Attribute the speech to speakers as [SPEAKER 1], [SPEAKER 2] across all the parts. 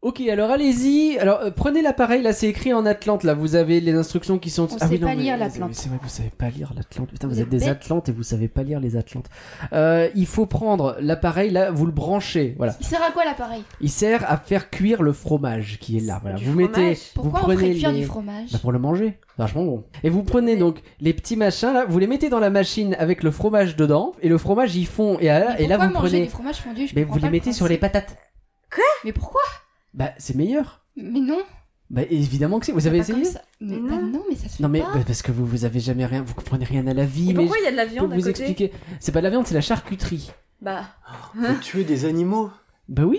[SPEAKER 1] Ok, alors allez-y. Alors euh, prenez l'appareil, là c'est écrit en Atlante, là vous avez les instructions qui sont.
[SPEAKER 2] On
[SPEAKER 1] ah
[SPEAKER 2] sait
[SPEAKER 1] oui, non,
[SPEAKER 2] pas
[SPEAKER 1] mais-
[SPEAKER 2] lire
[SPEAKER 1] mais-
[SPEAKER 2] l'Atlante.
[SPEAKER 1] mais C'est vrai que vous savez pas lire l'Atlante. Putain, vous,
[SPEAKER 2] Vous
[SPEAKER 1] êtes
[SPEAKER 2] êtes
[SPEAKER 1] des
[SPEAKER 2] bête.
[SPEAKER 1] Atlantes et vous savez pas lire les Atlantes. Euh, il faut prendre l'appareil, là vous le branchez. Voilà.
[SPEAKER 2] Il sert à quoi l'appareil
[SPEAKER 1] Il sert à faire cuire le fromage qui est là. Voilà.
[SPEAKER 3] Du
[SPEAKER 1] Vous mettez.
[SPEAKER 3] fromage
[SPEAKER 1] Vous
[SPEAKER 2] Pourquoi on
[SPEAKER 1] prenez
[SPEAKER 2] ferait cuire
[SPEAKER 1] les-
[SPEAKER 2] du fromage
[SPEAKER 1] bah, pour le manger, C'est vachement bon. Et vous prenez donc les petits machins là, vous les mettez dans la machine avec le fromage dedans, et le fromage y fond, et, à-
[SPEAKER 2] Mais
[SPEAKER 1] et là
[SPEAKER 2] pourquoi
[SPEAKER 1] vous
[SPEAKER 2] manger
[SPEAKER 1] prenez.
[SPEAKER 2] du fromage fondu Je
[SPEAKER 1] Mais vous
[SPEAKER 2] comprends
[SPEAKER 1] les
[SPEAKER 2] pas le
[SPEAKER 1] mettez sur les
[SPEAKER 2] principe.
[SPEAKER 1] patates.
[SPEAKER 2] Mais pourquoi
[SPEAKER 1] Bah c'est meilleur.
[SPEAKER 2] Mais non
[SPEAKER 1] Bah évidemment que c'est. Vous avez
[SPEAKER 2] pas
[SPEAKER 1] essayé
[SPEAKER 2] comme ça. Mais
[SPEAKER 3] Mais
[SPEAKER 2] Ah, bah
[SPEAKER 3] non.
[SPEAKER 2] non, mais ça se fait
[SPEAKER 1] Non mais
[SPEAKER 2] pas.
[SPEAKER 1] bah, parce que vous vous avez jamais rien, vous comprenez rien à la vie.
[SPEAKER 3] Et
[SPEAKER 1] mais
[SPEAKER 3] pourquoi il y a de la
[SPEAKER 1] je peux
[SPEAKER 3] viande à
[SPEAKER 1] vous
[SPEAKER 3] côté
[SPEAKER 1] expliquer. C'est pas de la viande, c'est la charcuterie.
[SPEAKER 3] Bah,
[SPEAKER 4] Faut tuer des animaux.
[SPEAKER 1] Bah oui.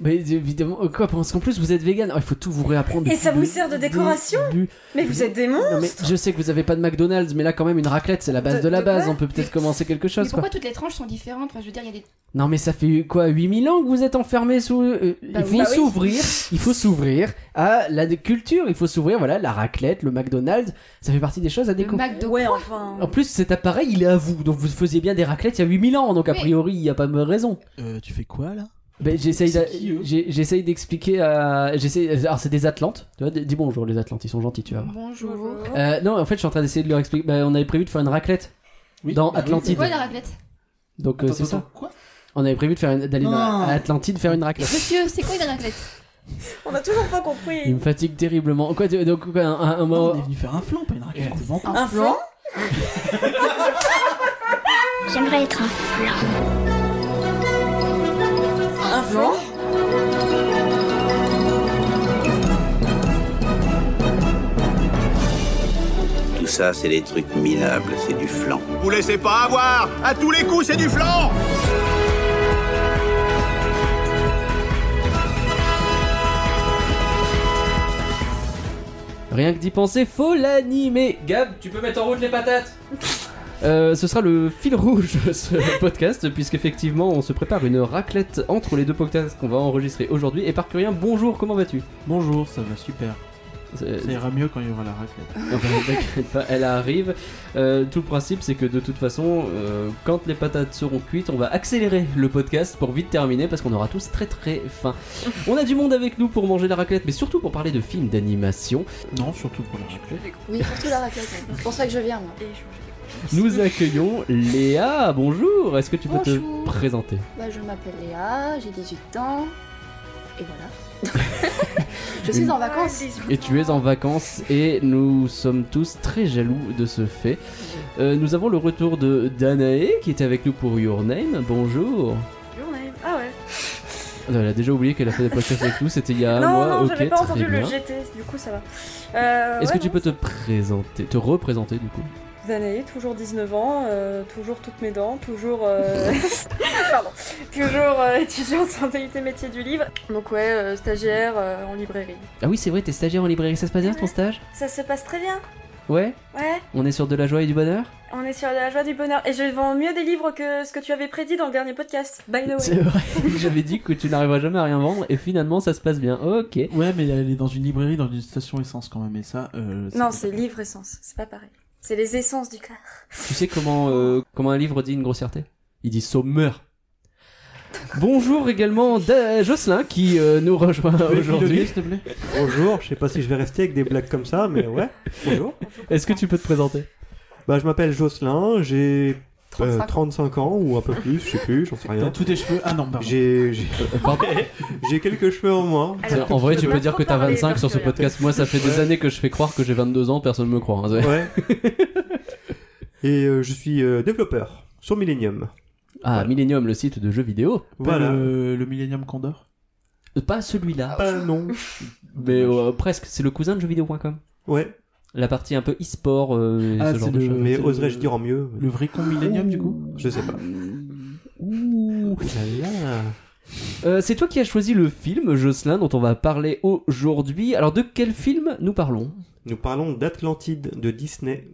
[SPEAKER 1] Mais évidemment, euh, quoi Parce qu'en plus vous êtes vegan, Oh, il faut tout vous réapprendre.
[SPEAKER 3] Et
[SPEAKER 1] depuis
[SPEAKER 3] ça vous
[SPEAKER 1] le
[SPEAKER 3] sert de décoration
[SPEAKER 1] début.
[SPEAKER 3] mais vous êtes des
[SPEAKER 1] Non mais
[SPEAKER 3] monstres
[SPEAKER 1] je sais que vous avez pas de McDonald's, mais là quand même une raclette, c'est la base de,
[SPEAKER 3] De-
[SPEAKER 1] la
[SPEAKER 3] de
[SPEAKER 1] base.
[SPEAKER 3] quoi
[SPEAKER 1] On peut peut-être
[SPEAKER 3] Mais-
[SPEAKER 1] commencer quelque
[SPEAKER 2] Mais
[SPEAKER 1] chose. quoi.
[SPEAKER 2] pourquoi toutes les tranches sont différentes Enfin, je veux dire, il y a des.
[SPEAKER 1] Non mais ça fait quoi 8000 ans que vous êtes enfermés sous euh, il
[SPEAKER 2] Bah oui.
[SPEAKER 1] faut
[SPEAKER 3] Bah oui.
[SPEAKER 1] s'ouvrir, il faut s'ouvrir à la culture, il faut s'ouvrir voilà la raclette, le McDonald's, ça fait partie des choses à
[SPEAKER 2] Le
[SPEAKER 1] découvrir.
[SPEAKER 2] McDo.
[SPEAKER 3] Ouais, enfin.
[SPEAKER 1] En plus cet appareil il est à vous, donc vous faisiez bien des raclettes il y a 8000 ans, donc a
[SPEAKER 2] Mais-
[SPEAKER 1] priori il y a pas de raison.
[SPEAKER 5] Euh, tu fais quoi là
[SPEAKER 1] Ben, j'essaye
[SPEAKER 5] C'est
[SPEAKER 1] d'a-
[SPEAKER 5] qui, eux
[SPEAKER 1] j'ai- j'essaye d'expliquer à j'essaye alors c'est des Atlantes, tu vois, dis dis bonjour les Atlantes, ils sont gentils, tu vois.
[SPEAKER 2] Bonjour.
[SPEAKER 5] Ah
[SPEAKER 1] Euh, non, en fait, je suis en train d'essayer de leur expliquer. Ben, on avait prévu de faire une raclette,
[SPEAKER 5] bah
[SPEAKER 1] Dans
[SPEAKER 2] C'est
[SPEAKER 1] Atlantide.
[SPEAKER 2] quoi la raclette
[SPEAKER 1] donc euh,
[SPEAKER 5] Attends,
[SPEAKER 1] c'est
[SPEAKER 5] attends,
[SPEAKER 1] ça.
[SPEAKER 5] Quoi
[SPEAKER 1] On avait prévu de faire une- d'aller dans
[SPEAKER 5] Ah.
[SPEAKER 1] Atlantide faire une raclette.
[SPEAKER 2] Monsieur, c'est quoi une raclette
[SPEAKER 3] On a toujours pas
[SPEAKER 1] Il
[SPEAKER 3] compris.
[SPEAKER 1] me fatigue terriblement. Quoi, tu- donc quoi, un, un- un mot-
[SPEAKER 5] Non, On est venu faire un flan, pas une raclette de ventre.
[SPEAKER 3] Un flan
[SPEAKER 6] J'aimerais être un flan.
[SPEAKER 3] Un flan
[SPEAKER 7] Tout ça, c'est des trucs minables, c'est du flan.
[SPEAKER 8] Vous laissez pas avoir À tous les coups, c'est du flanc
[SPEAKER 1] Rien que d'y penser, faut l'animer. Gab, tu peux mettre en route les patates. Euh, ce sera le fil rouge de ce podcast, puisqu'effectivement, on se prépare une raclette entre les deux podcasts qu'on va enregistrer aujourd'hui. Et Parcurien, bonjour, comment vas-tu
[SPEAKER 5] Bonjour, ça va super.
[SPEAKER 1] C'est-
[SPEAKER 5] Ça ira mieux quand il y aura la raclette.
[SPEAKER 1] Ah bah, t'inquiète pas, Elle arrive. Euh, tout le principe, c'est que de toute façon, euh, quand les patates seront cuites, on va accélérer le podcast pour vite terminer parce qu'on aura tous très très faim. On a du monde avec nous pour manger la raclette, mais surtout pour parler de films d'animation.
[SPEAKER 5] Non, surtout pour la raclette.
[SPEAKER 2] Oui, surtout la raclette. C'est pour ça que je viens, moi.
[SPEAKER 3] Et je-
[SPEAKER 1] Nous accueillons Léa. Bonjour. Est-ce que tu peux
[SPEAKER 9] Bonjour.
[SPEAKER 1] te présenter
[SPEAKER 9] Bah, je m'appelle Léa, j'ai 18 ans, et voilà. je suis
[SPEAKER 1] Une-
[SPEAKER 9] en vacances.
[SPEAKER 1] Et tu es en vacances et nous sommes tous très jaloux de ce fait. Euh, nous avons le retour de Danae qui était avec nous pour Your Name. Bonjour. Euh,
[SPEAKER 3] Journée. Ah ouais.
[SPEAKER 1] Elle a déjà oublié qu'elle a fait des podcasts avec nous. C'était il y a un
[SPEAKER 3] non,
[SPEAKER 1] mois.
[SPEAKER 3] non,
[SPEAKER 1] Ah, ok,
[SPEAKER 3] j'avais pas
[SPEAKER 1] très
[SPEAKER 3] entendu
[SPEAKER 1] bien.
[SPEAKER 3] le GT, du coup ça va. Euh,
[SPEAKER 1] Est-ce
[SPEAKER 3] ouais,
[SPEAKER 1] que tu
[SPEAKER 3] non.
[SPEAKER 1] peux te présenter, te représenter du coup
[SPEAKER 3] Danae, toujours 19 ans, euh, toujours toutes mes dents, toujours. euh, Pardon. Toujours euh, étudiante en qualité métier du livre. Donc, ouais, euh, stagiaire euh, en librairie.
[SPEAKER 1] Ah oui, c'est vrai, t'es stagiaire en librairie. Ça se passe bien ton stage
[SPEAKER 3] Ça se passe très bien.
[SPEAKER 1] Ouais.
[SPEAKER 3] Ouais,
[SPEAKER 1] On est sur de la joie et du bonheur.
[SPEAKER 3] on est sur la joie du bonheur. Et je vends mieux des livres que ce que tu avais prédit dans le dernier podcast. By the
[SPEAKER 1] C'est
[SPEAKER 3] way.
[SPEAKER 1] vrai. J'avais dit que tu n'arriveras jamais à rien vendre et finalement ça se passe bien. Ok.
[SPEAKER 5] Ouais, mais elle est dans une librairie, dans une station essence quand même, et ça. euh,
[SPEAKER 3] Non,
[SPEAKER 5] pas-
[SPEAKER 3] c'est livre essence, c'est pas pareil. C'est les essences du cœur.
[SPEAKER 1] Tu sais comment, euh, comment un livre dit une grossièreté Il dit sommeur. Bonjour également Da- Jocelyn qui euh, nous rejoint
[SPEAKER 5] Tu peux épiloguer,
[SPEAKER 1] aujourd'hui.
[SPEAKER 5] s'il te plaît
[SPEAKER 10] Bonjour, je sais pas si je vais rester avec des blagues comme ça, mais ouais. Bonjour.
[SPEAKER 1] Est-ce que tu peux te présenter
[SPEAKER 10] Bah, je m'appelle Jocelyn, j'ai euh,
[SPEAKER 2] 35.
[SPEAKER 10] 35 ans ou un peu plus, je sais plus, j'en sais
[SPEAKER 5] T'as
[SPEAKER 10] rien.
[SPEAKER 5] tous tes cheveux. Ah non, pardon.
[SPEAKER 10] J'ai j'ai-
[SPEAKER 1] Pardon.
[SPEAKER 10] j'ai quelques cheveux en moins.
[SPEAKER 3] Alors,
[SPEAKER 1] En vrai,
[SPEAKER 3] je
[SPEAKER 1] tu
[SPEAKER 3] peux
[SPEAKER 1] peux
[SPEAKER 3] pas
[SPEAKER 1] dire
[SPEAKER 3] trop
[SPEAKER 1] que t'as
[SPEAKER 3] parler,
[SPEAKER 1] 25 sur ce
[SPEAKER 3] Mercurial.
[SPEAKER 1] podcast. Moi, ça fait des
[SPEAKER 10] Ouais.
[SPEAKER 1] années que je fais croire que j'ai 22 ans, personne me croit. hein.
[SPEAKER 10] Ouais. Et euh, je suis euh, développeur sur Millennium.
[SPEAKER 1] Ah,
[SPEAKER 10] Voilà.
[SPEAKER 1] Millennium, le site de jeux vidéo.
[SPEAKER 5] Pas
[SPEAKER 10] Voilà.
[SPEAKER 5] le, le Millennium Condor.
[SPEAKER 1] Pas
[SPEAKER 5] Ah
[SPEAKER 1] celui-là,
[SPEAKER 10] Pas non.
[SPEAKER 1] mais euh, presque. C'est le cousin de jeuxvideo.com.
[SPEAKER 10] Ouais,
[SPEAKER 1] La partie un peu e-sport, euh, et
[SPEAKER 5] Ah,
[SPEAKER 1] ce genre
[SPEAKER 5] c'est
[SPEAKER 1] de
[SPEAKER 5] le-
[SPEAKER 1] choses.
[SPEAKER 10] mais
[SPEAKER 5] c'est
[SPEAKER 10] oserais-je
[SPEAKER 5] le-
[SPEAKER 10] dire en mieux
[SPEAKER 5] Le vrai con Millennium, du coup
[SPEAKER 10] Je sais pas.
[SPEAKER 1] Ouh.
[SPEAKER 10] Là, là.
[SPEAKER 1] Euh, c'est toi qui as choisi le film, Jocelyn, dont on va parler aujourd'hui. Alors, de quel film nous parlons
[SPEAKER 10] Nous parlons d'Atlantide de Disney.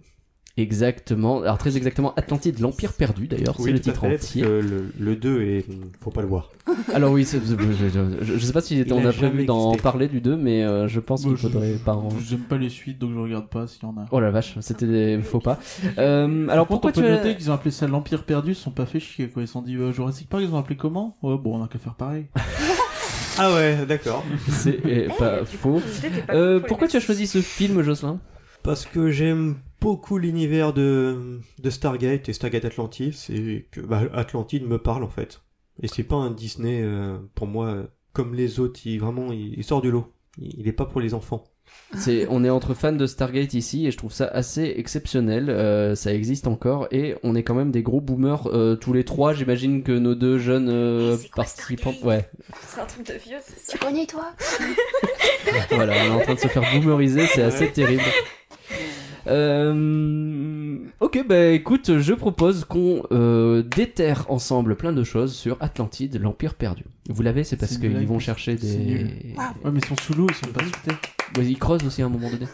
[SPEAKER 1] Exactement, alors très exactement, Atlantide, l'Empire perdu d'ailleurs, c'est le
[SPEAKER 10] tout à
[SPEAKER 1] titre
[SPEAKER 10] fait, parce
[SPEAKER 1] entier.
[SPEAKER 10] que le, le 2 est. Faut pas le voir.
[SPEAKER 1] Alors oui, c'est- je, je- je- je sais pas si
[SPEAKER 10] Il
[SPEAKER 1] on
[SPEAKER 10] a
[SPEAKER 1] a prévu
[SPEAKER 10] jamais
[SPEAKER 1] d'en
[SPEAKER 10] existé.
[SPEAKER 1] parler du 2, mais euh, je pense
[SPEAKER 5] Moi,
[SPEAKER 1] qu'il faudrait pas en...
[SPEAKER 5] J'aime pas les suites, donc je regarde pas s'il y en a.
[SPEAKER 1] Oh la vache, c'était des faux pas. Euh, alors pourquoi
[SPEAKER 5] on peut
[SPEAKER 1] tu as...
[SPEAKER 5] noter qu'ils ont appelé ça l'Empire perdu, ils se sont pas fait chier quoi. Ils se sont dit euh, Jurassic Park, ils ont appelé comment Ouais, bon, on a qu'à faire pareil.
[SPEAKER 10] Ah ouais, d'accord.
[SPEAKER 1] C'est eh, pas faux. Euh, pourquoi tu as choisi ce film, Jocelyn
[SPEAKER 10] Parce que j'aime beaucoup l'univers de, de Stargate et Stargate Atlantis, et que bah, Atlantide me parle en fait. Et c'est pas un Disney euh, pour moi euh, comme les autres, il vraiment il, il sort du lot. Il, il est pas pour les enfants.
[SPEAKER 1] C'est- on est entre fans de Stargate ici et je trouve ça assez exceptionnel. Euh, ça existe encore et on est quand même des gros boomers euh, tous les trois. J'imagine que nos deux jeunes euh, participants, ouais,
[SPEAKER 3] hein. C'est un truc de vieux, c'est ça.
[SPEAKER 9] Tu connais toi
[SPEAKER 1] voilà, on est en train de se faire boomeriser, c'est assez terrible. Euh, ok, bah écoute, je propose qu'on euh, déterre ensemble plein de choses sur Atlantide, l'Empire perdu. Vous l'avez, c'est parce
[SPEAKER 11] C'est une
[SPEAKER 1] qu'ils
[SPEAKER 11] blague.
[SPEAKER 1] vont chercher
[SPEAKER 11] C'est nul.
[SPEAKER 1] des.
[SPEAKER 11] Ouais, mais ils sont sous l'eau, ils sont pas sous terre.
[SPEAKER 1] Ouais, ils creusent aussi à un moment donné.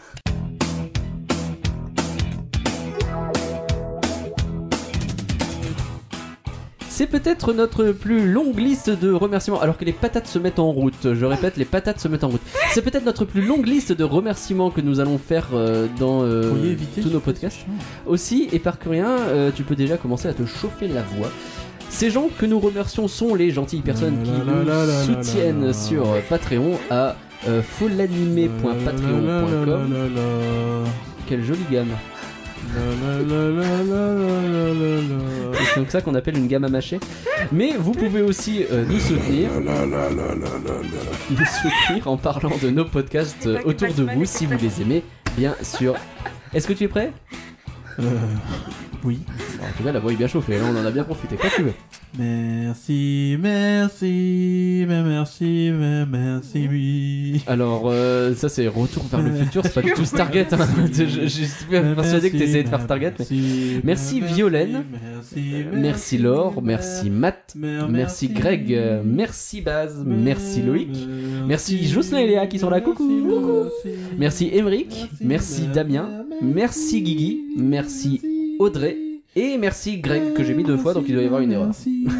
[SPEAKER 1] C'est peut-être notre plus longue liste de remerciements, alors que les patates se mettent en route. Je répète, les patates se mettent en route. C'est peut-être notre plus longue liste de remerciements que nous allons faire euh, dans euh,
[SPEAKER 11] Pourriez éviter
[SPEAKER 1] tous nos
[SPEAKER 11] je sais pas,
[SPEAKER 1] podcasts.
[SPEAKER 11] c'est chiant.
[SPEAKER 1] Aussi, et par curien, euh, tu peux déjà commencer à te chauffer la voix. Ces gens que nous remercions sont les gentilles personnes
[SPEAKER 11] La
[SPEAKER 1] qui
[SPEAKER 11] la
[SPEAKER 1] nous
[SPEAKER 11] la la la
[SPEAKER 1] soutiennent
[SPEAKER 11] la la.
[SPEAKER 1] sur euh, Patreon à euh,
[SPEAKER 11] La la
[SPEAKER 1] fullanimé.patreon.com.
[SPEAKER 11] la la la.
[SPEAKER 1] Quelle jolie gamme.
[SPEAKER 11] La la la la la la la la.
[SPEAKER 1] C'est comme ça qu'on appelle une gamme à mâcher. Mais vous pouvez aussi euh, nous soutenir. Nous soutenir en parlant de nos podcasts euh, autour de vous si vous les aimez, bien sûr. Est-ce que tu es prêt
[SPEAKER 11] Euh, Oui.
[SPEAKER 1] En tout cas, la voix est bien chauffée, là on en a bien profité. Quand tu veux.
[SPEAKER 11] Merci, merci, mais merci, mais merci, oui.
[SPEAKER 1] Alors, euh, ça c'est Retour vers le futur, c'est pas du tout Stargate. Hein. Je, je- je suis
[SPEAKER 11] Mais
[SPEAKER 1] persuadé que
[SPEAKER 11] merci,
[SPEAKER 1] t'essayais de faire
[SPEAKER 11] mais
[SPEAKER 1] Stargate. mais-
[SPEAKER 11] Merci,
[SPEAKER 1] Merci,
[SPEAKER 11] mais
[SPEAKER 1] Violaine.
[SPEAKER 11] Merci,
[SPEAKER 1] Merci Laure, merci Matt,
[SPEAKER 11] mais
[SPEAKER 1] merci Greg, euh, merci Baz, merci Loïc, merci Jocelyn et Léa qui sont là, coucou. merci Emeric, merci Damien, merci Guigui, merci Audrey, et merci Greg que j'ai mis deux fois donc il doit y avoir une erreur.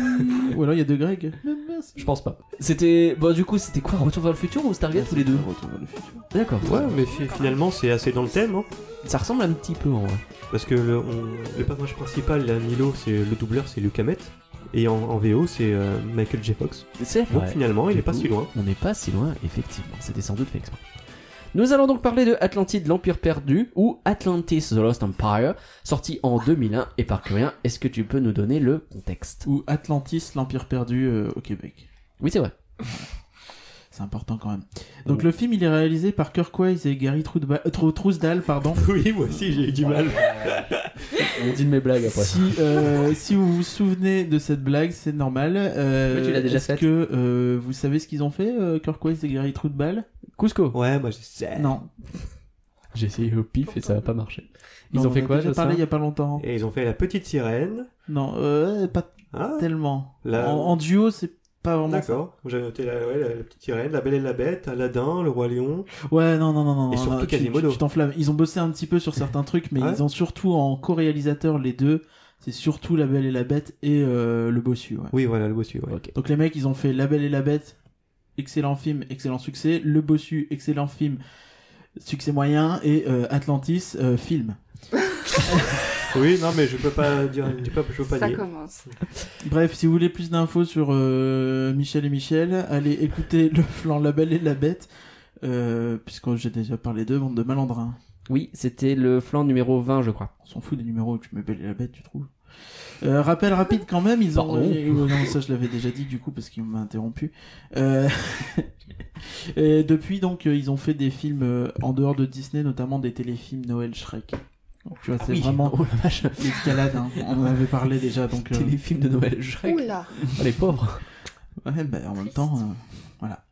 [SPEAKER 11] Ou alors il y a deux Greg.
[SPEAKER 1] Je pense pas. C'était. Bon, du coup, c'était quoi Retour vers le futur ou Stargate tous les deux
[SPEAKER 11] Retour vers le futur.
[SPEAKER 1] D'accord.
[SPEAKER 10] Ouais, mais fi- finalement c'est assez dans le thème, hein,
[SPEAKER 1] Ça ressemble un petit peu en vrai.
[SPEAKER 10] parce que le, on- le personnage principal, là, Milo, c'est le doubleur, c'est Luc Hamet, et en, en VO c'est euh, Michael J. Fox.
[SPEAKER 1] C'est
[SPEAKER 10] Donc
[SPEAKER 1] vrai.
[SPEAKER 10] finalement, il
[SPEAKER 1] Du
[SPEAKER 10] est pas
[SPEAKER 1] coup,
[SPEAKER 10] si loin.
[SPEAKER 1] On n'est pas si loin, effectivement. C'était sans doute fait exprès. Nous allons donc parler de Atlantide, l'Empire perdu, ou Atlantis, The Lost Empire, sorti en 2001. Et par curieux, est-ce que tu peux nous donner le contexte
[SPEAKER 11] Ou Atlantis, l'Empire perdu euh, au Québec.
[SPEAKER 1] Oui, c'est vrai.
[SPEAKER 11] C'est important quand même.
[SPEAKER 1] Oh.
[SPEAKER 11] Donc le film, il est réalisé par Kirk Wise et Gary Troudba- euh, Trou- Trousdal, pardon.
[SPEAKER 10] Oui, moi aussi j'ai eu du mal.
[SPEAKER 1] On dit de mes blagues après.
[SPEAKER 11] Si, euh, si vous vous souvenez de cette blague, c'est normal. Euh,
[SPEAKER 1] Oui, tu l'as déjà
[SPEAKER 11] Est-ce
[SPEAKER 1] faite.
[SPEAKER 11] que euh, vous savez ce qu'ils ont fait, euh, Kirk Wise et Gary Troudbal
[SPEAKER 1] Cusco.
[SPEAKER 10] Ouais, moi je
[SPEAKER 1] Euh,
[SPEAKER 10] sais.
[SPEAKER 11] Non.
[SPEAKER 1] J'ai essayé au pif et ça n'a pas marché. Ils
[SPEAKER 11] Non,
[SPEAKER 1] ont
[SPEAKER 11] on
[SPEAKER 1] fait
[SPEAKER 11] en a
[SPEAKER 1] quoi,
[SPEAKER 11] déjà
[SPEAKER 1] Jocelyn
[SPEAKER 11] parlé il y a pas longtemps.
[SPEAKER 10] Et ils ont fait la petite sirène.
[SPEAKER 11] Non, euh, pas
[SPEAKER 10] Ah,
[SPEAKER 11] tellement.
[SPEAKER 10] La-
[SPEAKER 11] En, en duo, c'est pas vraiment. ça.
[SPEAKER 10] Ah, d'accord. J'avais noté la, ouais, la, la petite sirène, la belle et la bête, Aladdin, le roi lion.
[SPEAKER 11] Ouais, non, non, non, non.
[SPEAKER 10] Et
[SPEAKER 11] non,
[SPEAKER 10] surtout
[SPEAKER 11] non, tu-
[SPEAKER 10] Quasimodo. Ah
[SPEAKER 11] Tu tu t'enflammes. Ils ont bossé un petit peu sur certains trucs, mais
[SPEAKER 10] Ouais.
[SPEAKER 11] ils ont surtout en co-réalisateur les deux. C'est surtout La Belle et la Bête et euh, Le Bossu. Ouais.
[SPEAKER 10] Oui, voilà, le bossu, ouais.
[SPEAKER 1] Ok.
[SPEAKER 11] Donc les mecs, ils ont fait La Belle et la Bête, excellent film, excellent succès. Le Bossu, excellent film, succès moyen. Et euh, Atlantis, euh, film.
[SPEAKER 10] Oui, non, mais je peux pas dire, je peux pas, je peux pas
[SPEAKER 12] Ça
[SPEAKER 10] dire.
[SPEAKER 12] commence.
[SPEAKER 11] Bref, si vous voulez plus d'infos sur euh, Michel et Michel, allez écouter le flanc La Belle et la Bête. Euh, puisque j'ai déjà parlé d'eux, bande de malandrins.
[SPEAKER 1] Oui, c'était le flanc numéro 20, je crois.
[SPEAKER 11] On s'en fout des numéros, tu me belle et la bête, tu trouves. Euh, rappel rapide quand même, ils ont.
[SPEAKER 1] Pardon.
[SPEAKER 11] euh, euh, non, ça je l'avais déjà dit du coup parce qu'ils m'ont interrompu. Euh, et depuis donc, euh, ils ont fait des films euh, en dehors de Disney, notamment des téléfilms Noël Shrek. Donc tu vois, c'est vraiment
[SPEAKER 1] Oh la vache.
[SPEAKER 11] l'escalade, hein. on en avait parlé déjà donc. euh,
[SPEAKER 1] Téléfilm de Noël, Shrek.
[SPEAKER 9] Oula
[SPEAKER 1] Oh, les pauvres.
[SPEAKER 11] Ouais, bah, en même temps, euh, voilà.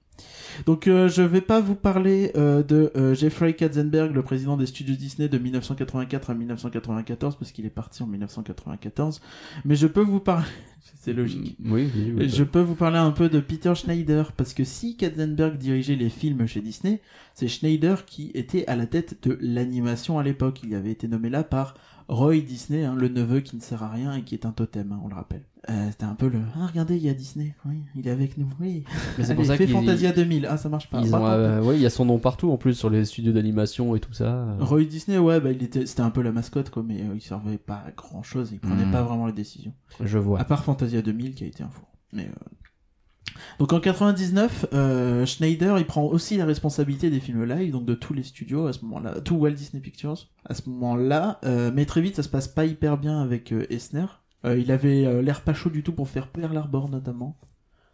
[SPEAKER 11] Donc euh, je vais pas vous parler euh, de euh, Jeffrey Katzenberg, le président des studios Disney de 1984 à 1994 parce qu'il est parti en 1994, mais je peux vous parler. C'est logique.
[SPEAKER 1] Oui, oui, oui.
[SPEAKER 11] Je peux vous parler un peu de Peter Schneider, parce que si Katzenberg dirigeait les films chez Disney, c'est Schneider qui était à la tête de l'animation à l'époque. Il avait été nommé là par Roy Disney, hein, le neveu qui ne sert à rien et qui est un totem, hein, on le rappelle. Euh, C'était un peu le... Ah, regardez, il y a Disney, oui, il est avec nous, oui.
[SPEAKER 1] Mais c'est
[SPEAKER 11] Allez,
[SPEAKER 1] pour ça
[SPEAKER 11] fais
[SPEAKER 1] qu'ils-
[SPEAKER 11] Fantasia 2000, ah, ça marche pas.
[SPEAKER 1] Ils
[SPEAKER 11] Par
[SPEAKER 1] ont,
[SPEAKER 11] contre,
[SPEAKER 1] euh, ouais, il y a son nom partout en plus sur les studios d'animation et tout ça.
[SPEAKER 11] Roy Disney, ouais, bah, il était, c'était un peu la mascotte, quoi, mais euh, il servait pas à grand chose, il prenait
[SPEAKER 1] Hmm.
[SPEAKER 11] pas vraiment les décisions.
[SPEAKER 1] Je vois.
[SPEAKER 11] À part Fantasia 2000 qui a été un four. Mais euh, Donc en 99, euh, Schneider, il prend aussi la responsabilité des films live, donc de tous les studios à ce moment-là, tout Walt Disney Pictures à ce moment-là. euh, mais très vite, ça se passe pas hyper bien avec euh, Eisner. Euh, il avait euh, l'air pas chaud du tout pour faire Pearl Harbor notamment,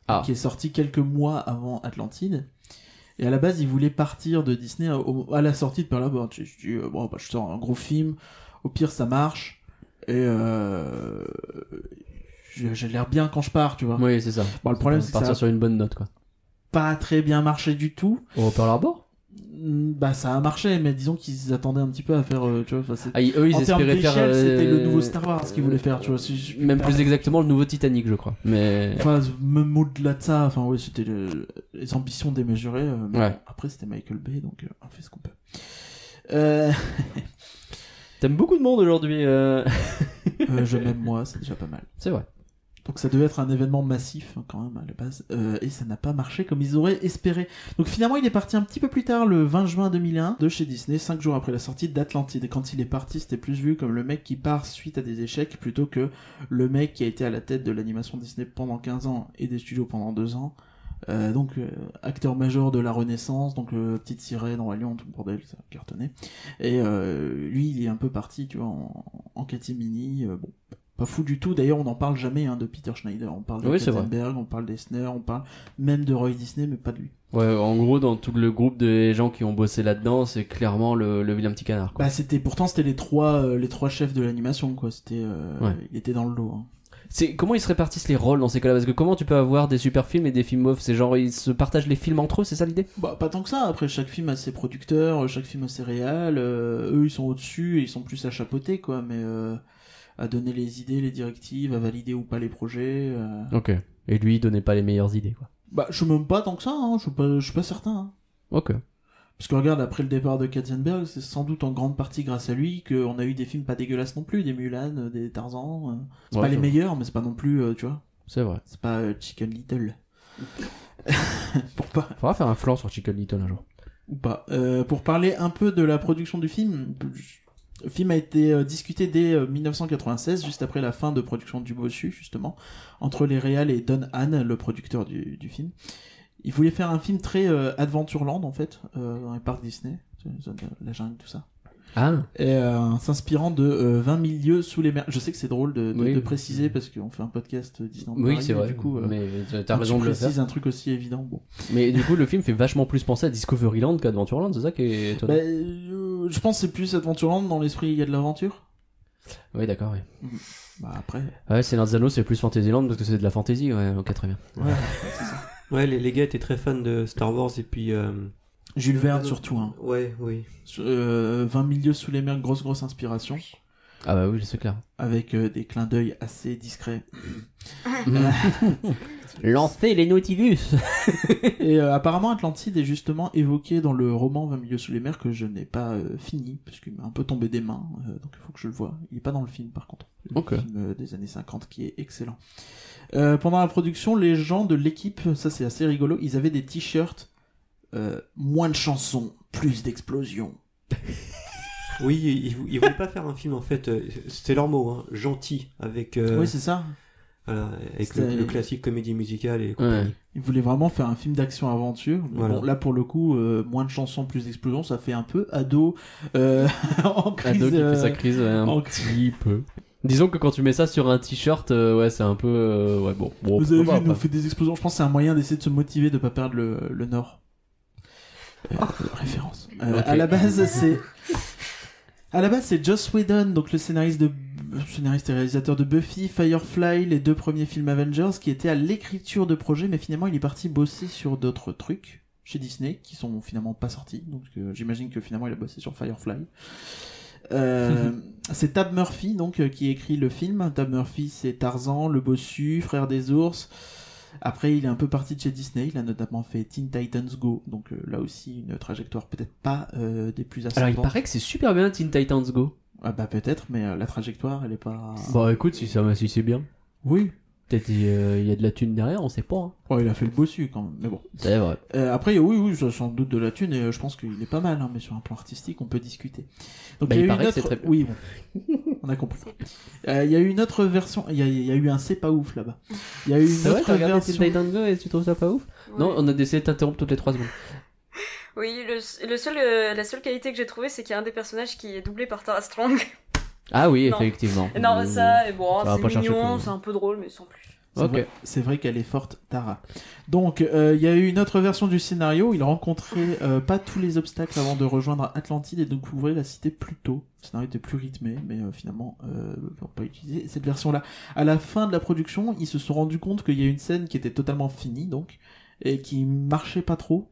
[SPEAKER 1] Ah.
[SPEAKER 11] qui est sorti quelques mois avant Atlantide. Et à la base, il voulait partir de Disney à, au- à la sortie de Pearl Harbor. Je, je dis, euh, bon, bah, je sors un gros film, au pire ça marche, et euh, j'ai j'ai l'air bien quand je pars, tu vois.
[SPEAKER 1] Oui, c'est ça.
[SPEAKER 11] Bon, le problème, c'est que
[SPEAKER 1] partir
[SPEAKER 11] ça a
[SPEAKER 1] sur une bonne note, quoi.
[SPEAKER 11] pas très bien marché du tout.
[SPEAKER 1] Au Pearl Harbor
[SPEAKER 11] Mm, Bah ça a marché, mais disons qu'ils attendaient un petit peu à faire, euh, tu vois, enfin, c'est-
[SPEAKER 1] ah, ils- Eux, ils
[SPEAKER 11] en termes
[SPEAKER 1] espéraient faire.
[SPEAKER 11] d'échelle,
[SPEAKER 1] euh,
[SPEAKER 11] c'était le nouveau Star Wars qu'ils voulaient faire, tu vois. si je puis
[SPEAKER 1] Même
[SPEAKER 11] me
[SPEAKER 1] plus
[SPEAKER 11] permettre.
[SPEAKER 1] exactement le nouveau Titanic, je crois. Mais.
[SPEAKER 11] Enfin, même au-delà de ça, enfin oui, c'était le- les ambitions démesurées. euh, mais
[SPEAKER 1] Ouais.
[SPEAKER 11] bon, Après, c'était Michael Bay, donc euh, on fait ce qu'on peut. Euh,
[SPEAKER 1] T'aimes beaucoup de monde aujourd'hui. euh.
[SPEAKER 11] euh, je m'aime moi, c'est déjà pas mal.
[SPEAKER 1] C'est vrai.
[SPEAKER 11] Donc ça devait être un événement massif hein, quand même à la base, euh, et ça n'a pas marché comme ils auraient espéré. Donc finalement il est parti un petit peu plus tard, le 20 juin 2001, de chez Disney, 5 jours après la sortie d'Atlantide. Et quand il est parti, c'était plus vu comme le mec qui part suite à des échecs, plutôt que le mec qui a été à la tête de l'animation Disney pendant 15 ans et des studios pendant 2 ans. Euh, donc euh, acteur major de la Renaissance, donc euh, Petite Sirène, Roi Lion, tout le bordel, ça cartonnait. Et euh, lui il est un peu parti, tu vois, en, en catimini, euh, bon pas fou du tout. D'ailleurs, on n'en parle jamais hein, de Peter Schneider. On parle de
[SPEAKER 1] Oui, c'est vrai.
[SPEAKER 11] Katzenberg, on parle d'Esner, on parle même de Roy Disney, mais pas de lui.
[SPEAKER 1] Ouais, en gros, dans tout le groupe des gens qui ont bossé là-dedans, c'est clairement le, le vilain petit canard, quoi.
[SPEAKER 11] Bah, c'était pourtant c'était les trois euh, les trois chefs de l'animation quoi. C'était euh,
[SPEAKER 1] Ouais.
[SPEAKER 11] il était dans le lot. hein.
[SPEAKER 1] C'est comment ils se répartissent les rôles dans ces cas-là Parce que comment tu peux avoir des super films et des films off C'est genre ils se partagent les films entre eux, c'est ça l'idée
[SPEAKER 11] Bah pas tant que ça. Après chaque film a ses producteurs, euh, chaque film a ses réals. Euh, eux ils sont au dessus et ils sont plus à chapeauter quoi. Mais euh, à donner les idées, les directives, à valider ou pas les projets. euh.
[SPEAKER 1] Ok. Et lui, il donnait pas les meilleures idées, quoi.
[SPEAKER 11] Bah je suis même pas tant que ça. Hein. Je suis pas je suis pas certain. hein.
[SPEAKER 1] Ok.
[SPEAKER 11] Parce que regarde, après le départ de Katzenberg, c'est sans doute en grande partie grâce à lui qu'on a eu des films pas dégueulasses non plus, des Mulan, euh, des Tarzan. euh. C'est
[SPEAKER 1] Ouais,
[SPEAKER 11] pas
[SPEAKER 1] c'est
[SPEAKER 11] les
[SPEAKER 1] vrai.
[SPEAKER 11] meilleurs, mais c'est pas non plus, euh, tu vois,
[SPEAKER 1] C'est vrai.
[SPEAKER 11] c'est pas euh, Chicken Little. pour, par-
[SPEAKER 1] Faudra faire un flanc sur Chicken Little un jour.
[SPEAKER 11] ou pas. Euh, pour parler un peu de la production du film, le film a été euh, discuté dès euh, 1996, juste après la fin de production du Bossu, justement, entre les réals et Don Hahn, le producteur du, du film. Il voulait faire un film très euh, Adventureland, en fait, euh, dans les parcs Disney, zone, euh, la jungle, tout ça.
[SPEAKER 1] Ah
[SPEAKER 11] et euh, en s'inspirant de euh, 20 000 lieux sous les mers. Je sais que c'est drôle de, de-
[SPEAKER 1] Oui.
[SPEAKER 11] de préciser parce qu'on fait un podcast euh, disant
[SPEAKER 1] Oui, c'est vrai.
[SPEAKER 11] Du coup, euh,
[SPEAKER 1] mais t'as- t'as
[SPEAKER 11] quand
[SPEAKER 1] raison
[SPEAKER 11] tu
[SPEAKER 1] de le faire.
[SPEAKER 11] précises un truc aussi évident. Bon.
[SPEAKER 1] Mais du coup, le film fait vachement plus penser à Discoveryland qu'à Adventureland, c'est ça qui est étonnant.
[SPEAKER 11] Bah, euh, je pense que c'est plus Adventureland dans l'esprit il y a de l'aventure.
[SPEAKER 1] Oui, d'accord, oui.
[SPEAKER 11] Bah après.
[SPEAKER 1] Ouais, Seigneur des Anneaux, c'est plus Fantasyland parce que c'est de la fantasy, ouais, ok, très bien.
[SPEAKER 11] Ouais.
[SPEAKER 10] Ouais, les, les gars étaient très fans de Star Wars et puis. euh,
[SPEAKER 11] Jules Verne surtout. Hein.
[SPEAKER 10] Ouais, oui.
[SPEAKER 11] Sur- euh, 20 000 lieux sous les mers, grosse grosse inspiration.
[SPEAKER 1] Ah bah oui, c'est clair.
[SPEAKER 11] Avec euh, des clins d'œil assez discrets.
[SPEAKER 1] Lancez les Nautilus
[SPEAKER 11] Et euh, apparemment, Atlantide est justement évoqué dans le roman 20 milieux sous les mers que je n'ai pas euh, fini, parce qu'il m'a un peu tombé des mains, euh, donc il faut que je le voie. Il n'est pas dans le film, par contre. Le
[SPEAKER 1] Ok.
[SPEAKER 11] film euh, des années 50 qui est excellent. Euh, pendant la production, les gens de l'équipe, ça c'est assez rigolo, ils avaient des t-shirts euh, moins de chansons, plus d'explosions.
[SPEAKER 10] Oui, ils, ils voulaient pas faire un film en fait, euh, c'est leur mot, hein, gentil, avec, euh,
[SPEAKER 11] Oui, c'est ça.
[SPEAKER 10] voilà, avec
[SPEAKER 11] c'est-
[SPEAKER 10] le, le classique comédie musicale et compagnie.
[SPEAKER 1] Ouais.
[SPEAKER 11] Ils voulaient vraiment faire un film d'action-aventure. Mais
[SPEAKER 10] Voilà.
[SPEAKER 11] Bon, là pour le coup, euh, moins de chansons, plus d'explosions, ça fait un peu ado euh, en crise.
[SPEAKER 1] Ado qui fait
[SPEAKER 11] euh,
[SPEAKER 1] sa crise, ouais, un
[SPEAKER 11] en-
[SPEAKER 1] petit peu. Disons que quand tu mets ça sur un t-shirt, euh, ouais, c'est un peu. euh, ouais, bon. bon
[SPEAKER 11] Vous avez vu,
[SPEAKER 1] pourquoi
[SPEAKER 11] il nous
[SPEAKER 1] pas.
[SPEAKER 11] fait des explosions. Je pense que c'est un moyen d'essayer de se motiver de ne pas perdre le, le Nord. Euh, Référence. Euh,
[SPEAKER 1] Ok.
[SPEAKER 11] À la base, c'est. À la base, c'est Joss Whedon, donc le scénariste de scénariste et réalisateur de Buffy, Firefly, les deux premiers films Avengers, qui était à l'écriture de projet, mais finalement il est parti bosser sur d'autres trucs chez Disney, qui sont finalement pas sortis, donc euh, j'imagine que finalement il a bossé sur Firefly. Euh, c'est Tab Murphy donc euh, qui écrit le film. Tab Murphy c'est Tarzan, le bossu, frère des ours. Après il est un peu parti de chez Disney, il a notamment fait Teen Titans Go, donc euh, là aussi une trajectoire peut-être pas euh, des plus
[SPEAKER 1] Alors, il
[SPEAKER 11] ascendantes.
[SPEAKER 1] paraît que c'est super bien Teen Titans Go.
[SPEAKER 11] Ah bah peut-être mais euh, la trajectoire elle est pas
[SPEAKER 1] Bah écoute, si, ça- si c'est bien.
[SPEAKER 11] Oui.
[SPEAKER 1] Peut-être euh, il y a de la thune derrière, on sait pas. hein.
[SPEAKER 11] Oh, il a fait le bossu quand même, mais bon.
[SPEAKER 1] C'est vrai.
[SPEAKER 11] Euh, après, oui, oui, ça, sans doute de la thune, et euh, je pense qu'il est pas mal, hein, mais sur un plan artistique, on peut discuter. Donc,
[SPEAKER 1] Bah,
[SPEAKER 11] il y a
[SPEAKER 1] il
[SPEAKER 11] eu
[SPEAKER 1] paraît
[SPEAKER 11] une
[SPEAKER 1] que c'est
[SPEAKER 11] autre-
[SPEAKER 1] très bien.
[SPEAKER 11] Oui, bon. on a compris. Euh, Il y a eu une autre version, il y a, il y a eu un c'est pas ouf là-bas. Il y a eu une
[SPEAKER 1] C'est vrai,
[SPEAKER 11] autre
[SPEAKER 1] t'as regardé
[SPEAKER 11] version.
[SPEAKER 1] Teen Titans Go et tu trouves ça pas ouf Non, euh, on a essayé de t'interrompre toutes les 3 secondes.
[SPEAKER 3] Oui, le, le seul, euh, la seule qualité que j'ai trouvée, c'est qu'il y a un des personnages qui est doublé par Tara Strong.
[SPEAKER 1] Ah oui,
[SPEAKER 3] Non.
[SPEAKER 1] effectivement.
[SPEAKER 3] Non,
[SPEAKER 1] Mm.
[SPEAKER 3] ça, et bon,
[SPEAKER 1] Ça va pas
[SPEAKER 3] c'est
[SPEAKER 1] chercher plus
[SPEAKER 3] mignon,
[SPEAKER 1] loin.
[SPEAKER 3] c'est un peu drôle, mais sans plus.
[SPEAKER 11] C'est
[SPEAKER 1] Ok.
[SPEAKER 11] vrai- C'est vrai, qu'elle est forte, Tara. Donc, euh, il y a eu une autre version du scénario. Il rencontrait euh, pas tous les obstacles avant de rejoindre Atlantide et de découvrir la cité plus tôt. Le scénario était plus rythmé, mais euh, finalement, euh, on peut pas utiliser cette version-là. À la fin de la production, ils se sont rendus compte qu'il y a une scène qui était totalement finie, donc, et qui marchait pas trop.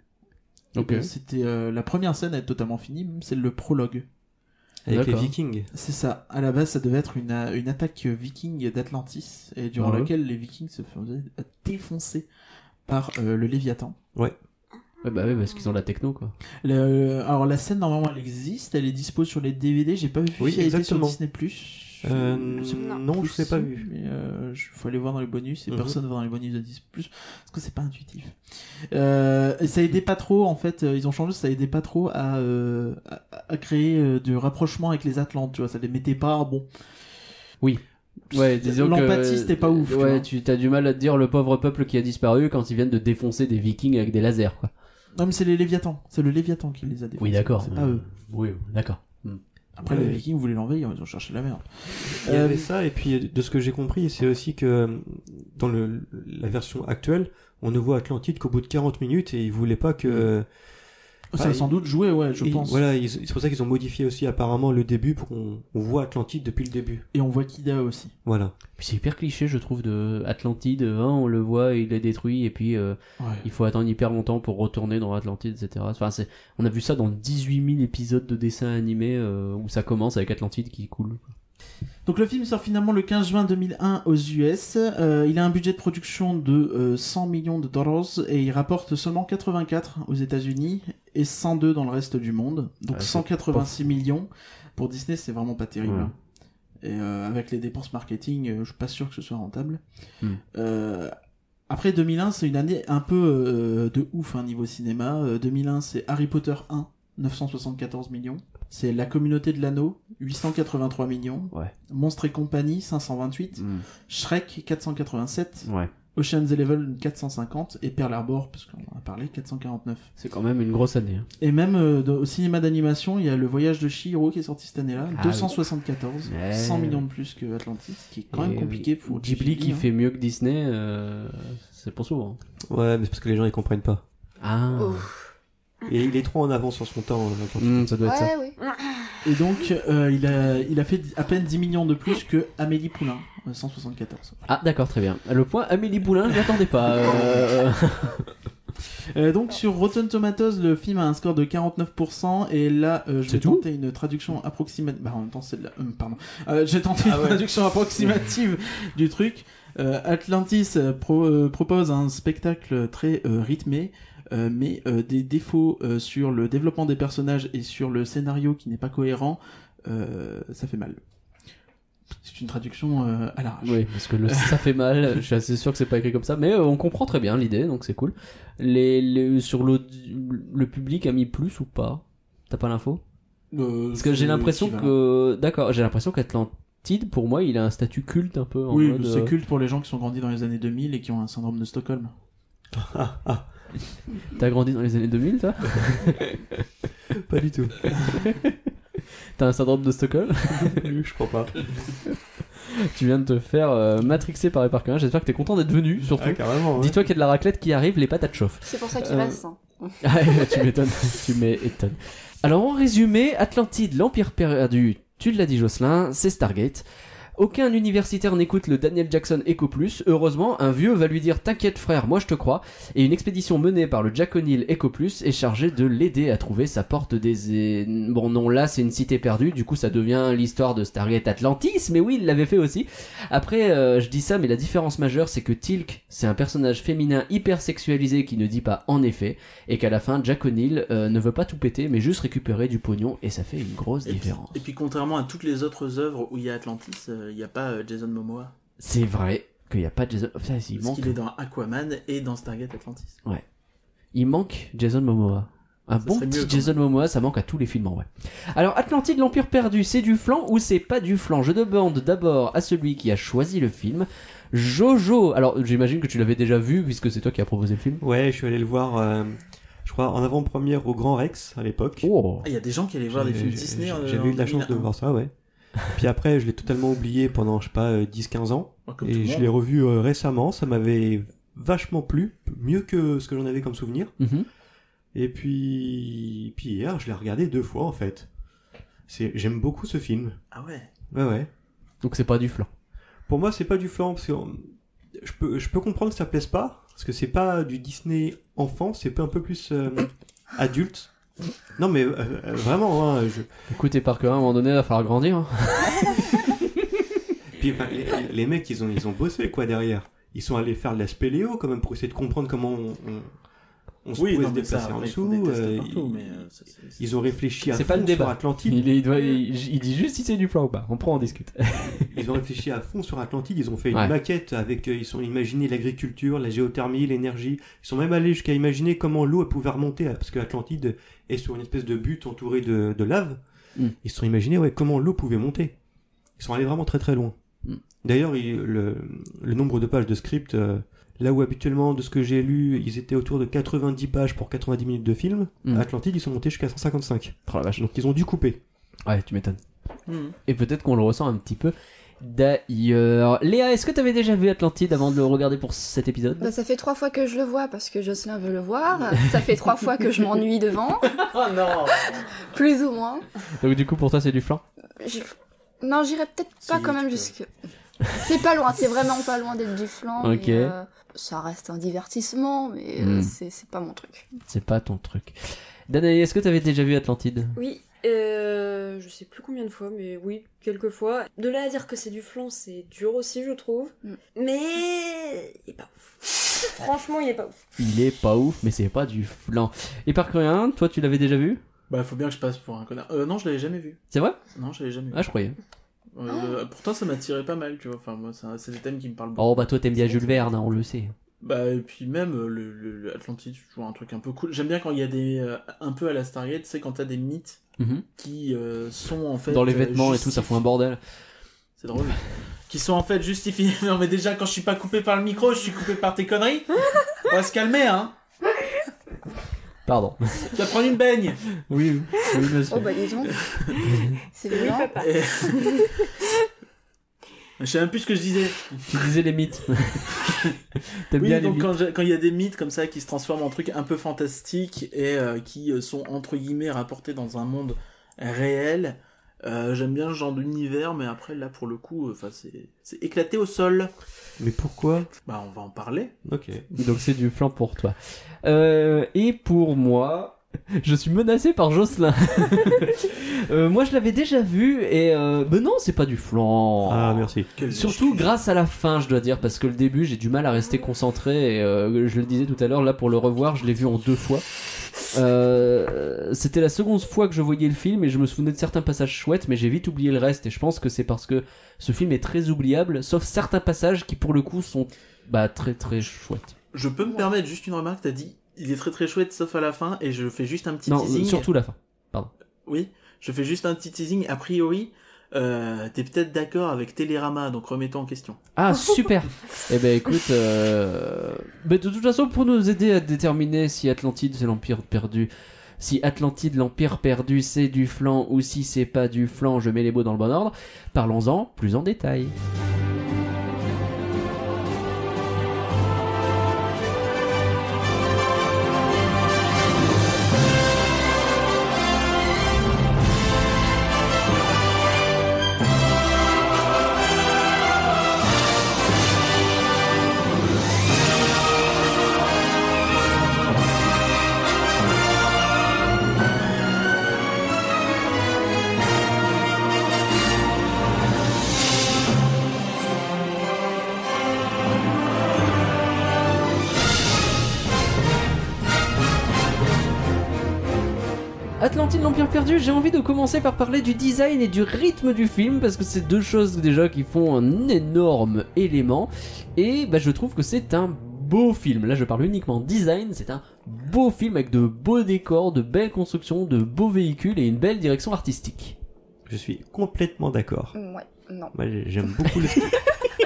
[SPEAKER 1] Ok.
[SPEAKER 11] Euh, C'était euh, la première scène, elle est totalement finie, même c'est le prologue.
[SPEAKER 10] Avec les
[SPEAKER 1] D'accord.
[SPEAKER 10] Vikings.
[SPEAKER 11] C'est ça. À la base, ça devait être une, euh, une attaque viking d'Atlantis, et durant
[SPEAKER 1] Ah ouais.
[SPEAKER 11] laquelle les vikings se faisaient euh, défoncer par euh, le Léviathan.
[SPEAKER 1] Ouais, bah oui, parce qu'ils ont la techno quoi.
[SPEAKER 11] Le- euh, alors, la scène, normalement, elle existe, elle est dispo sur les DVD, j'ai pas vu
[SPEAKER 10] Oui,
[SPEAKER 11] si elle était sur
[SPEAKER 10] exactement.
[SPEAKER 11] Disney+.
[SPEAKER 10] Euh,
[SPEAKER 11] C'est
[SPEAKER 10] non, je sais pas
[SPEAKER 11] possible,
[SPEAKER 10] vu.
[SPEAKER 11] Mais euh, je- faut aller voir dans les bonus, et
[SPEAKER 10] Mhm.
[SPEAKER 11] personne va dans les bonus de Disney+, parce que c'est pas intuitif. Euh, et ça aidait pas trop, en fait, euh, ils ont changé, ça aidait pas trop à, euh, à, à créer euh, du rapprochement avec les Atlantes, tu vois, ça les mettait pas, bon...
[SPEAKER 1] Ouais, disons que.
[SPEAKER 11] L'empathie, c'était pas ouf, tu vois.
[SPEAKER 1] Ouais, tu as du mal à te dire le pauvre peuple qui a disparu quand ils viennent de défoncer des vikings avec des lasers quoi.
[SPEAKER 11] Non, mais c'est les Léviathans. C'est le Léviathan qui les a défendus.
[SPEAKER 1] Oui, d'accord.
[SPEAKER 11] C'est pas eux.
[SPEAKER 1] Oui, d'accord.
[SPEAKER 11] Après,
[SPEAKER 10] Ouais.
[SPEAKER 11] les Vikings voulaient l'envahir, ils ont cherché la merde.
[SPEAKER 10] Il y
[SPEAKER 11] Euh,
[SPEAKER 10] avait ça, et puis de ce que j'ai compris, c'est aussi que dans le, la version actuelle, on ne voit Atlantide qu'au bout de 40 minutes et ils voulaient pas que.
[SPEAKER 11] Ça
[SPEAKER 10] Bah,
[SPEAKER 11] a sans doute joué, ouais, je
[SPEAKER 10] et
[SPEAKER 11] pense.
[SPEAKER 10] Voilà, ils- c'est pour ça qu'ils ont modifié aussi apparemment le début pour qu'on on voit Atlantide depuis le début.
[SPEAKER 11] Et on voit Kida aussi.
[SPEAKER 10] Voilà.
[SPEAKER 1] Puis c'est hyper cliché, je trouve, de Atlantide. hein, on le voit, il est détruit, et puis euh, il faut attendre hyper longtemps pour retourner dans Atlantide, etc. Enfin, c'est- on a vu ça dans 18 000 épisodes de dessins animés euh, où ça commence avec Atlantide qui coule.
[SPEAKER 11] Donc le film sort finalement le 15 juin 2001 aux US. Euh, il a un budget de production de euh, 100 millions de dollars et il rapporte seulement 84 aux États-Unis et 102 dans le reste du monde. Donc
[SPEAKER 1] Ouais, Ah, c'est
[SPEAKER 11] 186 millions pour Disney, c'est vraiment pas terrible.
[SPEAKER 1] Ouais.
[SPEAKER 11] hein. Et euh, avec les dépenses marketing, euh, je suis pas sûr que ce soit rentable.
[SPEAKER 1] Hmm.
[SPEAKER 11] Euh, après 2001, c'est une année un peu euh, de ouf hein, niveau cinéma. Euh, 2001, c'est Harry Potter 1, 974 millions. C'est La Communauté de l'Anneau, 883 millions.
[SPEAKER 1] Ouais. Mm.
[SPEAKER 11] Monstres et compagnie, 528. Shrek, 487.
[SPEAKER 1] Ouais.
[SPEAKER 11] Ocean's Eleven, 450. Et Pearl Harbor, parce qu'on en a parlé, 449.
[SPEAKER 1] C'est quand même une grosse année. hein.
[SPEAKER 11] Et même euh, dans- au cinéma d'animation, il y a Le Voyage de Shihiro qui est sorti cette année-là,
[SPEAKER 1] Ah,
[SPEAKER 11] 274.
[SPEAKER 1] Ouais.
[SPEAKER 11] 100 millions de plus que Atlantis, qui est quand
[SPEAKER 1] Et
[SPEAKER 11] même compliqué pour
[SPEAKER 1] Ghibli qui
[SPEAKER 11] hein.
[SPEAKER 1] fait mieux que Disney, euh, c'est pour souvent.
[SPEAKER 10] Ouais, mais c'est parce que les gens ils comprennent pas.
[SPEAKER 1] Ah,
[SPEAKER 10] Et il est trop en avance en son temps, euh, Atlantide.
[SPEAKER 1] Hmm, ça doit être ça.
[SPEAKER 9] Ouais, oui.
[SPEAKER 11] Et donc, euh, il, a, il a fait à peine 10 millions de plus que Amélie Poulain, euh, 174.
[SPEAKER 1] Ah, d'accord, très bien. Le point Amélie Boulin, je l'attendais pas. euh.
[SPEAKER 11] Euh, donc sur Rotten Tomatoes, le film a un score de 49% et là euh, je
[SPEAKER 1] C'est
[SPEAKER 11] vais
[SPEAKER 1] tout
[SPEAKER 11] tenter une traduction approximative. Bah en même temps c'est de la... hum, pardon. Euh, J'ai tenté une traduction approximative du truc. Euh, Atlantis euh, pro- euh, propose un spectacle très euh, rythmé. euh, mais euh, des défauts euh, sur le développement des personnages et sur le scénario qui n'est pas cohérent, euh, ça fait mal. C'est une traduction euh, à l'arrache.
[SPEAKER 1] Oui, parce que le, ça fait mal, je suis assez sûr que c'est pas écrit comme ça, mais euh, on comprend très bien l'idée, donc c'est cool. Les, les- sur l'audi- le public a mis plus ou pas T'as pas l'info
[SPEAKER 11] Euh,
[SPEAKER 1] Parce que j'ai
[SPEAKER 11] c'est
[SPEAKER 1] l'impression
[SPEAKER 11] équivalent.
[SPEAKER 1] que. D'accord, j'ai l'impression qu'Atlantide, pour moi, il a un statut culte un peu. En
[SPEAKER 11] Oui,
[SPEAKER 1] mode,
[SPEAKER 11] c'est
[SPEAKER 1] euh,
[SPEAKER 11] culte pour les gens qui sont grandis dans les années 2000 et qui ont un syndrome de Stockholm.
[SPEAKER 10] Ah, ah,
[SPEAKER 1] T'as grandi dans les années 2000, toi
[SPEAKER 10] Mm. pas du tout.
[SPEAKER 1] T'as un syndrome de Stockholm
[SPEAKER 10] je crois pas.
[SPEAKER 1] Tu viens de te faire euh, matrixer par Parker. J'espère que t'es content d'être venu, surtout.
[SPEAKER 10] Ah, carrément. ouais.
[SPEAKER 1] Dis-toi qu'il y a de la raclette qui arrive, les patates chauffent.
[SPEAKER 9] C'est pour ça qu'il
[SPEAKER 1] Euh,
[SPEAKER 9] reste. hein.
[SPEAKER 1] Ah, tu m'étonnes, tu m'étonnes. Alors en résumé, Atlantide, l'Empire perdu, tu l'as dit Jocelyn, c'est Stargate. Aucun universitaire n'écoute le Daniel Jackson Echo Plus. Heureusement, un vieux va lui dire T'inquiète frère, moi je te crois. Et une expédition menée par le Jack O'Neill Echo Plus est chargée de l'aider à trouver sa porte des. Bon, non, là c'est une cité perdue, du coup ça devient l'histoire de Stargate Atlantis, mais oui, il l'avait fait aussi. Après, euh, je dis ça, mais la différence majeure c'est que Tilk, c'est un personnage féminin hyper sexualisé qui ne dit pas en effet et qu'à la fin, Jack O'Neill euh, ne veut pas tout péter, mais juste récupérer du pognon, et ça fait une grosse
[SPEAKER 11] Et puis,
[SPEAKER 1] différence.
[SPEAKER 11] et puis contrairement à toutes les autres œuvres où il y a Atlantis, euh, il n'y a pas euh, Jason Momoa.
[SPEAKER 1] C'est vrai. qu'il n'y a pas Jason. Putain, il,
[SPEAKER 11] Parce
[SPEAKER 1] manque...
[SPEAKER 11] qu'il est dans Aquaman et dans Stargate Atlantis.
[SPEAKER 1] il manque Jason Momoa. Un
[SPEAKER 11] Ça
[SPEAKER 1] bon
[SPEAKER 11] serait mieux,
[SPEAKER 1] petit
[SPEAKER 11] quand
[SPEAKER 1] Jason Momoa, ça manque à tous les films en vrai. Alors, Atlantide, l'Empire perdu, c'est du flan ou c'est pas du flan Je demande d'abord à celui qui a choisi le film, Jojo. Alors, j'imagine que tu l'avais déjà vu puisque c'est toi qui as proposé le film.
[SPEAKER 10] Ouais, je suis allé le voir, euh, je crois, en avant-première au Grand Rex à l'époque.
[SPEAKER 1] Oh
[SPEAKER 11] Ah, Il y a des gens qui allaient voir des
[SPEAKER 10] J'ai-
[SPEAKER 11] films
[SPEAKER 10] j'ai-
[SPEAKER 11] Disney.
[SPEAKER 10] j'ai-
[SPEAKER 11] en-
[SPEAKER 10] J'ai
[SPEAKER 11] en
[SPEAKER 10] eu de la chance de
[SPEAKER 11] 2001.
[SPEAKER 10] voir ça, ouais. Puis après, je l'ai totalement oublié pendant, je sais pas, euh, 10-15 ans.
[SPEAKER 11] Moi, comme tout le
[SPEAKER 10] Et je
[SPEAKER 11] monde.
[SPEAKER 10] l'ai revu euh, récemment, ça m'avait vachement plu, mieux que ce que j'en avais comme souvenir.
[SPEAKER 1] Mhm.
[SPEAKER 10] Et puis, puis hier, je l'ai regardé deux fois en fait. C'est, j'aime beaucoup ce film.
[SPEAKER 11] Ah ouais.
[SPEAKER 10] Ouais, ouais.
[SPEAKER 1] Donc, c'est pas du flan.
[SPEAKER 10] Pour moi, c'est pas du flan parce que euh, je peux, je peux comprendre que ça plaise pas parce que c'est pas du Disney enfant, c'est un peu plus euh, adulte. Non mais euh, euh, vraiment, hein, je...
[SPEAKER 1] Écoutez, par cœur, à un moment donné, il va falloir grandir. hein.
[SPEAKER 10] Puis enfin, les, les mecs, ils ont, ils ont bossé quoi derrière. Ils sont allés faire de la spéléo quand même pour essayer de comprendre comment on, on, on se
[SPEAKER 11] Oui,
[SPEAKER 10] pouvait
[SPEAKER 11] non,
[SPEAKER 10] se
[SPEAKER 11] mais ça,
[SPEAKER 10] déplacer en
[SPEAKER 11] on les-
[SPEAKER 10] dessous.
[SPEAKER 11] on les teste
[SPEAKER 10] euh,
[SPEAKER 11] partout,
[SPEAKER 10] ils-
[SPEAKER 11] mais, euh, ça, c'est- c'est-
[SPEAKER 10] Ils ont réfléchi à
[SPEAKER 1] C'est
[SPEAKER 10] fond
[SPEAKER 1] pas le débat.
[SPEAKER 10] sur Atlantide.
[SPEAKER 1] Il, est- il doit- il- il dit juste si c'est du flan ou pas. On prend, on discute.
[SPEAKER 10] Ils ont réfléchi à fond sur Atlantide. Ils ont fait
[SPEAKER 1] Ouais.
[SPEAKER 10] une maquette avec. euh, Ils ont imaginé l'agriculture, la géothermie, l'énergie. Ils sont même allés jusqu'à imaginer comment l'eau elle pouvait remonter euh, parce que Atlantide est sur une espèce de butte entourée de, de lave.
[SPEAKER 1] Mm.
[SPEAKER 10] Ils se sont imaginés ouais, comment l'eau pouvait monter. Ils sont allés vraiment très très loin.
[SPEAKER 1] Mm.
[SPEAKER 10] D'ailleurs, il- le, le nombre de pages de script, euh, là où habituellement, de ce que j'ai lu, ils étaient autour de 90 pages pour 90 minutes de film,
[SPEAKER 1] Mm.
[SPEAKER 10] à Atlantide, ils sont montés jusqu'à 155.
[SPEAKER 1] Oh la vache.
[SPEAKER 10] Donc ils ont dû couper.
[SPEAKER 1] Ouais, tu m'étonnes.
[SPEAKER 11] Mhm.
[SPEAKER 1] Et peut-être qu'on le ressent un petit peu d'ailleurs. Léa, est-ce que t'avais déjà vu Atlantide avant de le regarder pour cet épisode
[SPEAKER 9] Bah, ça fait trois fois que je le vois parce que Jocelyn veut le voir. ça fait trois fois que je m'ennuie devant,
[SPEAKER 11] Oh non
[SPEAKER 9] plus ou moins.
[SPEAKER 1] Donc du coup, pour toi, c'est du flan
[SPEAKER 9] Je- Non, j'irai peut-être pas
[SPEAKER 11] Si,
[SPEAKER 9] quand même
[SPEAKER 11] tu peux.
[SPEAKER 9] jusque. C'est pas loin, c'est vraiment pas loin d'être du flan. mais,
[SPEAKER 1] Ok.
[SPEAKER 9] euh, ça reste un divertissement, mais euh,
[SPEAKER 1] Hmm.
[SPEAKER 9] c'est c'est pas mon truc.
[SPEAKER 1] C'est pas ton truc. Danae, est-ce que t'avais déjà vu Atlantide
[SPEAKER 3] Oui, euh, je sais plus combien de fois, mais oui, quelques fois. De là à dire que c'est du flan, c'est dur aussi, je trouve.
[SPEAKER 9] Mm.
[SPEAKER 3] Mais il est pas ouf. Franchement, il est pas ouf.
[SPEAKER 1] Il est pas ouf, mais c'est pas du flan. Et par rien, toi, tu l'avais déjà vu
[SPEAKER 11] Bah, faut bien que je passe pour un connard. Euh, non, je l'avais jamais vu.
[SPEAKER 1] C'est vrai
[SPEAKER 11] Non, je l'avais jamais vu.
[SPEAKER 1] Ah, je croyais.
[SPEAKER 11] Euh, Pourtant, ça m'attirait pas mal, tu vois. Enfin, moi, ça- c'est des thèmes qui me parlent beaucoup.
[SPEAKER 1] Oh bah toi, t'aimes bien Jules Verne, hein, on le sait.
[SPEAKER 11] Bah, et puis même, euh, le, le, le Atlantis, c'est toujours un truc un peu cool. J'aime bien quand il y a des. euh, un peu à la Stargate, c'est quand t'as des mythes
[SPEAKER 1] Mhm.
[SPEAKER 11] qui euh, sont en fait.
[SPEAKER 1] Dans les
[SPEAKER 11] euh,
[SPEAKER 1] vêtements et tout, ça
[SPEAKER 11] justifi-
[SPEAKER 1] fout un bordel.
[SPEAKER 11] C'est drôle. qui sont en fait justifiés. Non, mais déjà, quand je suis pas coupé par le micro, je suis coupé par tes conneries. On va se calmer, hein.
[SPEAKER 1] Pardon.
[SPEAKER 11] Tu vas prendre une baigne.
[SPEAKER 1] Oui, oui, monsieur.
[SPEAKER 9] Oh bah dis donc, c'est violent.
[SPEAKER 11] Et- Je sais même plus ce que je disais.
[SPEAKER 1] Tu disais les mythes. T'aimes
[SPEAKER 11] Oui,
[SPEAKER 1] bien les
[SPEAKER 11] donc
[SPEAKER 1] mythes.
[SPEAKER 11] quand j'ai- quand il y a des mythes comme ça qui se transforment en trucs un peu fantastiques et euh, qui euh, sont entre guillemets rapportés dans un monde réel, euh, j'aime bien ce genre d'univers, mais après là pour le coup, euh, enfin c'est c'est éclaté au sol.
[SPEAKER 10] Mais pourquoi
[SPEAKER 11] Bah on va en parler.
[SPEAKER 10] Ok.
[SPEAKER 11] euh,
[SPEAKER 1] Donc c'est du flan pour toi. Euh, et pour moi, je suis menacé par Jocelyn. Euh, moi je l'avais déjà vu et... Euh... Mais non, c'est pas du flan.
[SPEAKER 10] Ah merci.
[SPEAKER 1] Surtout grâce à la fin, je dois dire, parce que le début, j'ai du mal à rester concentré. Et, euh, je le disais tout à l'heure, là pour le revoir, je l'ai vu en deux fois. Euh, C'était la seconde fois que je voyais le film et je me souvenais de certains passages chouettes, mais j'ai vite oublié le reste. Et je pense que c'est parce que ce film est très oubliable, sauf certains passages qui pour le coup sont bah, très très chouettes.
[SPEAKER 11] Je peux me permettre juste une remarque. T'as dit il est très très chouette sauf à la fin et je fais juste un petit
[SPEAKER 1] Non,
[SPEAKER 11] teasing.
[SPEAKER 1] euh, surtout la fin.
[SPEAKER 11] Oui, je fais juste un petit teasing. A priori, euh, t'es peut-être d'accord avec Télérama, donc remettons en question.
[SPEAKER 1] Ah super Eh ben écoute, euh... mais de toute façon pour nous aider à déterminer si Atlantide c'est l'Empire perdu, si Atlantide l'Empire perdu c'est du flanc ou si c'est pas du flanc, je mets les mots dans le bon ordre, parlons-en plus en détail. Atlantide, l'Empire perdu, j'ai envie de commencer par parler du design et du rythme du film, parce que c'est deux choses déjà qui font un énorme élément, et bah, je trouve que c'est un beau film. Là, je parle uniquement design, c'est un beau film avec de beaux décors, de belles constructions, de beaux véhicules et une belle direction artistique.
[SPEAKER 10] Je suis complètement d'accord.
[SPEAKER 9] Ouais, non.
[SPEAKER 10] Moi, j'ai- j'aime beaucoup le style.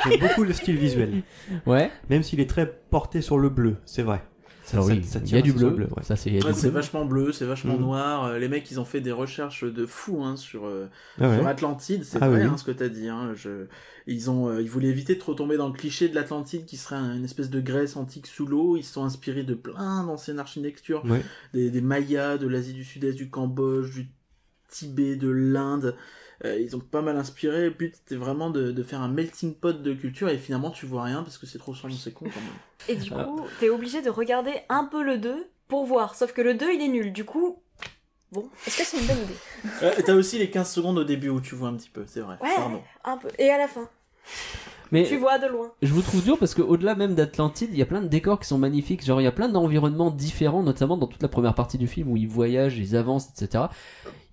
[SPEAKER 10] J'aime beaucoup le style visuel,
[SPEAKER 1] Ouais,
[SPEAKER 10] même s'il est très porté sur le bleu, c'est vrai. Ça-
[SPEAKER 1] alors
[SPEAKER 10] ça-
[SPEAKER 1] oui,
[SPEAKER 10] ça
[SPEAKER 1] il y
[SPEAKER 10] tire
[SPEAKER 1] a du
[SPEAKER 10] assez sur
[SPEAKER 1] bleu,
[SPEAKER 10] le bleu, ouais.
[SPEAKER 1] ça c'est il y a
[SPEAKER 11] Ouais,
[SPEAKER 1] du
[SPEAKER 11] c'est
[SPEAKER 1] bleu.
[SPEAKER 11] vachement bleu, c'est vachement
[SPEAKER 10] Mhm.
[SPEAKER 11] noir. Euh, Les mecs, ils ont fait des recherches de fou hein, sur, euh,
[SPEAKER 10] Ah ouais.
[SPEAKER 11] sur Atlantide. C'est
[SPEAKER 10] Ah
[SPEAKER 11] vrai
[SPEAKER 10] oui.
[SPEAKER 11] hein, ce que t'as dit. hein. Je- Ils, ont, euh, ils voulaient éviter de trop tomber dans le cliché de l'Atlantide qui serait un- une espèce de Grèce antique sous l'eau. Ils se sont inspirés de plein d'anciennes architectures,
[SPEAKER 10] Ouais.
[SPEAKER 11] des, des Mayas, de l'Asie du Sud-Est, du Cambodge, du Tibet, de l'Inde. Euh, ils ont pas mal inspiré. Le but c'était vraiment de, de faire un melting pot de culture et finalement tu vois rien parce que c'est trop sombre, c'est con quand même.
[SPEAKER 13] Et du coup, t'es obligé de regarder un peu le 2 pour voir. Sauf que le 2, il est nul. Du coup, bon.
[SPEAKER 9] Est-ce que c'est une bonne idée
[SPEAKER 11] Euh, T'as aussi les 15 secondes au début où tu vois un petit peu, c'est vrai.
[SPEAKER 13] Ouais,
[SPEAKER 11] Pardon.
[SPEAKER 13] un peu. Et à la fin,
[SPEAKER 1] Mais
[SPEAKER 13] tu vois de loin.
[SPEAKER 1] je vous trouve dur parce qu'au-delà même d'Atlantide, il y a plein de décors qui sont magnifiques. Genre, il y a plein d'environnements différents, notamment dans toute la première partie du film où ils voyagent, ils avancent, etc.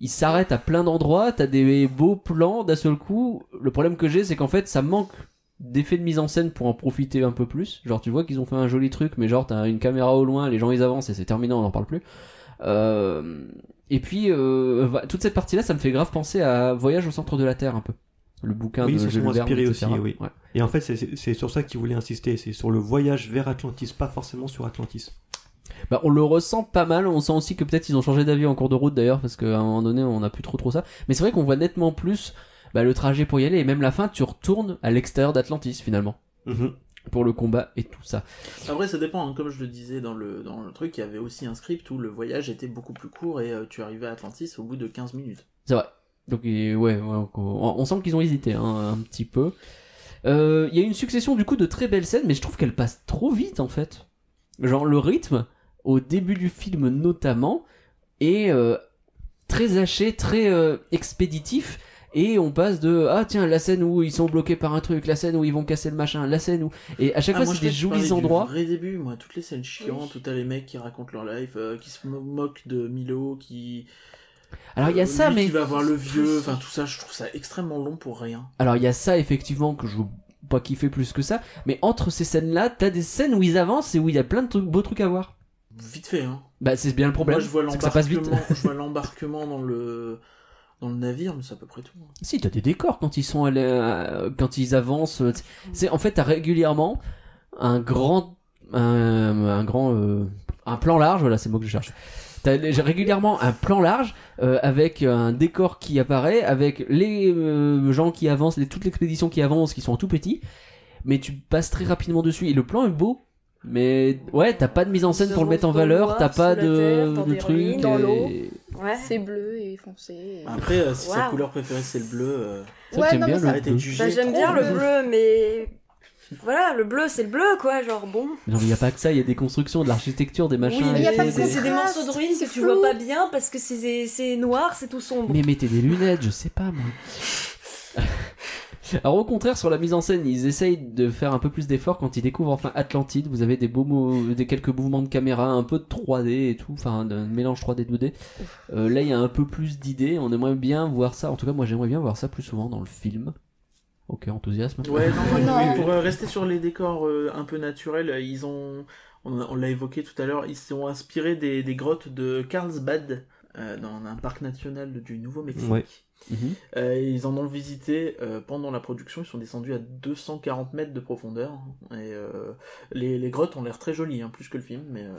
[SPEAKER 1] Ils s'arrêtent à plein d'endroits, t'as des beaux plans d'un seul coup. Le problème que j'ai, c'est qu'en fait, ça manque d'effets de mise en scène pour en profiter un peu plus. Genre, tu vois qu'ils ont fait un joli truc, mais genre, t'as une caméra au loin, les gens ils avancent et c'est terminé, on n'en parle plus. Euh, Et puis, euh, voilà, toute cette partie-là, ça me fait grave penser à Voyage au centre de la Terre, un peu. Le bouquin
[SPEAKER 10] Oui,
[SPEAKER 1] de
[SPEAKER 10] ils se
[SPEAKER 1] Jules
[SPEAKER 10] sont
[SPEAKER 1] Verne,
[SPEAKER 10] inspirés aussi,
[SPEAKER 1] etc..
[SPEAKER 10] oui.
[SPEAKER 1] Ouais.
[SPEAKER 10] Et en fait, c'est- c'est sur ça qu'ils voulaient insister, c'est sur le voyage vers Atlantis, pas forcément sur Atlantis.
[SPEAKER 1] Bah, on le ressent pas mal, on sent aussi que peut-être ils ont changé d'avis en cours de route d'ailleurs, parce qu'à un moment donné on n'a plus trop trop ça. Mais c'est vrai qu'on voit nettement plus bah, le trajet pour y aller, et même la fin tu retournes à l'extérieur d'Atlantis finalement,
[SPEAKER 10] Mhm.
[SPEAKER 1] pour le combat et tout ça.
[SPEAKER 11] Après, ça dépend. hein. Comme je le disais dans le, dans le truc, il y avait aussi un script où le voyage était beaucoup plus court et euh, tu arrivais à Atlantis au bout de 15 minutes.
[SPEAKER 1] C'est vrai. Donc et ouais, ouais, on, on sent qu'ils ont hésité hein, un petit peu. Euh, Il y a une succession du coup de très belles scènes, mais je trouve qu'elles passent trop vite en fait. Genre le rythme, au début du film notamment, est euh, très haché, très euh, expéditif. Et on passe de ah tiens la scène où ils sont bloqués par un truc, la scène où ils vont casser le machin, la scène où et à chaque
[SPEAKER 11] Ah,
[SPEAKER 1] fois
[SPEAKER 11] moi,
[SPEAKER 1] c'est
[SPEAKER 11] je
[SPEAKER 1] des
[SPEAKER 11] crois que
[SPEAKER 1] jolis
[SPEAKER 11] je parlais du
[SPEAKER 1] endroits.
[SPEAKER 11] vrai début, moi, toutes les scènes chiantes, tout à les mecs qui racontent leur life, euh, qui se mo- moquent de Milo, qui.
[SPEAKER 1] Alors, il y a
[SPEAKER 11] Euh,
[SPEAKER 1] ça,
[SPEAKER 11] lui
[SPEAKER 1] mais-
[SPEAKER 11] Qui va voir le vieux, enfin tout ça, je trouve ça extrêmement long pour rien.
[SPEAKER 1] Alors il y a ça effectivement que je veux pas kiffer plus que ça, mais entre ces scènes-là, t'as des scènes où ils avancent et où il y a plein de trucs- beaux trucs à voir.
[SPEAKER 11] Vite fait, hein.
[SPEAKER 1] Bah c'est bien le problème.
[SPEAKER 11] Moi, je vois
[SPEAKER 1] c'est que ça passe vite.
[SPEAKER 11] l'embarquement, je vois l'embarquement dans le. Dans le navire, mais c'est à peu près tout. hein.
[SPEAKER 1] si t'as des décors quand ils sont allés, euh, quand ils avancent. euh, t- C'est en fait t'as régulièrement un grand un, un grand euh, un plan large. Voilà c'est le mot que je cherche. T'as les- j'ai régulièrement un plan large euh, avec un décor qui apparaît, avec les euh, gens qui avancent, les, toute l'expédition qui avance, qui sont en tout petits, mais tu passes très rapidement dessus et le plan est beau. Mais ouais, t'as pas de mise en scène pour le mettre en valeur, t'as pas de, de truc.
[SPEAKER 9] dans
[SPEAKER 1] et-
[SPEAKER 9] l'eau.
[SPEAKER 3] Ah.
[SPEAKER 13] Ouais.
[SPEAKER 9] C'est bleu et foncé. et-
[SPEAKER 11] Après, euh, si sa
[SPEAKER 13] Waouh.
[SPEAKER 11] couleur préférée c'est le bleu, euh,
[SPEAKER 9] C'est vrai que Ouais, j'aime non, bien mais le ça-
[SPEAKER 11] arrêtez de
[SPEAKER 1] bleu.
[SPEAKER 11] juger
[SPEAKER 13] Bah, j'aime
[SPEAKER 11] trop
[SPEAKER 13] bien le
[SPEAKER 11] bleu.
[SPEAKER 13] bleu, mais. Voilà, le bleu, c'est le bleu, quoi. Genre, bon.
[SPEAKER 1] Non, mais y a pas que ça, il y a des constructions, de l'architecture, des machins.
[SPEAKER 13] mais
[SPEAKER 1] et
[SPEAKER 13] y a
[SPEAKER 1] des-
[SPEAKER 13] pas que
[SPEAKER 1] des-
[SPEAKER 13] ça, c'est des morceaux de ruines que tu vois pas bien parce que c'est c'est noir, c'est tout sombre.
[SPEAKER 1] Mais mettez des lunettes, je sais pas moi. Alors au contraire, sur la mise en scène, ils essayent de faire un peu plus d'efforts quand ils découvrent enfin Atlantide. Vous avez des beaux mots, des quelques mouvements de caméra, un peu de 3D et tout, enfin un mélange 3D 2D. Euh, là, il y a un peu plus d'idées. On aimerait bien voir ça. En tout cas, moi, j'aimerais bien voir ça plus souvent dans le film. Ok, enthousiasme.
[SPEAKER 11] Ouais, non, oui, oui, pour euh, rester sur les décors euh, un peu naturels, euh, ils ont, on, on l'a évoqué tout à l'heure, ils sont inspirés des, des grottes de Carlsbad, euh, dans un parc national du Nouveau-Mexique.
[SPEAKER 10] Ouais.
[SPEAKER 1] Mhm.
[SPEAKER 11] Euh, ils en ont visité euh, pendant la production, ils sont descendus à 240 mètres de profondeur. hein, Et euh, les, les grottes ont l'air très jolies, hein, plus que le film. Mais, euh,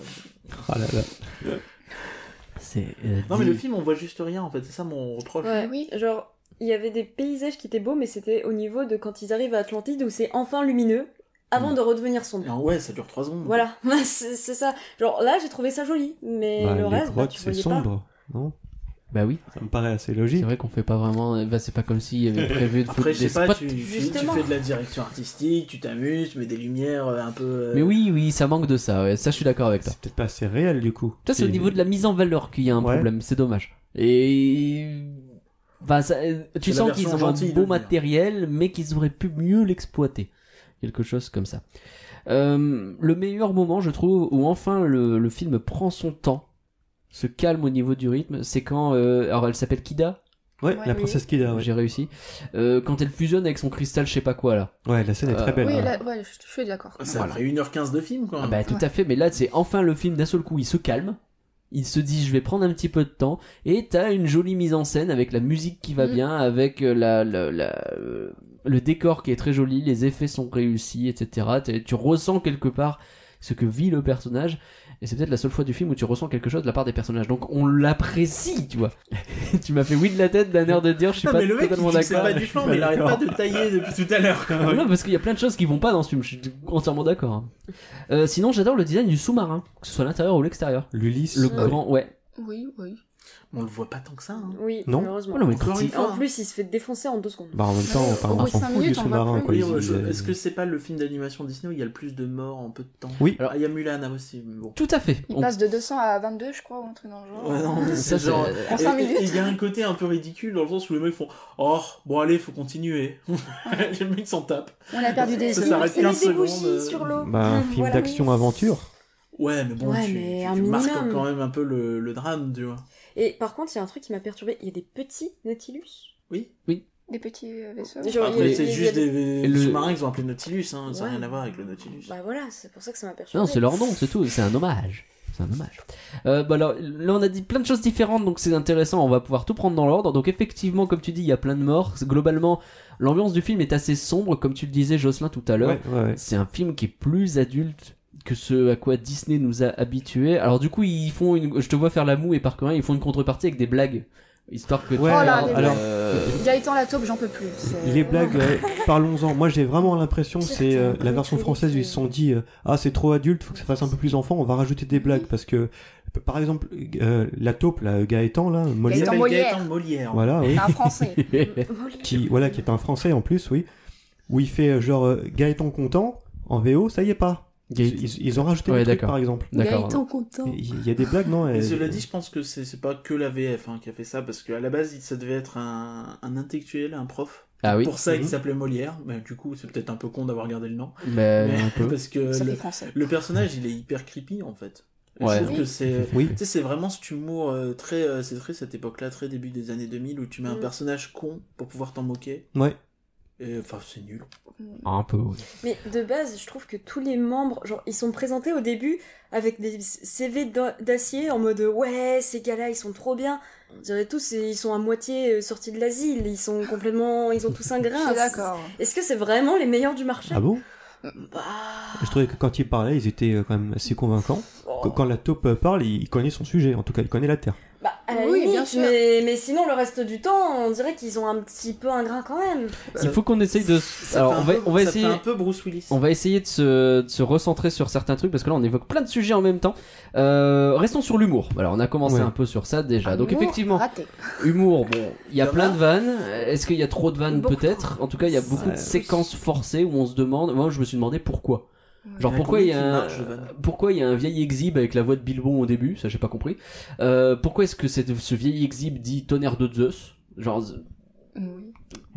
[SPEAKER 10] Ah là là.
[SPEAKER 1] C'est. euh,
[SPEAKER 11] Non, mais
[SPEAKER 1] dit-
[SPEAKER 11] le film, on voit juste rien en fait, c'est ça mon reproche.
[SPEAKER 3] Ouais, oui. Genre, il y avait des paysages qui étaient beaux, mais c'était au niveau de quand ils arrivent à Atlantide où c'est enfin lumineux avant
[SPEAKER 11] Mm.
[SPEAKER 3] de redevenir sombre.
[SPEAKER 11] Non, ouais, ça dure 3 secondes.
[SPEAKER 3] Voilà, c'est c'est ça. Genre là, j'ai trouvé ça joli, mais
[SPEAKER 10] Bah,
[SPEAKER 3] le
[SPEAKER 10] les
[SPEAKER 3] reste, bah,
[SPEAKER 10] grottes,
[SPEAKER 3] tu
[SPEAKER 10] c'est
[SPEAKER 3] voyais
[SPEAKER 10] sombre, non
[SPEAKER 1] Bah oui.
[SPEAKER 10] Ça me paraît assez logique.
[SPEAKER 1] C'est vrai qu'on fait pas vraiment. Bah, c'est pas comme s'il y avait prévu de foutre
[SPEAKER 11] Après, je
[SPEAKER 1] des
[SPEAKER 11] sais pas,
[SPEAKER 1] spots.
[SPEAKER 11] tu, tu- tu
[SPEAKER 13] Justement.
[SPEAKER 11] fais euh, de la direction artistique, tu t'amuses, tu mets des lumières euh, un peu. euh,
[SPEAKER 1] Mais oui, oui, ça manque de ça. Ouais. Ça, je suis d'accord avec toi.
[SPEAKER 10] C'est peut-être pas assez réel du coup.
[SPEAKER 1] Ça, c'est au niveau de la mise en valeur qu'il y a un
[SPEAKER 10] Ouais.
[SPEAKER 1] problème, c'est dommage. Et. Enfin, ça- tu
[SPEAKER 11] la
[SPEAKER 1] sens
[SPEAKER 11] version
[SPEAKER 1] qu'ils ont
[SPEAKER 11] gentille
[SPEAKER 1] un
[SPEAKER 11] de
[SPEAKER 1] beau
[SPEAKER 11] venir.
[SPEAKER 1] matériel, mais qu'ils auraient pu mieux l'exploiter. Quelque chose comme ça. Euh, le meilleur moment, je trouve, où enfin le, le film prend son temps, se calme au niveau du rythme, c'est quand. euh, alors elle s'appelle Kida
[SPEAKER 10] Ouais, Ouais, la oui. princesse
[SPEAKER 11] Ah
[SPEAKER 10] Kida, ouais.
[SPEAKER 1] J'ai réussi. Euh, quand elle fusionne avec son cristal, je sais pas quoi là.
[SPEAKER 10] Ouais, la scène est très belle. hein.
[SPEAKER 1] voilà.
[SPEAKER 9] Oui, là, ouais, je, je suis d'accord.
[SPEAKER 11] Ça a pris 1h15 de film, quoi.
[SPEAKER 1] Ah bah tout à fait, mais là c'est enfin le film d'un seul coup, il se calme. Il se dit je vais prendre un petit peu de temps et t'as une jolie mise en scène avec la musique qui va bien, avec euh, la, la- la, euh, le décor qui est très joli, les effets sont réussis, etc. T'es- Tu ressens quelque part ce que vit le personnage et c'est peut-être la seule fois du film où tu ressens quelque chose de la part des personnages. Donc on l'apprécie, tu vois. tu m'as fait oui de la tête d'un air de dire je suis
[SPEAKER 11] Non,
[SPEAKER 1] pas
[SPEAKER 11] mais le mec, il
[SPEAKER 1] totalement
[SPEAKER 11] dit que c'est
[SPEAKER 1] d'accord.
[SPEAKER 11] pas du flan, mais il arrête pas de tailler depuis tout à l'heure.
[SPEAKER 1] Ah Non, parce qu'il y a plein de choses qui vont pas dans ce film, je suis entièrement d'accord. Euh, sinon, j'adore le design du sous-marin, que ce soit à l'intérieur ou l'extérieur.
[SPEAKER 10] L'Ulysse. euh,
[SPEAKER 1] Le
[SPEAKER 10] Ouais.
[SPEAKER 1] grand, ouais.
[SPEAKER 9] Oui, oui.
[SPEAKER 11] On le voit pas tant que ça. hein.
[SPEAKER 3] Oui,
[SPEAKER 10] Non.
[SPEAKER 3] malheureusement.
[SPEAKER 10] Oh non, mais quand il-
[SPEAKER 3] en plus, il se fait défoncer en deux secondes.
[SPEAKER 10] Bah, en même temps, on parle- on s'en fout du sous-marin, quoi.
[SPEAKER 11] Oui,
[SPEAKER 10] ils-
[SPEAKER 11] on- je-
[SPEAKER 10] ils-
[SPEAKER 11] Est-ce que c'est pas le film d'animation Disney où il y a le plus de morts en peu de temps
[SPEAKER 10] Oui.
[SPEAKER 11] Alors, il y a Mulan aussi, mais bon.
[SPEAKER 1] Tout à fait.
[SPEAKER 9] Il passe de 200 à 22, je crois, ou un truc dans le genre.
[SPEAKER 11] Ouais, non, mais
[SPEAKER 1] Ça,
[SPEAKER 11] c'est
[SPEAKER 1] c'est-
[SPEAKER 11] genre.
[SPEAKER 9] En cinq
[SPEAKER 11] et- et-
[SPEAKER 9] minutes.
[SPEAKER 11] et Il y a un côté un peu ridicule dans le sens où les mecs font Oh, bon, allez, faut continuer. les mecs s'en tapent.
[SPEAKER 9] On a perdu des
[SPEAKER 11] Ça
[SPEAKER 9] images.
[SPEAKER 11] s'arrête
[SPEAKER 9] Il y a
[SPEAKER 11] 15
[SPEAKER 9] des
[SPEAKER 11] secondes. euh.
[SPEAKER 9] bougies sur l'eau.
[SPEAKER 10] Bah, un film
[SPEAKER 9] Voilà.
[SPEAKER 10] d'action-aventure.
[SPEAKER 11] Ouais, mais bon,
[SPEAKER 3] Ouais,
[SPEAKER 11] tu,
[SPEAKER 3] mais
[SPEAKER 11] tu-
[SPEAKER 3] un
[SPEAKER 11] tu marques
[SPEAKER 3] minimum.
[SPEAKER 11] quand même un peu le, le drame, tu vois.
[SPEAKER 3] Et par contre, il y a un truc qui m'a perturbé. Il y a des petits Nautilus.
[SPEAKER 11] Oui.
[SPEAKER 1] Oui.
[SPEAKER 9] Des petits euh, vaisseaux.
[SPEAKER 3] Genre, il y a-
[SPEAKER 11] Après,
[SPEAKER 3] il
[SPEAKER 11] Ah, c'est
[SPEAKER 3] y a-
[SPEAKER 11] juste
[SPEAKER 3] il y a-
[SPEAKER 11] des,
[SPEAKER 1] Et le-
[SPEAKER 11] sous-marins qu'ils ont appelé Nautilus, hein, ça n'a
[SPEAKER 3] Ouais.
[SPEAKER 11] rien à voir avec le Nautilus.
[SPEAKER 3] Bah voilà, c'est pour ça que ça m'a perturbé.
[SPEAKER 1] Non, c'est leur nom, c'est tout, c'est un hommage. C'est un hommage. Euh, bah alors, là, on a dit plein de choses différentes, donc c'est intéressant, on va pouvoir tout prendre dans l'ordre. Donc, effectivement, comme tu dis, il y a plein de morts. Globalement, l'ambiance du film est assez sombre, comme tu le disais, Jocelyn, tout à l'heure.
[SPEAKER 10] Ouais, ouais, ouais.
[SPEAKER 1] C'est un film qui est plus adulte que ce à quoi Disney nous a habitués. Alors, du coup, ils font une. Je te vois faire la moue et par courant, ils font une contrepartie avec des blagues. Histoire que tu
[SPEAKER 10] Ouais,
[SPEAKER 9] Oh là,
[SPEAKER 1] regardes,
[SPEAKER 9] les
[SPEAKER 10] alors-
[SPEAKER 9] blagues.
[SPEAKER 1] euh,
[SPEAKER 9] Gaëtan la taupe, j'en peux plus. c'est-
[SPEAKER 10] Les blagues, ouais, parlons-en. Moi, j'ai vraiment l'impression que c'est euh,
[SPEAKER 9] Certains
[SPEAKER 10] la version
[SPEAKER 9] trucs,
[SPEAKER 10] française. où Ils se sont dit, euh, ah, c'est trop adulte, faut que ça fasse un peu plus enfant. On va rajouter des blagues parce que, par exemple, euh, la taupe, là, Gaëtan, là,
[SPEAKER 11] Il
[SPEAKER 10] Molière.
[SPEAKER 11] s'appelle
[SPEAKER 9] Molière.
[SPEAKER 11] Gaëtan Molière.
[SPEAKER 10] Voilà, oui.
[SPEAKER 9] C'est un français.
[SPEAKER 10] qui, voilà, qui est un français en plus, oui, où il fait euh, genre euh, Gaëtan content en VO, ça y est pas. Ils, ils- ils ont rajouté
[SPEAKER 1] Ouais,
[SPEAKER 10] des trucs,
[SPEAKER 1] d'accord.
[SPEAKER 10] par exemple.
[SPEAKER 1] D'accord. Gaëtan
[SPEAKER 9] content.
[SPEAKER 10] Il y a des blagues, non
[SPEAKER 11] Mais
[SPEAKER 10] elles-
[SPEAKER 11] cela dit, je pense que c'est c'est pas que la VF hein, qui a fait ça, parce qu'à la base, il- ça devait être un, un intellectuel, un prof.
[SPEAKER 1] Ah oui.
[SPEAKER 11] Pour ça,
[SPEAKER 1] Mhm.
[SPEAKER 11] il s'appelait Molière. Mais du coup, c'est peut-être un peu con d'avoir gardé le nom.
[SPEAKER 1] Mais bah, Euh, un peu.
[SPEAKER 11] parce que
[SPEAKER 9] Ça fait
[SPEAKER 11] le,
[SPEAKER 9] français.
[SPEAKER 11] le personnage, il est hyper creepy en fait.
[SPEAKER 1] Ouais.
[SPEAKER 11] Je trouve que c'est,
[SPEAKER 10] Oui.
[SPEAKER 11] tu sais, c'est vraiment cet humour euh, très, euh, c'est très cette époque-là, très début des années 2000 où tu
[SPEAKER 9] Mm.
[SPEAKER 11] mets un personnage con pour pouvoir t'en moquer.
[SPEAKER 10] Ouais.
[SPEAKER 11] Et, Enfin, c'est nul.
[SPEAKER 1] Un peu, oui.
[SPEAKER 3] Mais de base, je trouve que tous les membres, genre, ils sont présentés au début avec des CV d'a- d'acier en mode ouais, ces gars-là, ils sont trop bien. On dirait tous, ils sont à moitié euh, sortis de l'asile, ils sont complètement, ils ont tous un grain.
[SPEAKER 9] Je suis d'accord.
[SPEAKER 3] Est-ce que c'est vraiment les meilleurs du marché
[SPEAKER 10] Ah bon
[SPEAKER 3] Bah,
[SPEAKER 10] Je trouvais que quand ils parlaient, ils étaient euh, quand même assez convaincants. Qu- Quand la taupe euh, parle, il il connaît son sujet, en tout cas, il connaît la Terre.
[SPEAKER 3] bah, à la
[SPEAKER 9] Oui,
[SPEAKER 3] limite,
[SPEAKER 9] bien sûr.
[SPEAKER 3] Mais, mais sinon, le reste du temps, on dirait qu'ils ont un petit peu un grain quand même.
[SPEAKER 1] Il faut qu'on essaye de.
[SPEAKER 11] Euh, Ça
[SPEAKER 1] Alors,
[SPEAKER 11] fait
[SPEAKER 1] on
[SPEAKER 11] un
[SPEAKER 1] va,
[SPEAKER 11] peu-
[SPEAKER 1] on va
[SPEAKER 11] ça
[SPEAKER 1] essayer.
[SPEAKER 11] fait un peu Bruce Willis.
[SPEAKER 1] On va essayer de se, de se recentrer sur certains trucs parce que là on évoque plein de sujets en même temps. Euh, restons sur l'humour. Alors on a commencé
[SPEAKER 10] Ouais.
[SPEAKER 1] un peu sur ça déjà. Ah, Donc
[SPEAKER 9] Humour
[SPEAKER 1] effectivement,
[SPEAKER 9] Raté.
[SPEAKER 1] humour, bon, il y a plein de vannes. Est-ce qu'il y a trop de vannes peut-être En tout cas, il y a beaucoup
[SPEAKER 11] Ouais.
[SPEAKER 1] de séquences forcées où on se demande. Moi, je me suis demandé pourquoi. Genre
[SPEAKER 11] Il y en a
[SPEAKER 1] pourquoi il y
[SPEAKER 11] combien qui
[SPEAKER 1] a un,
[SPEAKER 11] marchent, Jovan
[SPEAKER 1] pourquoi il y a un vieil exhibe avec la voix de Bilbon au début Ça j'ai pas compris. Euh, pourquoi est-ce que cette- ce vieil exhibe dit tonnerre de Zeus Genre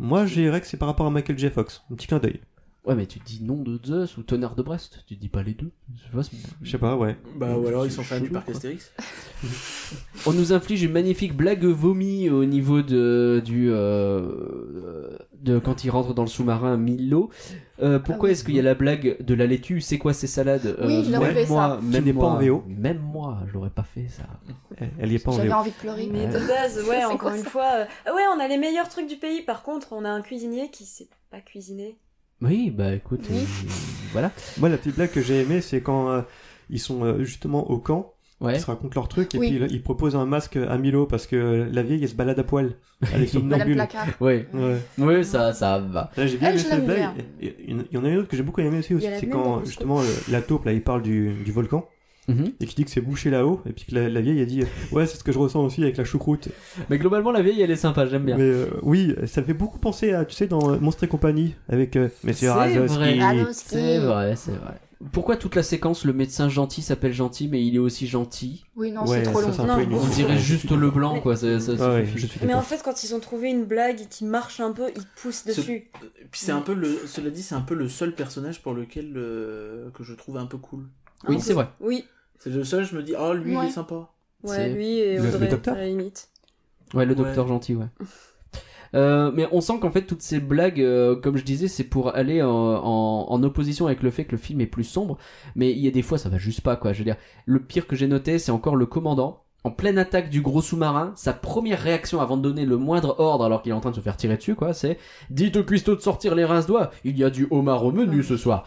[SPEAKER 10] Moi, je dirais que c'est par rapport à Michael J. Fox. Un petit clin d'œil.
[SPEAKER 1] ouais mais tu dis nom de Zeus ou tonnerre de Brest Tu dis pas les deux Je sais pas. c'est-
[SPEAKER 10] Je sais pas, ouais.
[SPEAKER 1] Euh,
[SPEAKER 11] Bah, ou alors ils sont fans du
[SPEAKER 1] chelou,
[SPEAKER 11] parc
[SPEAKER 1] quoi.
[SPEAKER 11] Astérix.
[SPEAKER 1] On nous inflige une magnifique blague vomi au niveau de du euh, de quand il rentre dans le sous-marin Milo. Euh, pourquoi est-ce qu'il y a la blague de la laitue C'est quoi ces salades
[SPEAKER 9] Ah
[SPEAKER 1] Euh,
[SPEAKER 9] Oui, je l'aurais
[SPEAKER 1] même
[SPEAKER 9] fait,
[SPEAKER 1] moi,
[SPEAKER 9] ça.
[SPEAKER 1] Même
[SPEAKER 10] n'est pas
[SPEAKER 1] moi,
[SPEAKER 10] en VO.
[SPEAKER 1] Même moi, je l'aurais pas fait ça.
[SPEAKER 10] Elle- Elle y est pas en
[SPEAKER 9] J'avais
[SPEAKER 10] VO.
[SPEAKER 9] envie de pleurer.
[SPEAKER 3] Mais
[SPEAKER 1] euh,
[SPEAKER 3] de base, ouais, encore une fois. euh, ah Ouais, on a les meilleurs trucs du pays. Par contre, on a un cuisinier qui sait pas cuisiner.
[SPEAKER 1] Oui, bah écoute,
[SPEAKER 3] Oui.
[SPEAKER 1] euh, voilà.
[SPEAKER 10] Moi, la petite blague que j'ai aimée, c'est quand euh, ils sont euh, justement au camp,
[SPEAKER 1] Ouais.
[SPEAKER 10] ils se racontent leur truc, et
[SPEAKER 9] Oui.
[SPEAKER 10] puis là, ils proposent un masque à Milo parce que la vieille, elle se balade à poil. Elle est
[SPEAKER 9] Madame
[SPEAKER 10] somnambule.
[SPEAKER 9] Placard.
[SPEAKER 1] Ouais.
[SPEAKER 10] Ouais.
[SPEAKER 1] Oui, ça, ça va.
[SPEAKER 10] Là, j'ai bien
[SPEAKER 9] Elle,
[SPEAKER 10] aimé
[SPEAKER 9] je
[SPEAKER 10] cette
[SPEAKER 9] l'aime
[SPEAKER 10] blague. Et- et- Il y en a une autre que j'ai beaucoup aimé aussi,
[SPEAKER 9] Il y a la
[SPEAKER 10] c'est
[SPEAKER 9] même dans
[SPEAKER 10] quand
[SPEAKER 9] Cusco.
[SPEAKER 10] justement le- la taupe, là, il parle du, du volcan.
[SPEAKER 1] Mhm.
[SPEAKER 10] Et qui dit que c'est bouché là-haut, et puis que la, la vieille a dit euh, Ouais, c'est ce que je ressens aussi avec la choucroute.
[SPEAKER 1] Mais globalement, la vieille, elle est sympa, j'aime bien.
[SPEAKER 10] Mais euh, oui, ça fait beaucoup penser à, tu sais, dans euh, Monstres et compagnie, avec euh, Monsieur Razowski.
[SPEAKER 1] C'est vrai, c'est vrai. Pourquoi toute la séquence, le médecin gentil s'appelle gentil, mais il est aussi gentil
[SPEAKER 9] Oui, non,
[SPEAKER 10] Ouais,
[SPEAKER 9] c'est trop
[SPEAKER 10] ça,
[SPEAKER 9] long.
[SPEAKER 10] c'est un peu inutile.
[SPEAKER 1] On dirait juste le blanc, quoi. Ça, ça, ça
[SPEAKER 10] Ouais,
[SPEAKER 1] suffit.
[SPEAKER 10] je suis
[SPEAKER 3] Mais en
[SPEAKER 10] d'accord.
[SPEAKER 3] fait, quand ils ont trouvé une blague qui marche un peu, ils poussent
[SPEAKER 11] Ce-
[SPEAKER 3] dessus.
[SPEAKER 11] Et Puis c'est un peu le, cela dit, c'est un peu le seul personnage pour lequel euh, que je trouve un peu cool.
[SPEAKER 1] Oui, c'est vrai.
[SPEAKER 3] Oui.
[SPEAKER 11] C'est le seul, je me dis, oh lui, il
[SPEAKER 9] Ouais.
[SPEAKER 11] est sympa.
[SPEAKER 3] Ouais,
[SPEAKER 1] C'est-
[SPEAKER 3] lui et
[SPEAKER 1] Le- le
[SPEAKER 3] Audrey,
[SPEAKER 1] docteur
[SPEAKER 3] à la limite.
[SPEAKER 1] Ouais, le
[SPEAKER 3] Ouais.
[SPEAKER 1] docteur gentil, ouais. Euh, mais on sent qu'en fait toutes ces blagues, euh, comme je disais, c'est pour aller en, en- en opposition avec le fait que le film est plus sombre. Mais il y a des fois, ça va juste pas quoi. Je veux dire, le pire que j'ai noté, c'est encore le commandant en pleine attaque du gros sous-marin. Sa première réaction avant de donner le moindre ordre, alors qu'il est en train de se faire tirer dessus, quoi, c'est dites au cuistot de sortir les rinces doigts. Il y a du homard au menu ce soir.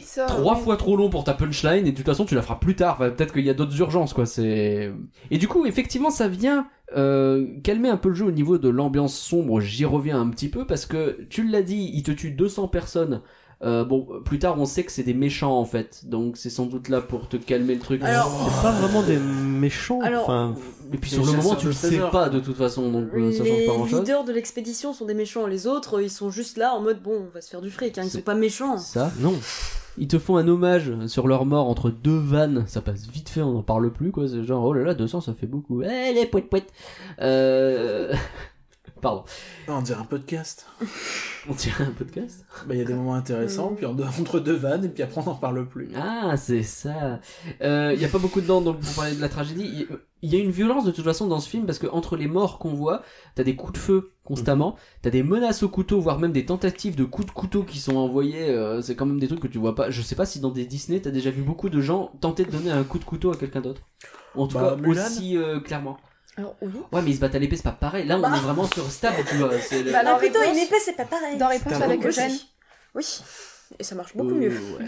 [SPEAKER 1] C'est
[SPEAKER 2] ça,
[SPEAKER 10] Ah
[SPEAKER 1] Trois
[SPEAKER 2] ouais.
[SPEAKER 1] fois trop long pour ta punchline et de toute façon tu la feras plus tard. Enfin, Peut-être qu'il y a d'autres urgences quoi. C'est et du coup effectivement ça vient euh, calmer un peu le jeu au niveau de l'ambiance sombre. J'y reviens un petit peu parce que tu l'as dit, il te tue 200 personnes. Euh, bon, plus tard on sait que c'est des méchants en fait, donc c'est sans doute là pour te calmer le truc.
[SPEAKER 10] Alors- C'est pas vraiment des méchants,
[SPEAKER 3] Alors-
[SPEAKER 10] enfin,
[SPEAKER 1] et puis
[SPEAKER 10] des
[SPEAKER 1] sur le moment
[SPEAKER 10] chasseurs
[SPEAKER 1] tu
[SPEAKER 10] de
[SPEAKER 1] le sais
[SPEAKER 10] trésors.
[SPEAKER 1] pas de toute façon, donc euh, ça change
[SPEAKER 3] les
[SPEAKER 1] pas grand chose.
[SPEAKER 3] leaders de l'expédition sont des méchants, les autres euh, ils sont juste là en mode bon, on va se faire du fric, hein, ils sont pas méchants.
[SPEAKER 1] Ça Non. Ils te font un hommage sur leur mort entre deux vannes, ça passe vite fait, on n'en parle plus quoi, c'est genre oh là là, 200 ça fait beaucoup, eh les poètes poètes Euh... Pardon.
[SPEAKER 11] Ah, On dirait un podcast.
[SPEAKER 1] On dirait un podcast
[SPEAKER 11] Bah, il y a des moments
[SPEAKER 1] Mm.
[SPEAKER 11] intéressants, puis on doit- entre deux vannes, et puis après on n'en parle plus.
[SPEAKER 1] Ah, c'est ça. Il n'y a pas beaucoup de dents donc pour parler de la tragédie. Il y, a une violence de toute façon dans ce film parce que entre les morts qu'on voit, t'as des coups de feu constamment, t'as des menaces au couteau, voire même des tentatives de coups de couteau qui sont envoyés. euh, c'est quand même des trucs que tu vois pas. Je sais pas si dans des Disney t'as déjà vu beaucoup de gens tenter de donner un coup de couteau à quelqu'un d'autre. En tout cas,
[SPEAKER 11] Bah, Mulan.
[SPEAKER 1] aussi euh, clairement.
[SPEAKER 3] Alors, oui.
[SPEAKER 9] Bah,
[SPEAKER 1] Ouais, mais ils se battent à l'épée, c'est pas pareil. Là, on
[SPEAKER 3] Bah.
[SPEAKER 1] est vraiment sur stable, tu vois. c'est le-
[SPEAKER 3] Bah,
[SPEAKER 2] dans
[SPEAKER 3] non, plutôt
[SPEAKER 2] Réponse-
[SPEAKER 3] une épée, c'est pas pareil.
[SPEAKER 2] Dans Réponse
[SPEAKER 1] T'as avec raison.
[SPEAKER 3] Eugène.
[SPEAKER 2] Eugène.
[SPEAKER 3] Oui, et ça marche beaucoup
[SPEAKER 1] Euh,
[SPEAKER 3] mieux.
[SPEAKER 1] ouais.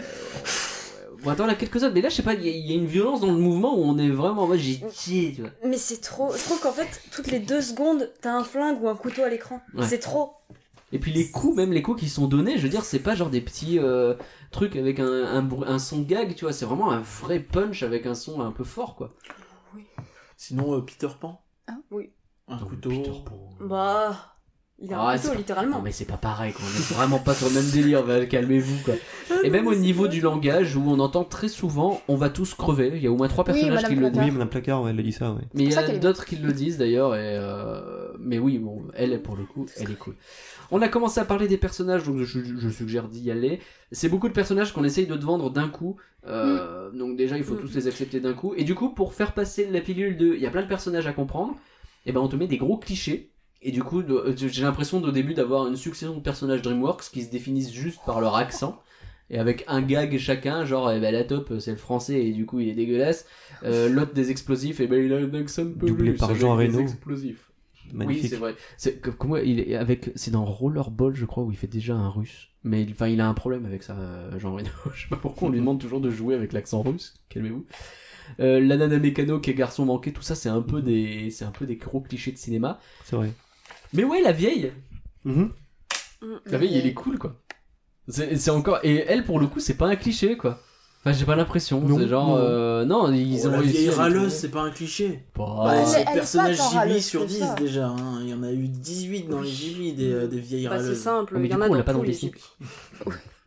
[SPEAKER 1] Bon, attends, là, quelques autres. Mais là, je sais pas, il y, a- il y a une violence dans le mouvement où on est vraiment en mode j'ai tié, tu vois.
[SPEAKER 3] Mais c'est trop. Je trouve qu'en fait, toutes les deux secondes, t'as un flingue ou un couteau à l'écran.
[SPEAKER 1] Ouais.
[SPEAKER 3] C'est trop.
[SPEAKER 1] Et puis les coups, même les coups qui sont donnés, je veux dire, c'est pas genre des petits euh, trucs avec un, un, brou- un son gag, tu vois, c'est vraiment un vrai punch avec un son un peu fort, quoi.
[SPEAKER 11] Sinon, euh, Peter Pan,
[SPEAKER 1] Ah,
[SPEAKER 3] Oui.
[SPEAKER 11] un couteau. Oh,
[SPEAKER 3] Bah. Il a
[SPEAKER 1] Ah,
[SPEAKER 3] un
[SPEAKER 1] c'est
[SPEAKER 3] couteau,
[SPEAKER 1] pas-
[SPEAKER 3] littéralement.
[SPEAKER 1] Non, mais c'est pas pareil, quoi. On est vraiment pas sur le même délire, bah, calmez-vous, quoi.
[SPEAKER 3] Ah,
[SPEAKER 1] Et même au niveau du langage, où on entend très souvent, on va tous crever, il y a au moins trois
[SPEAKER 2] Oui,
[SPEAKER 1] personnages
[SPEAKER 2] Madame
[SPEAKER 1] qui le
[SPEAKER 2] Placard.
[SPEAKER 1] disent.
[SPEAKER 10] Oui, Madame Placard, ouais, elle a dit ça, ouais.
[SPEAKER 1] Mais il y
[SPEAKER 2] pour
[SPEAKER 1] en
[SPEAKER 2] ça
[SPEAKER 1] a
[SPEAKER 2] qu'elle est
[SPEAKER 1] d'autres qui le disent d'ailleurs, et euh, mais oui, bon, elle, pour le coup, elle est cool. On a commencé à parler des personnages, donc je, je suggère d'y aller. C'est beaucoup de personnages qu'on essaye de te vendre d'un coup, euh,
[SPEAKER 2] Mm.
[SPEAKER 1] donc déjà il faut tous les accepter d'un coup. Et du coup, pour faire passer la pilule de il y a plein de personnages à comprendre, et ben on te met des gros clichés. Et du coup, de- euh, j'ai l'impression au début d'avoir une succession de personnages DreamWorks qui se définissent juste par leur accent. Et avec un gag chacun, genre, eh ben, la top, c'est le français, et du coup, il est dégueulasse. Euh, L'autre des explosifs, et ben, il a un accent peu
[SPEAKER 10] Doublé
[SPEAKER 1] russe,
[SPEAKER 10] par
[SPEAKER 1] avec
[SPEAKER 10] Jean
[SPEAKER 1] des
[SPEAKER 10] Reno.
[SPEAKER 1] explosifs. Oui,
[SPEAKER 10] Magnifique.
[SPEAKER 1] c'est vrai. C'est que- comment il est avec, c'est dans Rollerball, je crois, où il fait déjà un russe. Mais il- enfin, il a un problème avec ça, euh, Jean Reno. je sais pas pourquoi on lui demande toujours de jouer avec l'accent russe. Calmez-vous. Euh, la nana mécano qui est garçon manqué, tout ça, c'est un
[SPEAKER 11] Mhm.
[SPEAKER 1] peu des, c'est un peu des gros clichés de cinéma.
[SPEAKER 10] C'est vrai. Mm-hmm.
[SPEAKER 1] Mais ouais, la vieille. Mhm. La vieille, il
[SPEAKER 2] Mais-
[SPEAKER 1] est cool, quoi. C'est c'est encore, et elle, pour le coup, c'est pas un cliché, quoi. Enfin, j'ai pas l'impression.
[SPEAKER 10] Non,
[SPEAKER 1] C'est genre,
[SPEAKER 10] non.
[SPEAKER 1] euh, non, ils
[SPEAKER 11] Oh,
[SPEAKER 1] ont
[SPEAKER 11] la
[SPEAKER 1] réussi.
[SPEAKER 11] vieille
[SPEAKER 1] à les
[SPEAKER 11] râleuse,
[SPEAKER 1] trouver. Ah.
[SPEAKER 11] c'est pas un cliché.
[SPEAKER 1] Pas-
[SPEAKER 11] Bah,
[SPEAKER 1] Elle-
[SPEAKER 11] c'est
[SPEAKER 1] elle est
[SPEAKER 11] le
[SPEAKER 1] pas
[SPEAKER 11] personnage
[SPEAKER 1] tant
[SPEAKER 11] Ghibli
[SPEAKER 1] râleuse
[SPEAKER 11] sur
[SPEAKER 1] que
[SPEAKER 11] 10
[SPEAKER 1] ça.
[SPEAKER 11] déjà. hein. Il y en a eu 18 dans les Ghibli des, euh, des vieilles
[SPEAKER 3] Bah, c'est
[SPEAKER 11] râleuses.
[SPEAKER 3] simple,
[SPEAKER 1] Oh, Mais
[SPEAKER 3] il y
[SPEAKER 1] du
[SPEAKER 3] en
[SPEAKER 1] coup,
[SPEAKER 3] a
[SPEAKER 1] on
[SPEAKER 3] dans
[SPEAKER 1] l'a pas
[SPEAKER 3] tous
[SPEAKER 1] dans
[SPEAKER 3] les
[SPEAKER 1] Disney.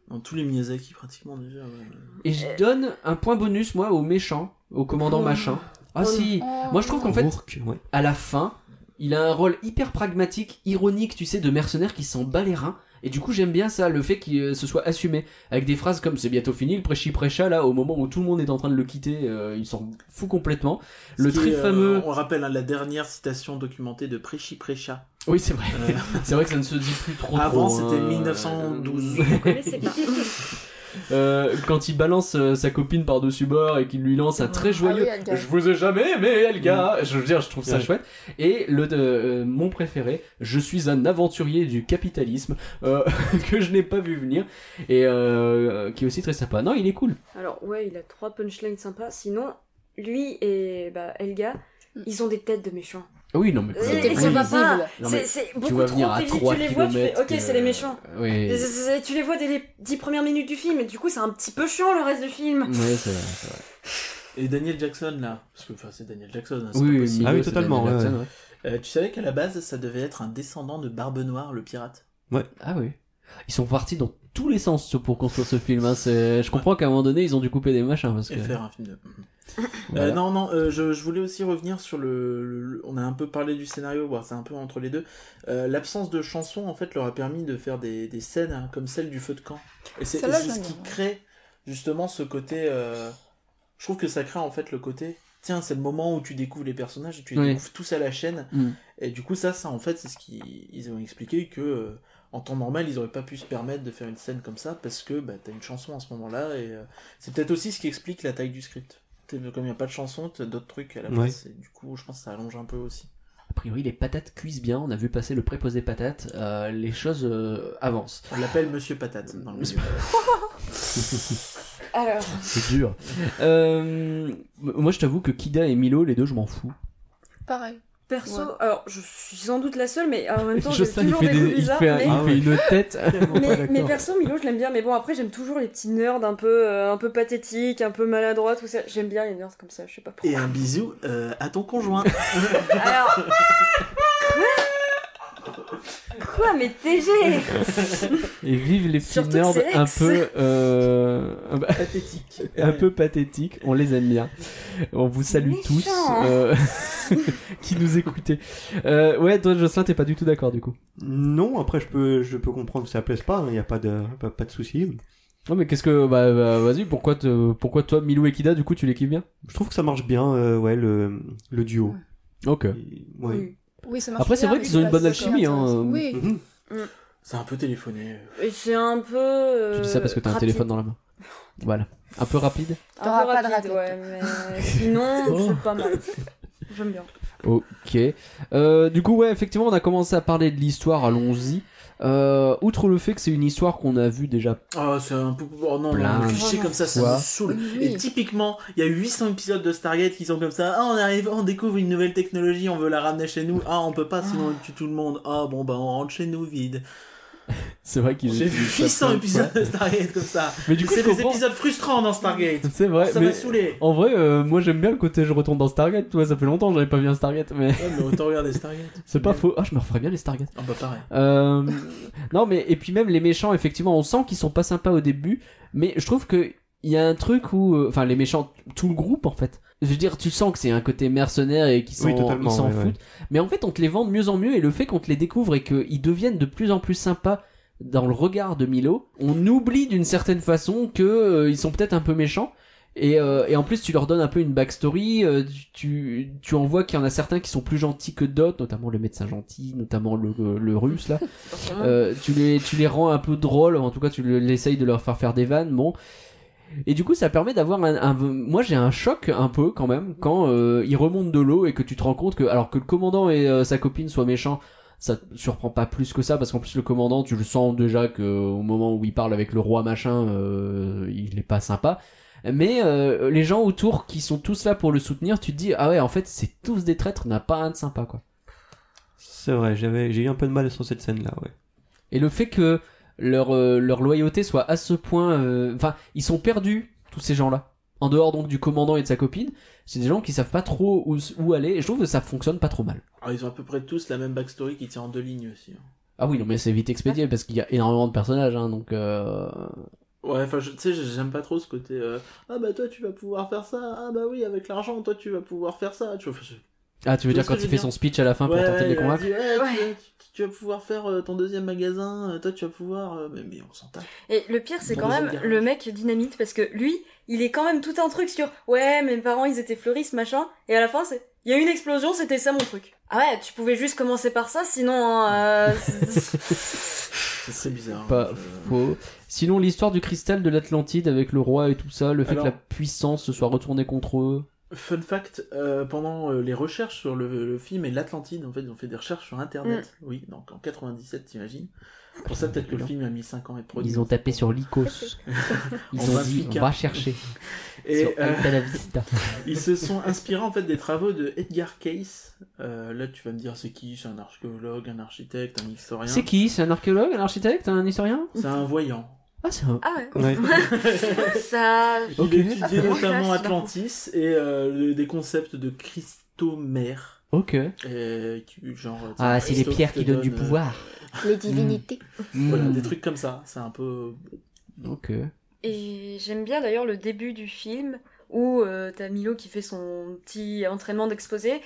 [SPEAKER 11] Dans tous les Miyazaki pratiquement déjà. ouais.
[SPEAKER 1] Et je donne un point bonus, moi, au méchant, au commandant
[SPEAKER 11] Oh.
[SPEAKER 1] machin. Ah
[SPEAKER 11] Oh
[SPEAKER 1] si,
[SPEAKER 11] non.
[SPEAKER 1] moi je trouve qu'en fait,
[SPEAKER 10] Rourke, ouais.
[SPEAKER 1] à la fin, il a un rôle hyper pragmatique, ironique, tu sais, de mercenaire qui s'en bat les reins. Et du coup, j'aime bien ça, le fait qu'il euh, se soit assumé. Avec des phrases comme c'est bientôt fini, le prêchi prêcha, là, au moment où tout le monde est en train de le quitter, euh, il s'en fout complètement. Le
[SPEAKER 11] Ce qui
[SPEAKER 1] très
[SPEAKER 11] est, euh,
[SPEAKER 1] fameux.
[SPEAKER 11] on rappelle hein, la dernière citation documentée de Préchi Précha.
[SPEAKER 1] Oui, c'est vrai. c'est vrai que ça ne se dit plus trop.
[SPEAKER 11] Avant,
[SPEAKER 1] trop,
[SPEAKER 11] c'était
[SPEAKER 1] hein.
[SPEAKER 11] 1912.
[SPEAKER 1] Euh, quand il balance euh, sa copine par-dessus bord et qu'il lui lance un
[SPEAKER 3] Ah
[SPEAKER 1] très joyeux
[SPEAKER 11] oui, Elga.
[SPEAKER 1] Je vous ai jamais aimé, Elga Je veux dire, je trouve ça
[SPEAKER 11] Ouais.
[SPEAKER 1] chouette. Et le de- euh, mon préféré, Je suis un aventurier du capitalisme, euh, que je n'ai pas vu venir, et euh, qui est aussi très sympa. Non, il est cool.
[SPEAKER 3] Alors, ouais, il a trois punchlines sympas. Sinon, lui et bah, Elga, ils ont des têtes de méchants.
[SPEAKER 1] Ah Oui, non, mais.
[SPEAKER 3] Et
[SPEAKER 1] complètement.
[SPEAKER 3] ça va pas.
[SPEAKER 1] Non, mais
[SPEAKER 3] C'est- C'est
[SPEAKER 1] tu
[SPEAKER 3] beaucoup
[SPEAKER 1] vois
[SPEAKER 3] trop
[SPEAKER 1] venir à
[SPEAKER 3] prévisible.
[SPEAKER 1] 3
[SPEAKER 3] Tu les vois, tu fais
[SPEAKER 1] kilomètres
[SPEAKER 3] ok,
[SPEAKER 1] que-
[SPEAKER 3] c'est les méchants.
[SPEAKER 1] Oui.
[SPEAKER 3] C'est- c'est- Tu les vois dès les 10 premières minutes du film, et du coup, c'est un petit peu chiant le reste du film.
[SPEAKER 1] Ouais, c'est vrai, c'est vrai.
[SPEAKER 11] Et Daniel Jackson là, parce que enfin, c'est Daniel Jackson. hein, c'est
[SPEAKER 1] Oui,
[SPEAKER 11] pas
[SPEAKER 1] oui,
[SPEAKER 11] possible.
[SPEAKER 1] Milo, Ah oui, c'est totalement, Daniel ouais, Jackson,
[SPEAKER 11] Euh, tu savais qu'à la base, ça devait être un descendant de Barbe Noire, le pirate.
[SPEAKER 1] Ah oui. Ils sont partis dans tous les sens pour construire ce film. hein. C'est- Je comprends qu'à un moment donné, ils ont dû couper des machins. Parce que...
[SPEAKER 11] Et faire un film de-
[SPEAKER 1] Voilà.
[SPEAKER 11] Euh, non, non, euh, je, je voulais aussi revenir sur le, le- le- On a un peu parlé du scénario, voire c'est un peu entre les deux. Euh, L'absence de chansons, en fait, leur a permis de faire des, des scènes hein, comme celle du feu de camp. Et c'est et
[SPEAKER 2] Celle-là,
[SPEAKER 11] c'est
[SPEAKER 2] je
[SPEAKER 11] ce
[SPEAKER 2] l'aime
[SPEAKER 11] qui
[SPEAKER 2] bien.
[SPEAKER 11] crée justement ce côté. euh, Je trouve que ça crée en fait le côté. tiens, c'est le moment où tu découvres les personnages, et tu les
[SPEAKER 1] Oui.
[SPEAKER 11] découvres tous à la chaîne.
[SPEAKER 1] Mm.
[SPEAKER 11] Et du coup, ça, ça en fait, c'est ce qu'ils ils ont expliqué que euh, en temps normal, ils auraient pas pu se permettre de faire une scène comme ça parce que bah, t'as une chanson à ce moment-là, et euh, c'est peut-être aussi ce qui explique la taille du script. T'es- Comme il n'y a pas de chanson, t'as d'autres trucs à la
[SPEAKER 1] Ouais.
[SPEAKER 11] place, et du coup, je pense que ça allonge un peu aussi.
[SPEAKER 1] A priori, les patates cuisent bien. On a vu passer le préposé patate. euh, les choses euh, avancent.
[SPEAKER 11] On l'appelle Monsieur Patate dans le milieu.
[SPEAKER 3] Alors.
[SPEAKER 1] C'est dur. Euh, moi, je t'avoue que Kida et Milo, les deux, je m'en fous.
[SPEAKER 2] Pareil.
[SPEAKER 3] Perso, alors je suis sans doute la seule, mais en même temps, j'ai
[SPEAKER 1] Jocelyn, il
[SPEAKER 3] toujours
[SPEAKER 1] fait
[SPEAKER 3] des goûts
[SPEAKER 1] des- il
[SPEAKER 3] bizarres.
[SPEAKER 1] fait un-
[SPEAKER 3] mais-
[SPEAKER 1] il Ah fait ouais. une tête. Tellement pas
[SPEAKER 3] mais,
[SPEAKER 1] d'accord.
[SPEAKER 3] mais perso, Milo, je l'aime bien, mais bon, après, j'aime toujours les petits nerds un peu, euh, un peu pathétiques, un peu maladroits, tout ça. J'aime bien les nerds comme ça, je sais pas pourquoi.
[SPEAKER 11] Et un bisou euh, à ton conjoint.
[SPEAKER 3] Alors. Quoi Quoi, mais TG
[SPEAKER 1] Et vivent les petits
[SPEAKER 3] Surtout que
[SPEAKER 1] nerds
[SPEAKER 3] c'est
[SPEAKER 1] un
[SPEAKER 3] ex.
[SPEAKER 1] peu pathétiques. un peu pathétiques. On les aime bien. On vous salue tous
[SPEAKER 10] Méchant.
[SPEAKER 1] euh, qui nous écoutez. Euh, ouais, toi, Jocelyn, t'es pas du tout d'accord du coup.
[SPEAKER 10] Non, après je peux, je peux comprendre que ça plaise pas, il n'y a pas de, pas, pas de souci.
[SPEAKER 1] Non, mais qu'est-ce que. Bah, bah, vas-y, pourquoi, te- pourquoi toi, Milou et Kida, du coup, tu les kiffes bien
[SPEAKER 10] Je trouve que ça marche bien, euh, ouais, le, le duo.
[SPEAKER 1] Ok.
[SPEAKER 10] Ouais. Mhm.
[SPEAKER 2] Oui, ça marche
[SPEAKER 1] Après, c'est
[SPEAKER 2] bien,
[SPEAKER 1] vrai
[SPEAKER 2] mais
[SPEAKER 1] qu'ils ont une
[SPEAKER 2] pas
[SPEAKER 1] bonne
[SPEAKER 2] ça,
[SPEAKER 1] alchimie.
[SPEAKER 2] quoi.
[SPEAKER 1] Hein.
[SPEAKER 2] Oui.
[SPEAKER 11] C'est un peu téléphoné.
[SPEAKER 3] Et C'est un peu. euh,
[SPEAKER 1] Tu dis ça parce que t'as un
[SPEAKER 3] rapide.
[SPEAKER 1] téléphone dans la main. Voilà. Un peu rapide.
[SPEAKER 3] Un peu rapide, ouais, mais sinon,
[SPEAKER 1] Oh.
[SPEAKER 3] c'est pas mal. J'aime bien.
[SPEAKER 1] Ok. Euh, du coup, ouais, effectivement, on a commencé à parler de l'histoire. Allons-y. Euh, outre le fait que c'est une histoire qu'on a vue déjà.
[SPEAKER 11] Ah, c'est un peu. Oh non,
[SPEAKER 1] Plein
[SPEAKER 11] le
[SPEAKER 1] de
[SPEAKER 11] cliché comme ça, ça
[SPEAKER 1] fois.
[SPEAKER 11] me saoule.
[SPEAKER 1] Oui.
[SPEAKER 11] Et typiquement, il y a 800 épisodes de Stargate qui sont comme ça. Ah, on arrive, on découvre une nouvelle technologie, on veut la ramener chez nous. Ah, on peut pas, sinon on tue tout le monde. Ah, bon, bah, on rentre chez nous vide.
[SPEAKER 1] C'est vrai qu'ils
[SPEAKER 11] J'ai vu
[SPEAKER 1] utilisent ça
[SPEAKER 11] 800
[SPEAKER 1] plein de
[SPEAKER 11] épisodes
[SPEAKER 1] fois.
[SPEAKER 11] de Stargate comme ça.
[SPEAKER 1] Mais du coup,
[SPEAKER 11] c'est
[SPEAKER 1] je
[SPEAKER 11] des
[SPEAKER 1] comprends.
[SPEAKER 11] épisodes frustrants dans Stargate.
[SPEAKER 1] C'est vrai.
[SPEAKER 11] Ça
[SPEAKER 1] mais
[SPEAKER 11] m'a saoulé.
[SPEAKER 1] En vrai, euh, moi j'aime bien le côté je retourne dans Stargate. Tu vois, ça fait longtemps que j'avais pas vu un Stargate, mais.
[SPEAKER 11] Ouais, mais autant regarder Stargate.
[SPEAKER 1] C'est pas faux. Ah, je me referais bien les Stargate.
[SPEAKER 11] Ah bah pareil.
[SPEAKER 1] Euh, non, mais et puis même les méchants, effectivement, on sent qu'ils sont pas sympas au début, mais je trouve que il y a un truc où, euh, enfin, les méchants, tout le groupe en fait. Je veux dire, tu sens que c'est un côté mercenaire et qu'ils s'en
[SPEAKER 10] Oui, totalement,
[SPEAKER 1] ils s'en
[SPEAKER 10] ouais,
[SPEAKER 1] foutent.
[SPEAKER 10] ouais.
[SPEAKER 1] Mais en fait, on te les vend de mieux en mieux et le fait qu'on te les découvre et qu'ils deviennent de plus en plus sympas dans le regard de Milo, on oublie d'une certaine façon que euh, ils sont peut-être un peu méchants. Et, euh, et en plus, tu leur donnes un peu une backstory. euh, tu- tu, tu en vois qu'il y en a certains qui sont plus gentils que d'autres, notamment le médecin gentil, notamment le, le russe là. Euh, tu les tu les rends un peu drôles. En tout cas, tu le- l'essayes de leur faire faire des vannes. Bon. Et du coup, ça permet d'avoir un, un- Moi, j'ai un choc un peu quand même quand euh, ils remontent de l'eau et que tu te rends compte que alors que le commandant et euh, sa copine soient méchants, ça te surprend pas plus que ça parce qu'en plus le commandant, tu le sens déjà que au moment où il parle avec le roi machin, euh, il est pas sympa. Mais euh, les gens autour qui sont tous là pour le soutenir, tu te dis ah ouais, en fait, c'est tous des traîtres, n'a pas un de sympa quoi.
[SPEAKER 10] C'est vrai, j'avais, j'ai eu un peu de mal sur cette scène-là, ouais.
[SPEAKER 1] Et le fait que leur, euh, leur loyauté soit à ce point... euh, Enfin, ils sont perdus, tous ces gens-là. En dehors donc du commandant et de sa copine, c'est des gens qui savent pas trop où, où aller, et je trouve que ça fonctionne pas trop mal.
[SPEAKER 11] Alors, Ah, ils ont à peu près tous la même backstory qui tient en deux lignes aussi. hein.
[SPEAKER 1] Ah oui, non mais c'est vite expédié, parce qu'il y a énormément de personnages, hein, donc... euh,
[SPEAKER 11] Ouais, enfin, je- tu sais, j'aime pas trop ce côté. euh, ah bah toi, tu vas pouvoir faire ça. Ah bah oui, avec l'argent, toi, tu vas pouvoir faire ça. Tu vois, enfin, je-
[SPEAKER 1] Ah, tu veux
[SPEAKER 11] vois
[SPEAKER 1] dire
[SPEAKER 11] ce
[SPEAKER 1] quand
[SPEAKER 11] que je
[SPEAKER 1] il
[SPEAKER 11] veux
[SPEAKER 1] fait
[SPEAKER 11] dire
[SPEAKER 1] son speech à la fin Ah, pour
[SPEAKER 11] Ouais,
[SPEAKER 1] tenter de les
[SPEAKER 11] ouais,
[SPEAKER 1] convaincre
[SPEAKER 11] il dit, Ouais, tu, tu vas pouvoir faire euh, ton deuxième magasin. euh, toi, tu vas pouvoir. euh, mais, mais on s'en tape.
[SPEAKER 3] Et le pire, c'est
[SPEAKER 11] Dans
[SPEAKER 3] quand
[SPEAKER 11] les
[SPEAKER 3] même
[SPEAKER 11] autres garages.
[SPEAKER 3] le mec dynamite parce que lui, il est quand même tout un truc sur ouais, mes parents ils étaient fleuristes, machin, et à la fin, c'est il y a une explosion, c'était ça mon truc. Ah ouais, tu pouvais juste commencer par ça, sinon. hein, euh,
[SPEAKER 11] C'est bizarre. hein,
[SPEAKER 1] Pas faux. Sinon, l'histoire du cristal de l'Atlantide avec le roi et tout ça, le fait
[SPEAKER 11] Alors-
[SPEAKER 1] que la puissance se soit retournée contre eux.
[SPEAKER 11] Fun fact, euh, pendant euh, les recherches sur le, le film et l'Atlantide, en fait, ils ont fait des recherches sur Internet.
[SPEAKER 1] Mm.
[SPEAKER 11] Oui, donc en 97, t'imagines. Pour ça, peut-être que le film a mis 5 ans à être produit.
[SPEAKER 1] Ils ont tapé sur l'Icos. Ils
[SPEAKER 11] En
[SPEAKER 1] ont dit,
[SPEAKER 11] 28K.
[SPEAKER 1] on va chercher.
[SPEAKER 11] Et,
[SPEAKER 1] sur
[SPEAKER 11] euh,
[SPEAKER 1] Alta la Vista.
[SPEAKER 11] Ils se sont inspirés en fait des travaux de Edgar Cayce. Euh, là, tu vas me dire, c'est qui C'est un archéologue, un architecte, un historien
[SPEAKER 1] C'est qui C'est un archéologue, un architecte, un historien
[SPEAKER 11] C'est un voyant.
[SPEAKER 1] Ah, c'est un.
[SPEAKER 3] Ah ouais.
[SPEAKER 1] Ouais.
[SPEAKER 3] ça.
[SPEAKER 1] Ok.
[SPEAKER 11] Il étudiait
[SPEAKER 1] Ah,
[SPEAKER 11] notamment
[SPEAKER 1] classe,
[SPEAKER 11] Atlantis et euh, le- des concepts de cristomère.
[SPEAKER 1] Ok.
[SPEAKER 11] Et qui- genre, tu sais,
[SPEAKER 1] Ah, c'est les
[SPEAKER 11] Christophe
[SPEAKER 1] pierres
[SPEAKER 11] te
[SPEAKER 1] qui donnent du
[SPEAKER 11] donne, euh,
[SPEAKER 1] pouvoir.
[SPEAKER 9] Les divinités.
[SPEAKER 11] Voilà,
[SPEAKER 1] Mm.
[SPEAKER 11] des trucs comme ça. C'est un peu.
[SPEAKER 1] Ok.
[SPEAKER 3] Et j'aime bien d'ailleurs le début du film où euh, t'as Milo qui fait son petit entraînement d'exposé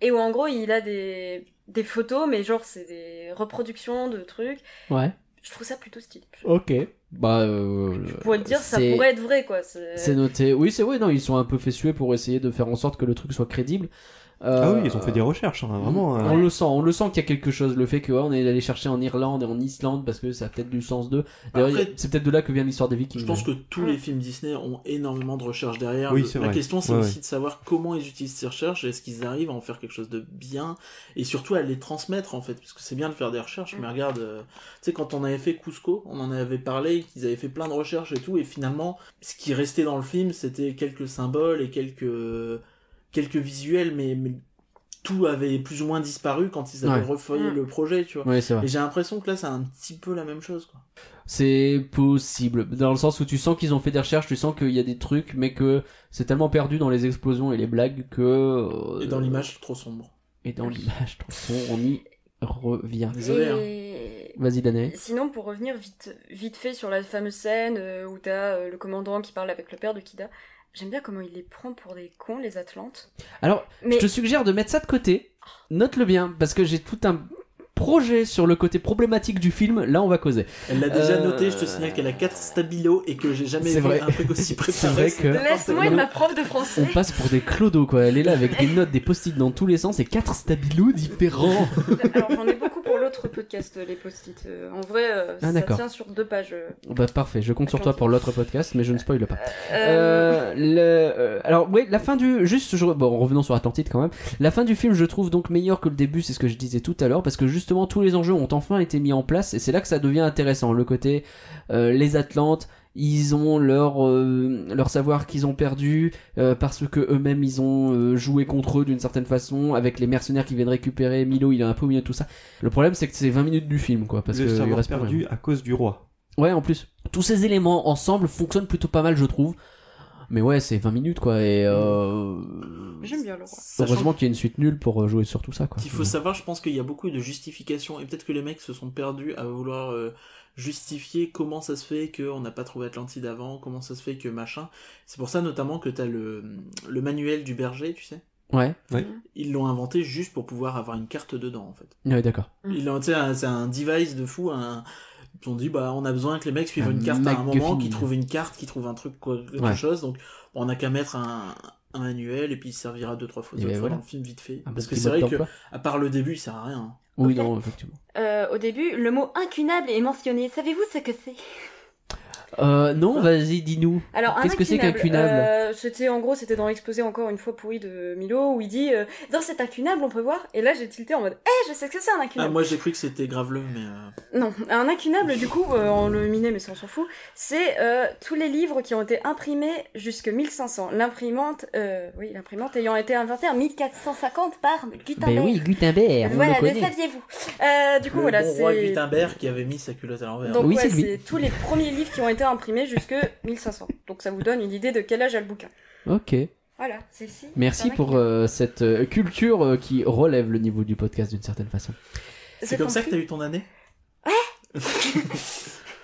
[SPEAKER 3] et où en gros il a des, des photos, mais genre c'est des reproductions de trucs.
[SPEAKER 1] Ouais.
[SPEAKER 3] je trouve ça plutôt stylé.
[SPEAKER 1] Ok. Bah, euh,
[SPEAKER 3] Pour te dire, ça
[SPEAKER 1] c'est-
[SPEAKER 3] pourrait être vrai, quoi. c'est-
[SPEAKER 1] C'est noté. Oui, c'est vrai, non, ils sont un peu fait suer pour essayer de faire en sorte que le truc soit crédible.
[SPEAKER 10] Ah
[SPEAKER 1] Euh,
[SPEAKER 10] oui, ils ont fait des recherches, hein, vraiment.
[SPEAKER 1] On le sent, on le sent qu'il y a quelque chose. Le fait que ouais, on est allé chercher en Irlande et en Islande parce que ça a peut-être du sens d'eux. D'ailleurs,
[SPEAKER 11] Après-
[SPEAKER 1] c'est peut-être de là que vient l'histoire des Vikings.
[SPEAKER 11] Je pense que tous les films Disney ont énormément de recherches derrière.
[SPEAKER 1] Oui,
[SPEAKER 11] Le-
[SPEAKER 1] c'est
[SPEAKER 11] la
[SPEAKER 1] vrai.
[SPEAKER 11] question, c'est
[SPEAKER 1] Ouais,
[SPEAKER 11] aussi
[SPEAKER 1] ouais.
[SPEAKER 11] de savoir comment ils utilisent ces recherches, est-ce qu'ils arrivent à en faire quelque chose de bien, et surtout à les transmettre en fait, parce que c'est bien de faire des recherches, mais regarde, euh, tu sais, quand on avait fait Cusco, on en avait parlé, qu'ils avaient fait plein de recherches et tout, et finalement, ce qui restait dans le film, c'était quelques symboles et quelques, quelques visuels, mais. mais tout avait plus ou moins disparu quand ils avaient
[SPEAKER 1] Ouais.
[SPEAKER 11] refait
[SPEAKER 1] Mm.
[SPEAKER 11] le projet, tu vois.
[SPEAKER 1] Ouais, c'est vrai.
[SPEAKER 11] Et j'ai l'impression que là, c'est un petit peu la même chose, quoi.
[SPEAKER 1] C'est possible, dans le sens où tu sens qu'ils ont fait des recherches, tu sens qu'il y a des trucs, mais que c'est tellement perdu dans les explosions et les blagues que. euh,
[SPEAKER 11] Et dans l'image, trop sombre.
[SPEAKER 1] Et dans l'image, trop sombre, on y revient.
[SPEAKER 3] Et-
[SPEAKER 1] Vas-y, Danae.
[SPEAKER 3] Sinon, pour revenir vite, vite fait sur la fameuse scène euh, où t'as euh, le commandant qui parle avec le père de Kida, j'aime bien comment il les prend pour des cons, les Atlantes.
[SPEAKER 1] Alors,
[SPEAKER 3] Mais-
[SPEAKER 1] je te suggère de mettre ça de côté. Note-le bien, parce que j'ai tout un projet sur le côté problématique du film. Là, on va causer.
[SPEAKER 11] Elle l'a déjà
[SPEAKER 1] Euh,
[SPEAKER 11] noté, je te signale qu'elle a 4 stabilo et que j'ai jamais
[SPEAKER 1] C'est
[SPEAKER 11] vu
[SPEAKER 1] vrai.
[SPEAKER 11] un truc aussi
[SPEAKER 1] C'est
[SPEAKER 11] préparé.
[SPEAKER 1] vrai que.
[SPEAKER 3] Laisse-moi
[SPEAKER 1] Non,
[SPEAKER 3] ma prof de français.
[SPEAKER 1] On passe pour des clodos, quoi. Elle est là avec des notes, des post-it dans tous les sens et quatre stabilous différents.
[SPEAKER 3] Alors, j'en ai beaucoup pour l'autre podcast, les post-it. Euh, en vrai, euh,
[SPEAKER 1] Ah,
[SPEAKER 3] ça
[SPEAKER 1] d'accord.
[SPEAKER 3] tient sur deux pages. euh.
[SPEAKER 1] Bah parfait, je compte sur toi pour l'autre podcast, mais je ne spoile pas.
[SPEAKER 3] Euh,
[SPEAKER 1] Euh, le, euh, alors oui, la fin du juste je- bon revenons sur Atlantide quand même. La fin du film, je trouve donc meilleure que le début, c'est ce que je disais tout à l'heure, parce que justement tous les enjeux ont enfin été mis en place et c'est là que ça devient intéressant. Le côté euh, les Atlantes. Ils ont leur euh, leur savoir qu'ils ont perdu euh, parce que eux-mêmes ils ont euh, joué contre eux d'une certaine façon avec les mercenaires qui viennent récupérer Milo il est un peu au milieu de tout ça le problème c'est que c'est 20 minutes du film quoi parce
[SPEAKER 10] le
[SPEAKER 1] que il
[SPEAKER 10] savoir
[SPEAKER 1] reste plus rien.
[SPEAKER 10] perdu à cause du roi.
[SPEAKER 1] Ouais, en plus, tous ces éléments ensemble fonctionnent plutôt pas mal, je trouve. Mais ouais, c'est 20 minutes quoi, et euh,
[SPEAKER 3] J'aime bien le roi.
[SPEAKER 1] heureusement qu'il y a une suite nulle pour euh, jouer sur tout ça quoi.
[SPEAKER 11] Il faut savoir, je pense qu'il y a beaucoup de justifications et peut-être que les mecs se sont perdus à vouloir euh, justifier comment ça se fait qu'on n'a pas trouvé Atlantide avant, comment ça se fait que machin. C'est pour ça notamment que t'as le, le manuel du berger, tu sais.
[SPEAKER 1] Ouais.
[SPEAKER 10] Ouais.
[SPEAKER 11] Ils l'ont inventé juste pour pouvoir avoir une carte dedans en fait.
[SPEAKER 1] Ouais, d'accord.
[SPEAKER 11] Ils ont- tu sais, un- C'est un device de fou. Un... Ils ont dit, bah, on a besoin que les mecs suivent
[SPEAKER 1] Un
[SPEAKER 11] une carte à un moment,
[SPEAKER 1] MacGuffin.
[SPEAKER 11] qu'ils trouvent une carte, qu'ils trouvent un truc, quoi- quelque
[SPEAKER 1] Ouais.
[SPEAKER 11] chose. Donc, on n'a qu'à mettre un, un manuel et puis il servira deux, trois fois,
[SPEAKER 1] Et
[SPEAKER 11] deux
[SPEAKER 1] ben
[SPEAKER 11] fois
[SPEAKER 1] voilà. bah,
[SPEAKER 11] dans le film vite fait.
[SPEAKER 1] Un petit
[SPEAKER 11] Parce que
[SPEAKER 1] mode
[SPEAKER 11] c'est vrai que,
[SPEAKER 1] d'emploi.
[SPEAKER 11] à part le début, il sert à rien.
[SPEAKER 1] Oui, non, effectivement.
[SPEAKER 3] Euh, au début, le mot incunable est mentionné. Savez-vous ce que c'est
[SPEAKER 1] Euh, non, vas-y, dis-nous.
[SPEAKER 3] Alors, un
[SPEAKER 1] Qu'est-ce que c'est qu'un
[SPEAKER 3] incunable,
[SPEAKER 1] cunable
[SPEAKER 3] euh, C'était en gros, c'était dans l'exposé encore une fois pourri de Milo où il dit euh, dans cet incunable on peut voir. Et là, j'ai tilté en mode, hé, je sais ce que c'est un
[SPEAKER 11] Ah,
[SPEAKER 3] incunable.
[SPEAKER 11] moi, j'ai cru que c'était graveleux, mais. euh,
[SPEAKER 3] Non, un incunable, du coup, euh, on le minait, mais ça, on s'en fout, c'est euh, tous les livres qui ont été imprimés jusque 1500. L'imprimante, euh, oui, l'imprimante ayant été inventée en 1450 par Gutenberg.
[SPEAKER 1] Ben oui, Gutenberg, on
[SPEAKER 3] Voilà,
[SPEAKER 1] le
[SPEAKER 3] le
[SPEAKER 1] connaît.
[SPEAKER 3] saviez-vous Euh, Du coup,
[SPEAKER 11] le
[SPEAKER 3] voilà,
[SPEAKER 11] bon
[SPEAKER 3] c'est...
[SPEAKER 11] roi Gutenberg qui avait mis sa culotte à l'envers.
[SPEAKER 3] Donc ouais, c'est tous les premiers livres qui ont été imprimés jusque 1500. Donc ça vous donne une idée de quel âge a le bouquin.
[SPEAKER 1] Ok.
[SPEAKER 3] Voilà, c'est si.
[SPEAKER 1] Merci pour euh, cette euh, culture euh, qui relève le niveau du podcast d'une certaine façon.
[SPEAKER 11] C'est comme ça que t'as eu ton année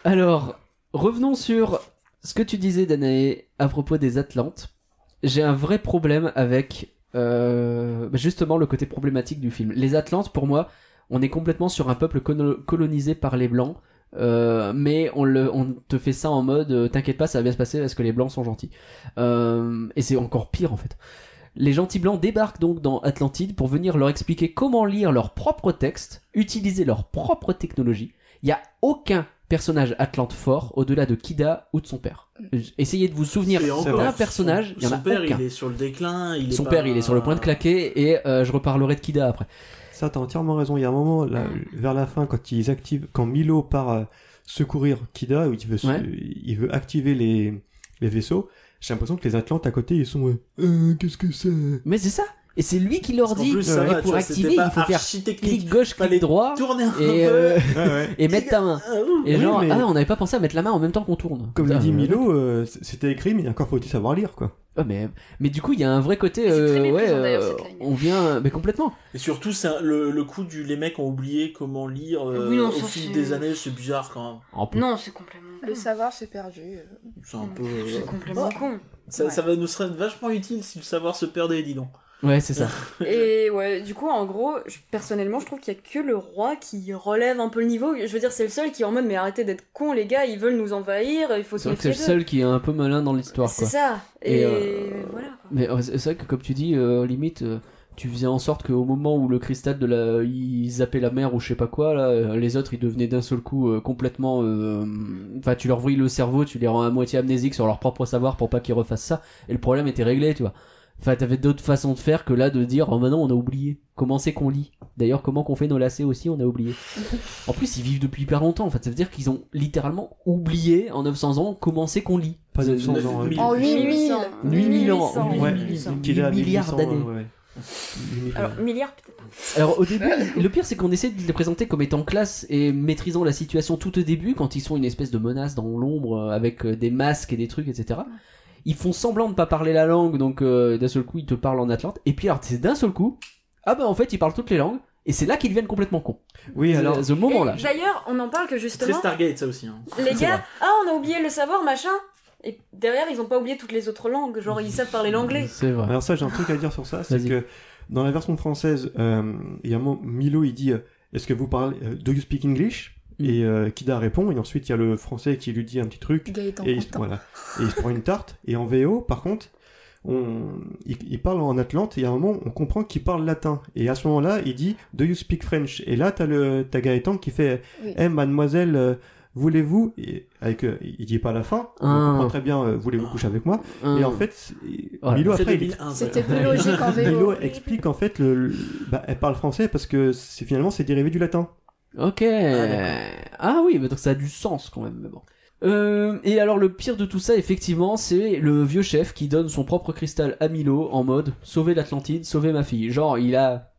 [SPEAKER 1] Alors, revenons sur ce que tu disais, Danae, à propos des Atlantes. J'ai un vrai problème avec euh, justement le côté problématique du film. Les Atlantes, pour moi, on est complètement sur un peuple colo- colonisé par les Blancs. euh, mais on, le, on te fait ça en mode euh, t'inquiète pas ça va bien se passer parce que les blancs sont gentils Euh, et c'est encore pire en fait les gentils blancs débarquent donc dans Atlantide pour venir leur expliquer comment lire leur propre texte, utiliser leur propre technologie. Il n'y a aucun personnage atlante fort au-delà de Kida ou de son père. Essayez de vous souvenir d'un personnage, il y en a
[SPEAKER 11] Son père,
[SPEAKER 1] aucun.
[SPEAKER 11] il est sur le déclin. Il est
[SPEAKER 1] Son
[SPEAKER 11] pas-
[SPEAKER 1] père, il est sur le point de claquer et euh, je reparlerai de Kida après.
[SPEAKER 10] Ça, t'as entièrement raison. Il y a un moment, là, vers la fin, quand ils activent, quand Milo part euh, secourir Kida, où il veut, se-
[SPEAKER 1] Ouais.
[SPEAKER 10] il veut activer les, les vaisseaux, j'ai l'impression que les Atlantes à côté, ils sont. euh, Euh, qu'est-ce que c'est
[SPEAKER 1] Mais c'est ça Et c'est lui qui leur
[SPEAKER 10] Parce qu'en
[SPEAKER 1] dit
[SPEAKER 10] plus, ça
[SPEAKER 1] et
[SPEAKER 10] va, tu
[SPEAKER 1] Euh, pour
[SPEAKER 10] vois,
[SPEAKER 1] activer,
[SPEAKER 10] c'était
[SPEAKER 1] il
[SPEAKER 10] pas
[SPEAKER 1] faut faire clic gauche, clic droit
[SPEAKER 11] tourner un
[SPEAKER 1] et,
[SPEAKER 11] peu.
[SPEAKER 1] euh,
[SPEAKER 10] Ouais, ouais.
[SPEAKER 1] et mettre ta main. Et
[SPEAKER 10] Oui,
[SPEAKER 1] genre,
[SPEAKER 10] mais-
[SPEAKER 1] ah, on n'avait pas pensé à mettre la main en même temps qu'on tourne.
[SPEAKER 10] Comme le
[SPEAKER 1] Putain,
[SPEAKER 10] dit
[SPEAKER 1] euh,
[SPEAKER 10] Milo, euh, c- c'était écrit, mais encore faut-il savoir lire, quoi.
[SPEAKER 1] Ouais, mais, mais du coup, il y a un vrai côté. euh, ouais, euh, on vient. Mais complètement.
[SPEAKER 11] Et surtout, c'est un- le, le coup du les mecs ont oublié comment lire euh,
[SPEAKER 9] Oui, non,
[SPEAKER 11] au
[SPEAKER 9] ça,
[SPEAKER 11] fil
[SPEAKER 9] c'est-
[SPEAKER 11] des années, c'est bizarre quand même.
[SPEAKER 3] Non, c'est complètement.
[SPEAKER 9] Le
[SPEAKER 11] Ah.
[SPEAKER 9] savoir, c'est perdu.
[SPEAKER 1] Mm.
[SPEAKER 11] C'est un peu. euh,
[SPEAKER 3] C'est complètement
[SPEAKER 11] bah,
[SPEAKER 3] con.
[SPEAKER 11] Ça, ça va nous serait vachement utile si le savoir se perdait, dis donc.
[SPEAKER 1] Ouais, c'est ça.
[SPEAKER 13] Et ouais, du coup, en gros, je- personnellement, je trouve qu'il y a que le roi qui relève un peu le niveau. Je veux dire, c'est le seul qui est en mode, mais arrêtez d'être con, les gars, ils veulent nous envahir, il faut se
[SPEAKER 1] C'est vrai que c'est
[SPEAKER 13] méfier
[SPEAKER 1] le
[SPEAKER 13] d'eux.
[SPEAKER 1] seul qui est un peu malin dans l'histoire.
[SPEAKER 13] C'est
[SPEAKER 1] quoi.
[SPEAKER 13] ça. Et,
[SPEAKER 1] euh,
[SPEAKER 13] voilà.
[SPEAKER 1] Mais euh, c'est c'est vrai que, comme tu dis, euh, limite, euh, tu faisais en sorte qu'au moment où le cristal de la. il zappait la mer ou je sais pas quoi, là, euh, les autres ils devenaient d'un seul coup euh, complètement. euh, Enfin, tu leur vrilles le cerveau, tu les rends à moitié amnésiques sur leur propre savoir pour pas qu'ils refassent ça, et le problème était réglé, tu vois. Enfin, t'avais d'autres façons de faire que là de dire, oh maintenant on a oublié. Comment c'est qu'on lit D'ailleurs, comment qu'on fait nos lacets aussi, on a oublié. En plus, ils vivent depuis hyper longtemps, en fait, ça veut dire qu'ils ont littéralement oublié en 900 ans comment c'est qu'on lit.
[SPEAKER 10] Pas 900 ans, hein.
[SPEAKER 1] Oh,
[SPEAKER 13] En
[SPEAKER 1] 8000
[SPEAKER 13] 8000.
[SPEAKER 1] 8000 ans.
[SPEAKER 10] Ouais,
[SPEAKER 1] 8000
[SPEAKER 10] qu'il est à 1800,
[SPEAKER 1] milliards d'années. Euh,
[SPEAKER 10] euh, ouais, ouais.
[SPEAKER 13] Alors, milliard, peut-être pas.
[SPEAKER 1] Alors au début, le pire c'est qu'on essaie de les présenter comme étant classe et maîtrisant la situation tout au début quand ils sont une espèce de menace dans l'ombre euh, avec euh, des masques et des trucs etc. Ils font semblant de pas parler la langue donc euh, d'un seul coup ils te parlent en Atlante et puis alors c'est d'un seul coup ah bah en fait ils parlent toutes les langues et c'est là qu'ils deviennent complètement cons.
[SPEAKER 10] Oui
[SPEAKER 1] alors ce moment là.
[SPEAKER 13] Et D'ailleurs, on en parle que justement.
[SPEAKER 11] Très Stargate, ça aussi. hein.
[SPEAKER 13] Les
[SPEAKER 1] C'est
[SPEAKER 13] gars,
[SPEAKER 1] vrai.
[SPEAKER 13] ah, on a oublié le savoir, machin. Et derrière, ils ont pas oublié toutes les autres langues. Genre, ils savent parler l'anglais.
[SPEAKER 10] Alors ça, j'ai un truc à dire sur ça, c'est que dans la version française, euh, il y a un moment, Milo, il dit, euh, est-ce que vous parlez, euh, do you speak English
[SPEAKER 1] Mm.
[SPEAKER 10] Et euh, Kida répond, et ensuite il y a le français qui lui dit un petit truc,
[SPEAKER 13] Gaëtan
[SPEAKER 10] et il, se,
[SPEAKER 13] Contant.
[SPEAKER 10] voilà, et il se prend une tarte. Et en VO, par contre, on, il, il parle en Atlante, et à un moment, on comprend qu'il parle latin. Et à ce moment-là, il dit, do you speak French Et là, t'as le, t'as Gaëtan qui fait,
[SPEAKER 14] Oui.
[SPEAKER 10] eh mademoiselle. euh, Voulez-vous, et avec, euh, il dit pas la fin,
[SPEAKER 1] Ah.
[SPEAKER 10] on comprend très bien, euh, voulez-vous coucher avec moi,
[SPEAKER 1] Ah.
[SPEAKER 10] et en fait, c'est-
[SPEAKER 1] Voilà.
[SPEAKER 10] Milo
[SPEAKER 1] C'est
[SPEAKER 10] après, il
[SPEAKER 1] 2001,
[SPEAKER 10] explique-
[SPEAKER 1] C'était plus logique en vélo.
[SPEAKER 10] Milo explique en fait, le, le- bah, elle parle français parce que c'est finalement c'est dérivé du latin.
[SPEAKER 1] Ok. Ah, oui, mais donc ça a du sens quand même. mais bon. Euh, et alors le pire de tout ça, effectivement, c'est le vieux chef qui donne son propre cristal à Milo en mode sauver l'Atlantide, sauver ma fille. Genre il a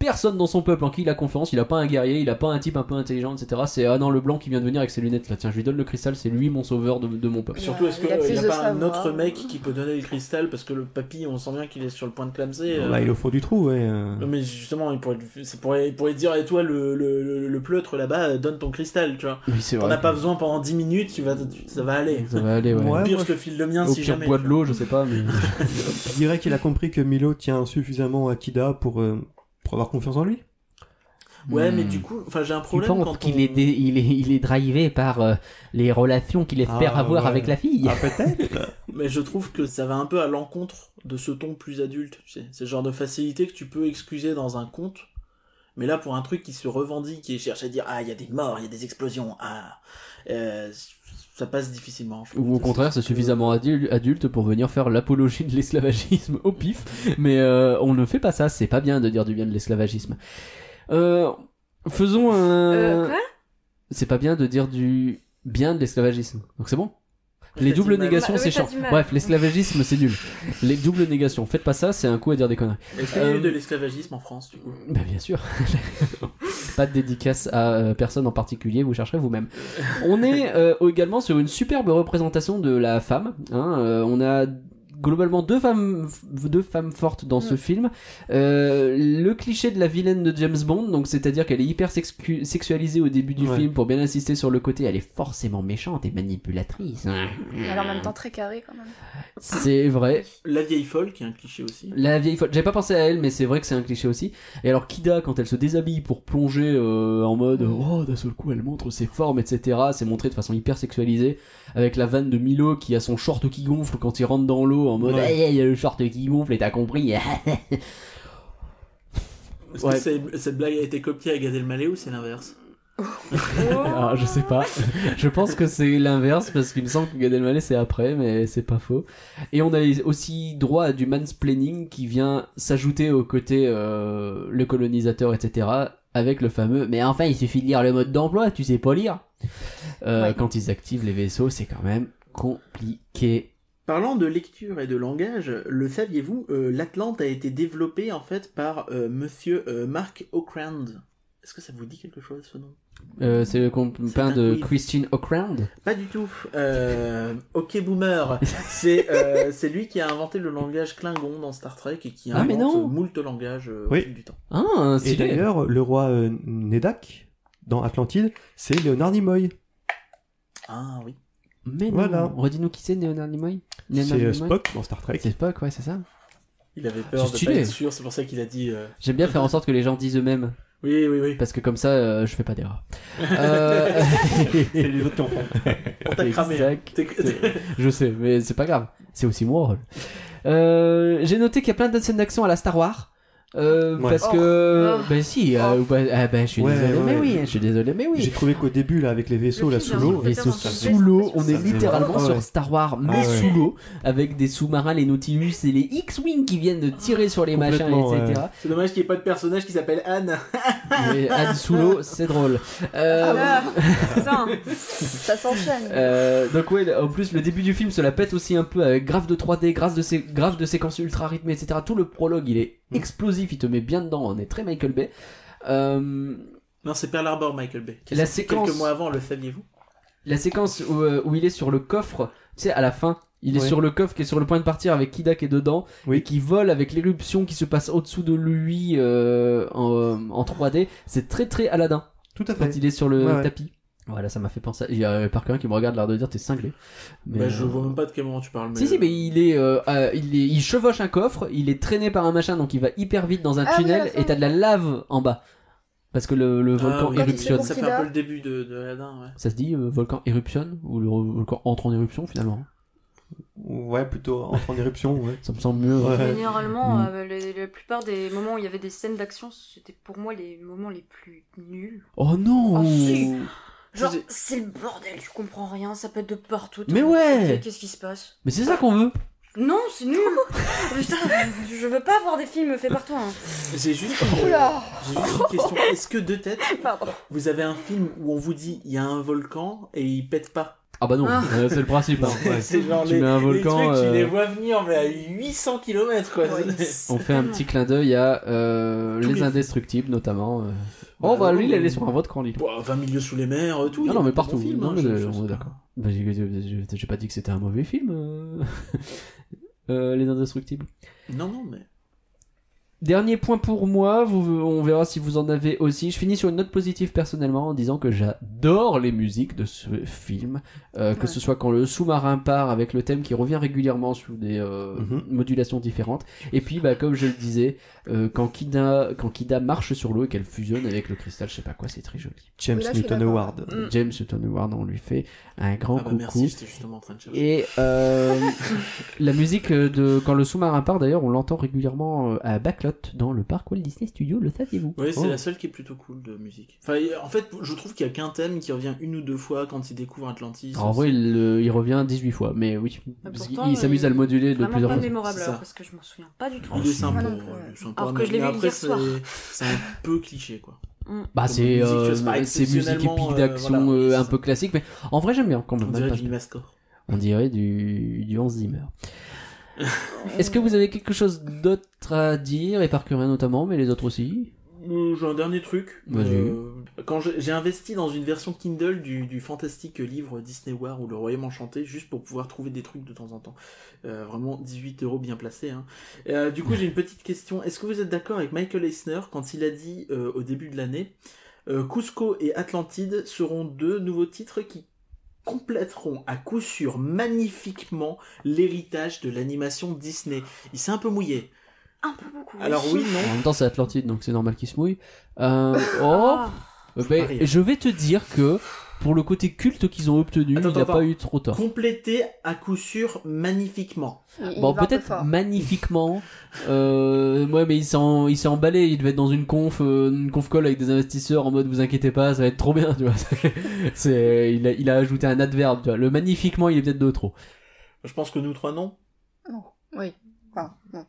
[SPEAKER 1] personne dans son peuple en qui il a confiance, il a pas un guerrier, il a pas un type un peu intelligent, etc. C'est ah non le blanc qui vient de venir avec ses lunettes là. Tiens, je lui donne le cristal, c'est lui mon sauveur de, de mon peuple.
[SPEAKER 11] Surtout, est-ce qu'il
[SPEAKER 1] il a plus
[SPEAKER 11] n'y a,
[SPEAKER 1] de
[SPEAKER 11] pas un
[SPEAKER 1] savoir.
[SPEAKER 11] autre mec qui peut donner le cristal Parce que le papy, on sent bien qu'il est sur le point de clamser.
[SPEAKER 10] Là,
[SPEAKER 11] euh,
[SPEAKER 10] Bah, il est au fond du trou, ouais. euh.
[SPEAKER 11] Non, mais justement, il pourrait, lui- c'est pour- il pourrait dire, et toi, le, le, le, le pleutre là-bas, euh, donne ton cristal, tu vois.
[SPEAKER 1] Oui, c'est
[SPEAKER 11] T'en
[SPEAKER 1] vrai.
[SPEAKER 11] as pas besoin pendant 10 minutes, tu vas, tu- ça va aller.
[SPEAKER 1] Ça va aller, ouais.
[SPEAKER 11] Au
[SPEAKER 1] Ouais,
[SPEAKER 11] pire,
[SPEAKER 1] moi,
[SPEAKER 11] je te file le mien
[SPEAKER 1] Au
[SPEAKER 11] si
[SPEAKER 1] pire,
[SPEAKER 11] jamais.
[SPEAKER 1] bois de l'eau, je sais pas, mais.
[SPEAKER 10] Je dirais qu'il a compris que Milo tient suffisamment à Kida pour, euh, pour avoir confiance en lui.
[SPEAKER 11] Ouais,
[SPEAKER 1] Hmm.
[SPEAKER 11] mais du coup, enfin, j'ai un
[SPEAKER 1] Tu
[SPEAKER 11] problème
[SPEAKER 1] penses
[SPEAKER 11] quand
[SPEAKER 1] qu'il
[SPEAKER 11] on-
[SPEAKER 1] est, dé- il est, il est drivé par euh, les relations qu'il espère
[SPEAKER 11] Ah,
[SPEAKER 1] avoir
[SPEAKER 11] ouais.
[SPEAKER 1] avec la fille.
[SPEAKER 11] Ah, Mais je trouve que ça va un peu à l'encontre de ce ton plus adulte, tu sais. C'est le genre de facilité que tu peux excuser dans un conte. Mais là, pour un truc qui se revendique et cherche à dire Ah, il y a des morts, il y a des explosions, ah. euh, ça passe difficilement. je trouve.
[SPEAKER 1] Ou au contraire, c'est suffisamment adul- adulte pour venir faire l'apologie de l'esclavagisme au pif. Mais euh, on ne fait pas ça, c'est pas bien de dire du bien de l'esclavagisme. Euh, faisons un.
[SPEAKER 13] Euh, quoi
[SPEAKER 1] c'est pas bien de dire du bien de l'esclavagisme. Donc c'est bon les
[SPEAKER 11] t'as
[SPEAKER 1] doubles
[SPEAKER 11] dit mal.
[SPEAKER 1] négations,
[SPEAKER 11] Bah,
[SPEAKER 1] c'est
[SPEAKER 11] oui, t'as
[SPEAKER 1] chiant.
[SPEAKER 11] dit mal.
[SPEAKER 1] Bref, l'esclavagisme, c'est nul. Les doubles négations, faites pas ça, c'est un coup à dire des conneries.
[SPEAKER 11] Est-ce qu'il y a
[SPEAKER 1] euh,
[SPEAKER 11] eu de l'esclavagisme en France, du coup
[SPEAKER 1] Bah bien sûr. Pas de dédicace à euh, personne en particulier, vous chercherez vous-même. On est euh, également sur une superbe représentation de la femme. hein, euh, on a globalement deux femmes, deux femmes fortes dans ce film. Euh, le cliché de la vilaine de James Bond, donc c'est-à-dire qu'elle est hyper sexcu- sexualisée au début du
[SPEAKER 10] Ouais.
[SPEAKER 1] film pour bien insister sur le côté, elle est forcément méchante et manipulatrice. hein.
[SPEAKER 2] Mais alors en même temps très carré quand même.
[SPEAKER 1] C'est vrai.
[SPEAKER 11] La vieille folle, qui est un cliché aussi.
[SPEAKER 1] La vieille folle. J'avais pas pensé à elle, mais c'est vrai que c'est un cliché aussi. Et alors Kida, quand elle se déshabille pour plonger euh, en mode oh d'un seul coup elle montre ses formes, etc. C'est montré de façon hyper sexualisée avec la vanne de Milo qui a son short qui gonfle quand il rentre dans l'eau en mode
[SPEAKER 11] Ouais.
[SPEAKER 1] Aïe, il y a le short qui gonfle et t'as compris. hein.
[SPEAKER 11] Est-ce
[SPEAKER 1] Ouais.
[SPEAKER 11] que c'est- cette blague a été copiée à Gad Elmaleh ou c'est l'inverse
[SPEAKER 1] Alors, Ah, je sais pas. Je pense que c'est l'inverse parce qu'il me semble que Gad Elmaleh c'est après, mais c'est pas faux. Et on a aussi droit à du mansplaining qui vient s'ajouter au côté euh, le colonisateur, etc. Avec le fameux. Mais enfin, il suffit de lire le mode d'emploi. Tu sais pas lire. Euh, Quand ils activent les vaisseaux, c'est quand même compliqué.
[SPEAKER 11] Parlant de lecture et de langage, le saviez-vous, euh, l'Atlante a été développé en fait par euh, monsieur euh, Mark Okrand. Est-ce que ça vous dit quelque chose ce nom
[SPEAKER 1] Euh, c'est le copain
[SPEAKER 11] un
[SPEAKER 1] de
[SPEAKER 11] quiz.
[SPEAKER 1] Christine O'Crown.
[SPEAKER 11] Pas du tout. Euh, ok Boomer, c'est euh, c'est lui qui a inventé le langage Klingon dans Star Trek et qui
[SPEAKER 1] Ah,
[SPEAKER 11] invente
[SPEAKER 1] mais non.
[SPEAKER 11] moult langages euh, au
[SPEAKER 10] Oui.
[SPEAKER 11] fil du temps.
[SPEAKER 1] Ah,
[SPEAKER 10] Et
[SPEAKER 1] stylé.
[SPEAKER 10] d'ailleurs, le roi euh, Nédak, dans Atlantide, c'est Léonard Nimoy.
[SPEAKER 11] Ah oui.
[SPEAKER 1] Mais non.
[SPEAKER 10] Voilà.
[SPEAKER 1] Redis-nous qui c'est Leonard Nimoy. Leonard
[SPEAKER 10] C'est euh,
[SPEAKER 1] Nimoy
[SPEAKER 10] Spock dans Star Trek.
[SPEAKER 1] C'est Spock, ouais, c'est ça.
[SPEAKER 11] Il avait peur
[SPEAKER 1] C'est
[SPEAKER 11] de pas
[SPEAKER 1] stylé.
[SPEAKER 11] être sûr, c'est pour ça qu'il a dit. euh,
[SPEAKER 1] J'aime bien faire en sorte que les gens disent eux-mêmes.
[SPEAKER 11] Oui, oui, oui.
[SPEAKER 1] Parce que comme ça, euh, je fais pas d'erreur. Euh,
[SPEAKER 11] C'est les autres qui en font. On t'a cramé, hein.
[SPEAKER 1] Exact. je sais, mais c'est pas grave. C'est aussi mon rôle. Euh, J'ai noté qu'il y a plein de scènes d'action à la Star Wars. Euh,
[SPEAKER 10] Ouais.
[SPEAKER 1] Parce
[SPEAKER 10] Oh.
[SPEAKER 1] que. Bah si, euh, bah, ah, bah, je suis
[SPEAKER 10] Ouais,
[SPEAKER 1] désolé,
[SPEAKER 10] ouais,
[SPEAKER 1] mais
[SPEAKER 10] ouais.
[SPEAKER 1] oui, je suis désolé, mais oui.
[SPEAKER 10] J'ai trouvé qu'au début, là, avec les vaisseaux, là, sous l'eau.
[SPEAKER 1] Vaisseau sous l'eau, on est littéralement
[SPEAKER 10] Ah ouais.
[SPEAKER 1] sur Star Wars, mais
[SPEAKER 10] Ah ouais.
[SPEAKER 1] sous l'eau, avec des sous-marins, les Nautilus et les X-Wing qui viennent de tirer sur les machins,
[SPEAKER 10] Complètement,
[SPEAKER 1] etc.
[SPEAKER 10] ouais.
[SPEAKER 11] C'est dommage qu'il n'y ait pas de personnage qui s'appelle Anne.
[SPEAKER 1] Mais Anne sous l'eau, c'est drôle.
[SPEAKER 10] Ah
[SPEAKER 1] Euh,
[SPEAKER 9] Ah, ça s'enchaîne.
[SPEAKER 1] euh, donc ouais, en plus le début du film se la pète aussi un peu avec grave de 3D, grave de, sé- grave de séquences ultra rythmées, etc. Tout le prologue, il
[SPEAKER 11] Mm.
[SPEAKER 1] est explosif, il te met bien dedans, on est très Michael Bay. Euh,
[SPEAKER 11] Non, c'est Pearl Harbor, Michael Bay.
[SPEAKER 1] La
[SPEAKER 11] C'est
[SPEAKER 1] séquence-
[SPEAKER 11] Quelques mois avant, le saviez-vous
[SPEAKER 1] la séquence où, euh, où il est sur le coffre, tu sais, à la fin, il est
[SPEAKER 11] Ouais.
[SPEAKER 1] sur le coffre qui est sur le point de partir avec Kida qui est dedans et qui vole avec l'éruption qui se passe au-dessous de lui euh, en, en 3D. C'est très très Aladdin.
[SPEAKER 10] Tout à
[SPEAKER 1] Quand il est sur le
[SPEAKER 10] Ouais, ouais.
[SPEAKER 1] tapis. Voilà, ça m'a fait penser. Il y a Parker qui me regarde l'air de dire t'es cinglé. Mais,
[SPEAKER 11] bah, Je
[SPEAKER 1] euh,
[SPEAKER 11] vois même pas de quel moment tu parles. Mais...
[SPEAKER 1] Si si mais il est, euh, euh, il est il chevauche un coffre, il est traîné par un machin donc il va hyper vite dans un
[SPEAKER 11] Ah oui, à la
[SPEAKER 1] tunnel
[SPEAKER 11] fin,
[SPEAKER 1] et t'as de la lave en bas parce que le, le
[SPEAKER 11] Ah,
[SPEAKER 1] volcan
[SPEAKER 11] oui.
[SPEAKER 1] éruptionne.
[SPEAKER 11] Ça fait un peu le début de, de Aladdin, ouais.
[SPEAKER 1] Ça se dit euh, volcan éruptionne ou le volcan entre en éruption finalement.
[SPEAKER 10] Ouais, plutôt entre en éruption, ouais.
[SPEAKER 1] Ça me semble mieux.
[SPEAKER 10] Ouais.
[SPEAKER 13] Généralement,
[SPEAKER 1] Mm.
[SPEAKER 13] euh, les- la plupart des moments où il y avait des scènes d'action, c'était pour moi les moments les plus nuls.
[SPEAKER 1] Oh non.
[SPEAKER 13] Ah, si. Genre, c'est le bordel, tu comprends rien, ça peut être de partout. t'as
[SPEAKER 1] Mais
[SPEAKER 13] envie de
[SPEAKER 1] ouais.
[SPEAKER 13] péter, Qu'est-ce qui se passe
[SPEAKER 1] Mais c'est ça qu'on veut.
[SPEAKER 13] Non, c'est nul Oh, Putain, je veux pas voir des films faits partout. Hein.
[SPEAKER 11] J'ai juste, une-
[SPEAKER 13] Oula.
[SPEAKER 11] j'ai juste une question. Est-ce que de tête, vous avez un film où on vous dit il y a un volcan et il pète pas
[SPEAKER 1] Ah bah non,
[SPEAKER 11] Ah.
[SPEAKER 1] euh, c'est le principe. hein.
[SPEAKER 11] C'est genre
[SPEAKER 1] tu
[SPEAKER 11] les,
[SPEAKER 1] mets un
[SPEAKER 11] les
[SPEAKER 1] volcan.
[SPEAKER 11] trucs, tu
[SPEAKER 1] euh,
[SPEAKER 11] les vois venir mais à 800 km quoi.
[SPEAKER 1] On fait un petit clin d'œil à euh, les indestructibles notamment. euh.
[SPEAKER 11] Bah,
[SPEAKER 1] oh bah lui
[SPEAKER 11] non,
[SPEAKER 1] il est
[SPEAKER 11] mais-
[SPEAKER 1] allé sur un volcan lui.
[SPEAKER 11] Bah, 20 milieux sous les mers, euh,
[SPEAKER 1] Non,
[SPEAKER 11] tout. il y a
[SPEAKER 1] non, mais
[SPEAKER 11] des bons
[SPEAKER 1] partout.
[SPEAKER 11] films,
[SPEAKER 1] Non,
[SPEAKER 11] hein,
[SPEAKER 1] mais
[SPEAKER 11] je-
[SPEAKER 1] le-
[SPEAKER 11] je
[SPEAKER 1] on
[SPEAKER 11] sais
[SPEAKER 1] est
[SPEAKER 11] pas.
[SPEAKER 1] d'accord. Bah, j'ai- j'ai j'ai pas dit que c'était un mauvais film, euh, euh, Les Indestructibles.
[SPEAKER 11] Non, non, mais.
[SPEAKER 1] Dernier point pour moi, vous- on verra si vous en avez aussi. Je finis sur une note positive personnellement en disant que j'adore les musiques de ce film, Euh, que ce soit quand le sous-marin part avec le thème qui revient régulièrement sous des euh,
[SPEAKER 11] Mhm.
[SPEAKER 1] modulations différentes, et puis bah comme je le disais, euh, quand Kida quand Kida marche sur l'eau et qu'elle fusionne avec le cristal, je sais pas quoi, c'est très joli.
[SPEAKER 10] James Là, je suis Newton d'accord. Howard. Mm.
[SPEAKER 1] James Newton Howard, on lui fait un grand
[SPEAKER 11] Ah bah
[SPEAKER 1] Oh, coucou.
[SPEAKER 11] merci, j'étais justement en train de chercher.
[SPEAKER 1] Et euh, la musique de quand le sous-marin part, d'ailleurs, on l'entend régulièrement euh, à Backlot dans le parc Walt Disney Studio, le saviez-vous
[SPEAKER 11] Oui, c'est
[SPEAKER 1] Oh.
[SPEAKER 11] la seule qui est plutôt cool de musique. Enfin, il- en fait, je trouve qu'il y a qu'un thème qui revient une ou deux fois quand il découvre Atlantis.
[SPEAKER 1] Alors, en vrai, il, euh, il revient 18 fois, mais oui, parce qu'il-
[SPEAKER 13] Ah, pourtant, euh,
[SPEAKER 1] il s'amuse à le moduler de
[SPEAKER 13] Vraiment
[SPEAKER 1] plusieurs
[SPEAKER 13] pas
[SPEAKER 1] façons.
[SPEAKER 13] mémorable
[SPEAKER 1] C'est
[SPEAKER 13] alors,
[SPEAKER 1] ça.
[SPEAKER 13] parce que je m'en souviens pas du tout.
[SPEAKER 1] Il est sympa,
[SPEAKER 13] Moi Ah non plus.
[SPEAKER 11] Ils sont pas
[SPEAKER 13] Alors
[SPEAKER 11] mal,
[SPEAKER 13] que je l'ai
[SPEAKER 11] mais
[SPEAKER 13] vu
[SPEAKER 11] après,
[SPEAKER 13] hier
[SPEAKER 11] c'est-
[SPEAKER 13] soir.
[SPEAKER 11] C'est un peu cliché, quoi.
[SPEAKER 1] Bah,
[SPEAKER 11] Comme
[SPEAKER 1] c'est
[SPEAKER 11] musique,
[SPEAKER 1] euh,
[SPEAKER 11] c'est pas
[SPEAKER 1] c'est musique
[SPEAKER 11] exceptionnellement,
[SPEAKER 1] épique
[SPEAKER 11] euh,
[SPEAKER 1] d'action
[SPEAKER 11] voilà.
[SPEAKER 1] euh, un peu classique, mais en vrai, j'aime bien quand même.
[SPEAKER 11] On dirait
[SPEAKER 1] Pas-
[SPEAKER 11] du Mascor.
[SPEAKER 1] On dirait du, du Hans Zimmer. Est-ce que vous avez quelque chose d'autre à dire, et par Curien notamment, mais les autres aussi
[SPEAKER 11] Euh, J'ai un dernier truc.
[SPEAKER 1] Vas-y.
[SPEAKER 11] Euh, quand j'ai j'ai investi dans une version Kindle du, du fantastique livre Disney War ou Le Royaume Enchanté, juste pour pouvoir trouver des trucs de temps en temps. Euh, vraiment 18 euros bien placés. hein. Et, euh, du coup, j'ai une petite question. Est-ce que vous êtes d'accord avec Michael Eisner quand il a dit euh, au début de l'année euh, Cusco et Atlantide seront deux nouveaux titres qui compléteront à coup sûr magnifiquement l'héritage de l'animation Disney. Il s'est un peu mouillé.
[SPEAKER 13] Un peu beaucoup.
[SPEAKER 11] Alors oui, non.
[SPEAKER 1] En même temps, c'est Atlantide, donc c'est normal qu'il se mouille. Euh, oh
[SPEAKER 13] Ah,
[SPEAKER 1] Euh, ben,
[SPEAKER 11] Faut pas rire.
[SPEAKER 1] Je vais te dire que pour le côté culte qu'ils ont obtenu, il n'a
[SPEAKER 11] attends,
[SPEAKER 1] pas
[SPEAKER 11] attends.
[SPEAKER 1] eu trop tort.
[SPEAKER 11] complété à coup sûr magnifiquement.
[SPEAKER 1] Bon, peut-être magnifiquement. Euh, ouais, mais il s'est en- il s'est emballé. Il devait être dans une conf, euh, une conf call avec des investisseurs en mode vous inquiétez pas, ça va être trop bien. Tu vois, c'est il a, il a ajouté un adverbe. Tu vois. Le magnifiquement, il est peut-être de trop.
[SPEAKER 11] Je pense que nous trois non.
[SPEAKER 9] Non, oui. Enfin, non.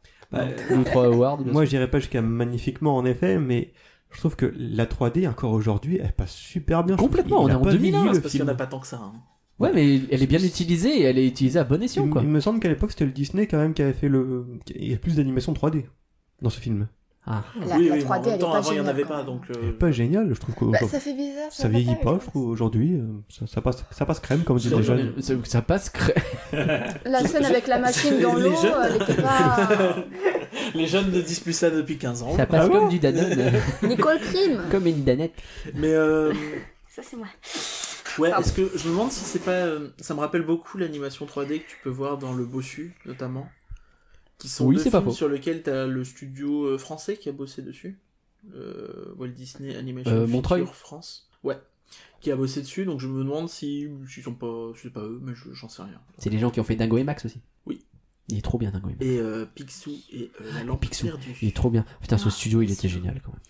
[SPEAKER 1] Nous trois awards.
[SPEAKER 10] Bah, Moi, je dirais pas jusqu'à magnifiquement, en effet, mais je trouve que la 3D, encore aujourd'hui, elle passe super bien. Je trouve
[SPEAKER 1] Complètement,
[SPEAKER 10] qu'il
[SPEAKER 1] on
[SPEAKER 10] a
[SPEAKER 1] est en
[SPEAKER 10] pas
[SPEAKER 1] 2001,
[SPEAKER 10] vieilli,
[SPEAKER 1] c'est
[SPEAKER 10] le
[SPEAKER 11] parce qu'il n'y en a
[SPEAKER 10] film.
[SPEAKER 11] pas tant que ça. hein.
[SPEAKER 1] Ouais, mais elle est bien utilisée et elle est utilisée à bon escient,
[SPEAKER 10] Il,
[SPEAKER 1] quoi.
[SPEAKER 10] il me semble qu'à l'époque, c'était le Disney quand même qui avait fait le. Il y a plus d'animation 3D dans ce film.
[SPEAKER 1] Ah.
[SPEAKER 9] La-
[SPEAKER 11] oui,
[SPEAKER 9] la
[SPEAKER 11] oui, mais
[SPEAKER 9] 3D,
[SPEAKER 11] en
[SPEAKER 9] elle
[SPEAKER 11] même
[SPEAKER 9] est
[SPEAKER 11] temps, avant,
[SPEAKER 9] pas
[SPEAKER 11] il n'y en
[SPEAKER 9] géniale,
[SPEAKER 11] avait
[SPEAKER 9] quand
[SPEAKER 11] pas, donc... euh,
[SPEAKER 10] Pas génial, je trouve que
[SPEAKER 9] Bah, ça fait bizarre.
[SPEAKER 10] ça vieillit pas, je trouve, aujourd'hui. euh, Ça, ça passe, ça passe crème, comme disent les jeunes.
[SPEAKER 1] Ça, ça passe crème.
[SPEAKER 9] La scène avec la machine dans
[SPEAKER 11] Les
[SPEAKER 9] l'eau,
[SPEAKER 11] jeunes.
[SPEAKER 9] elle était pas.
[SPEAKER 11] Les jeunes ne disent plus ça depuis 15 ans.
[SPEAKER 1] Ça passe
[SPEAKER 11] Ah bon
[SPEAKER 1] comme du Danone,
[SPEAKER 9] Nicole Crime
[SPEAKER 1] comme une danette.
[SPEAKER 11] Mais euh,
[SPEAKER 13] Ça, c'est moi.
[SPEAKER 11] ouais, est-ce que je me demande si c'est pas... euh, Ça me rappelle beaucoup l'animation 3D que tu peux voir dans Le Bossu, notamment. qui sont
[SPEAKER 1] Oui,
[SPEAKER 11] deux
[SPEAKER 1] c'est pas
[SPEAKER 11] films
[SPEAKER 1] faux.
[SPEAKER 11] sur lesquels t'as le studio euh, français qui a bossé dessus, euh, Walt Disney Animation
[SPEAKER 1] Euh,
[SPEAKER 11] Feature
[SPEAKER 1] Montreuil
[SPEAKER 11] France, ouais, qui a bossé dessus. Donc je me demande si s'ils sont pas, c'est pas eux, mais je- j'en sais rien.
[SPEAKER 1] C'est les gens qui ont fait Dingo et Max aussi.
[SPEAKER 11] Oui.
[SPEAKER 1] Il est trop bien Dingo et Max.
[SPEAKER 11] Et euh, Picsou et euh, la lampe
[SPEAKER 1] Picsou,
[SPEAKER 11] perdue.
[SPEAKER 1] il est trop bien. Putain, ce studio, il était génial quand même.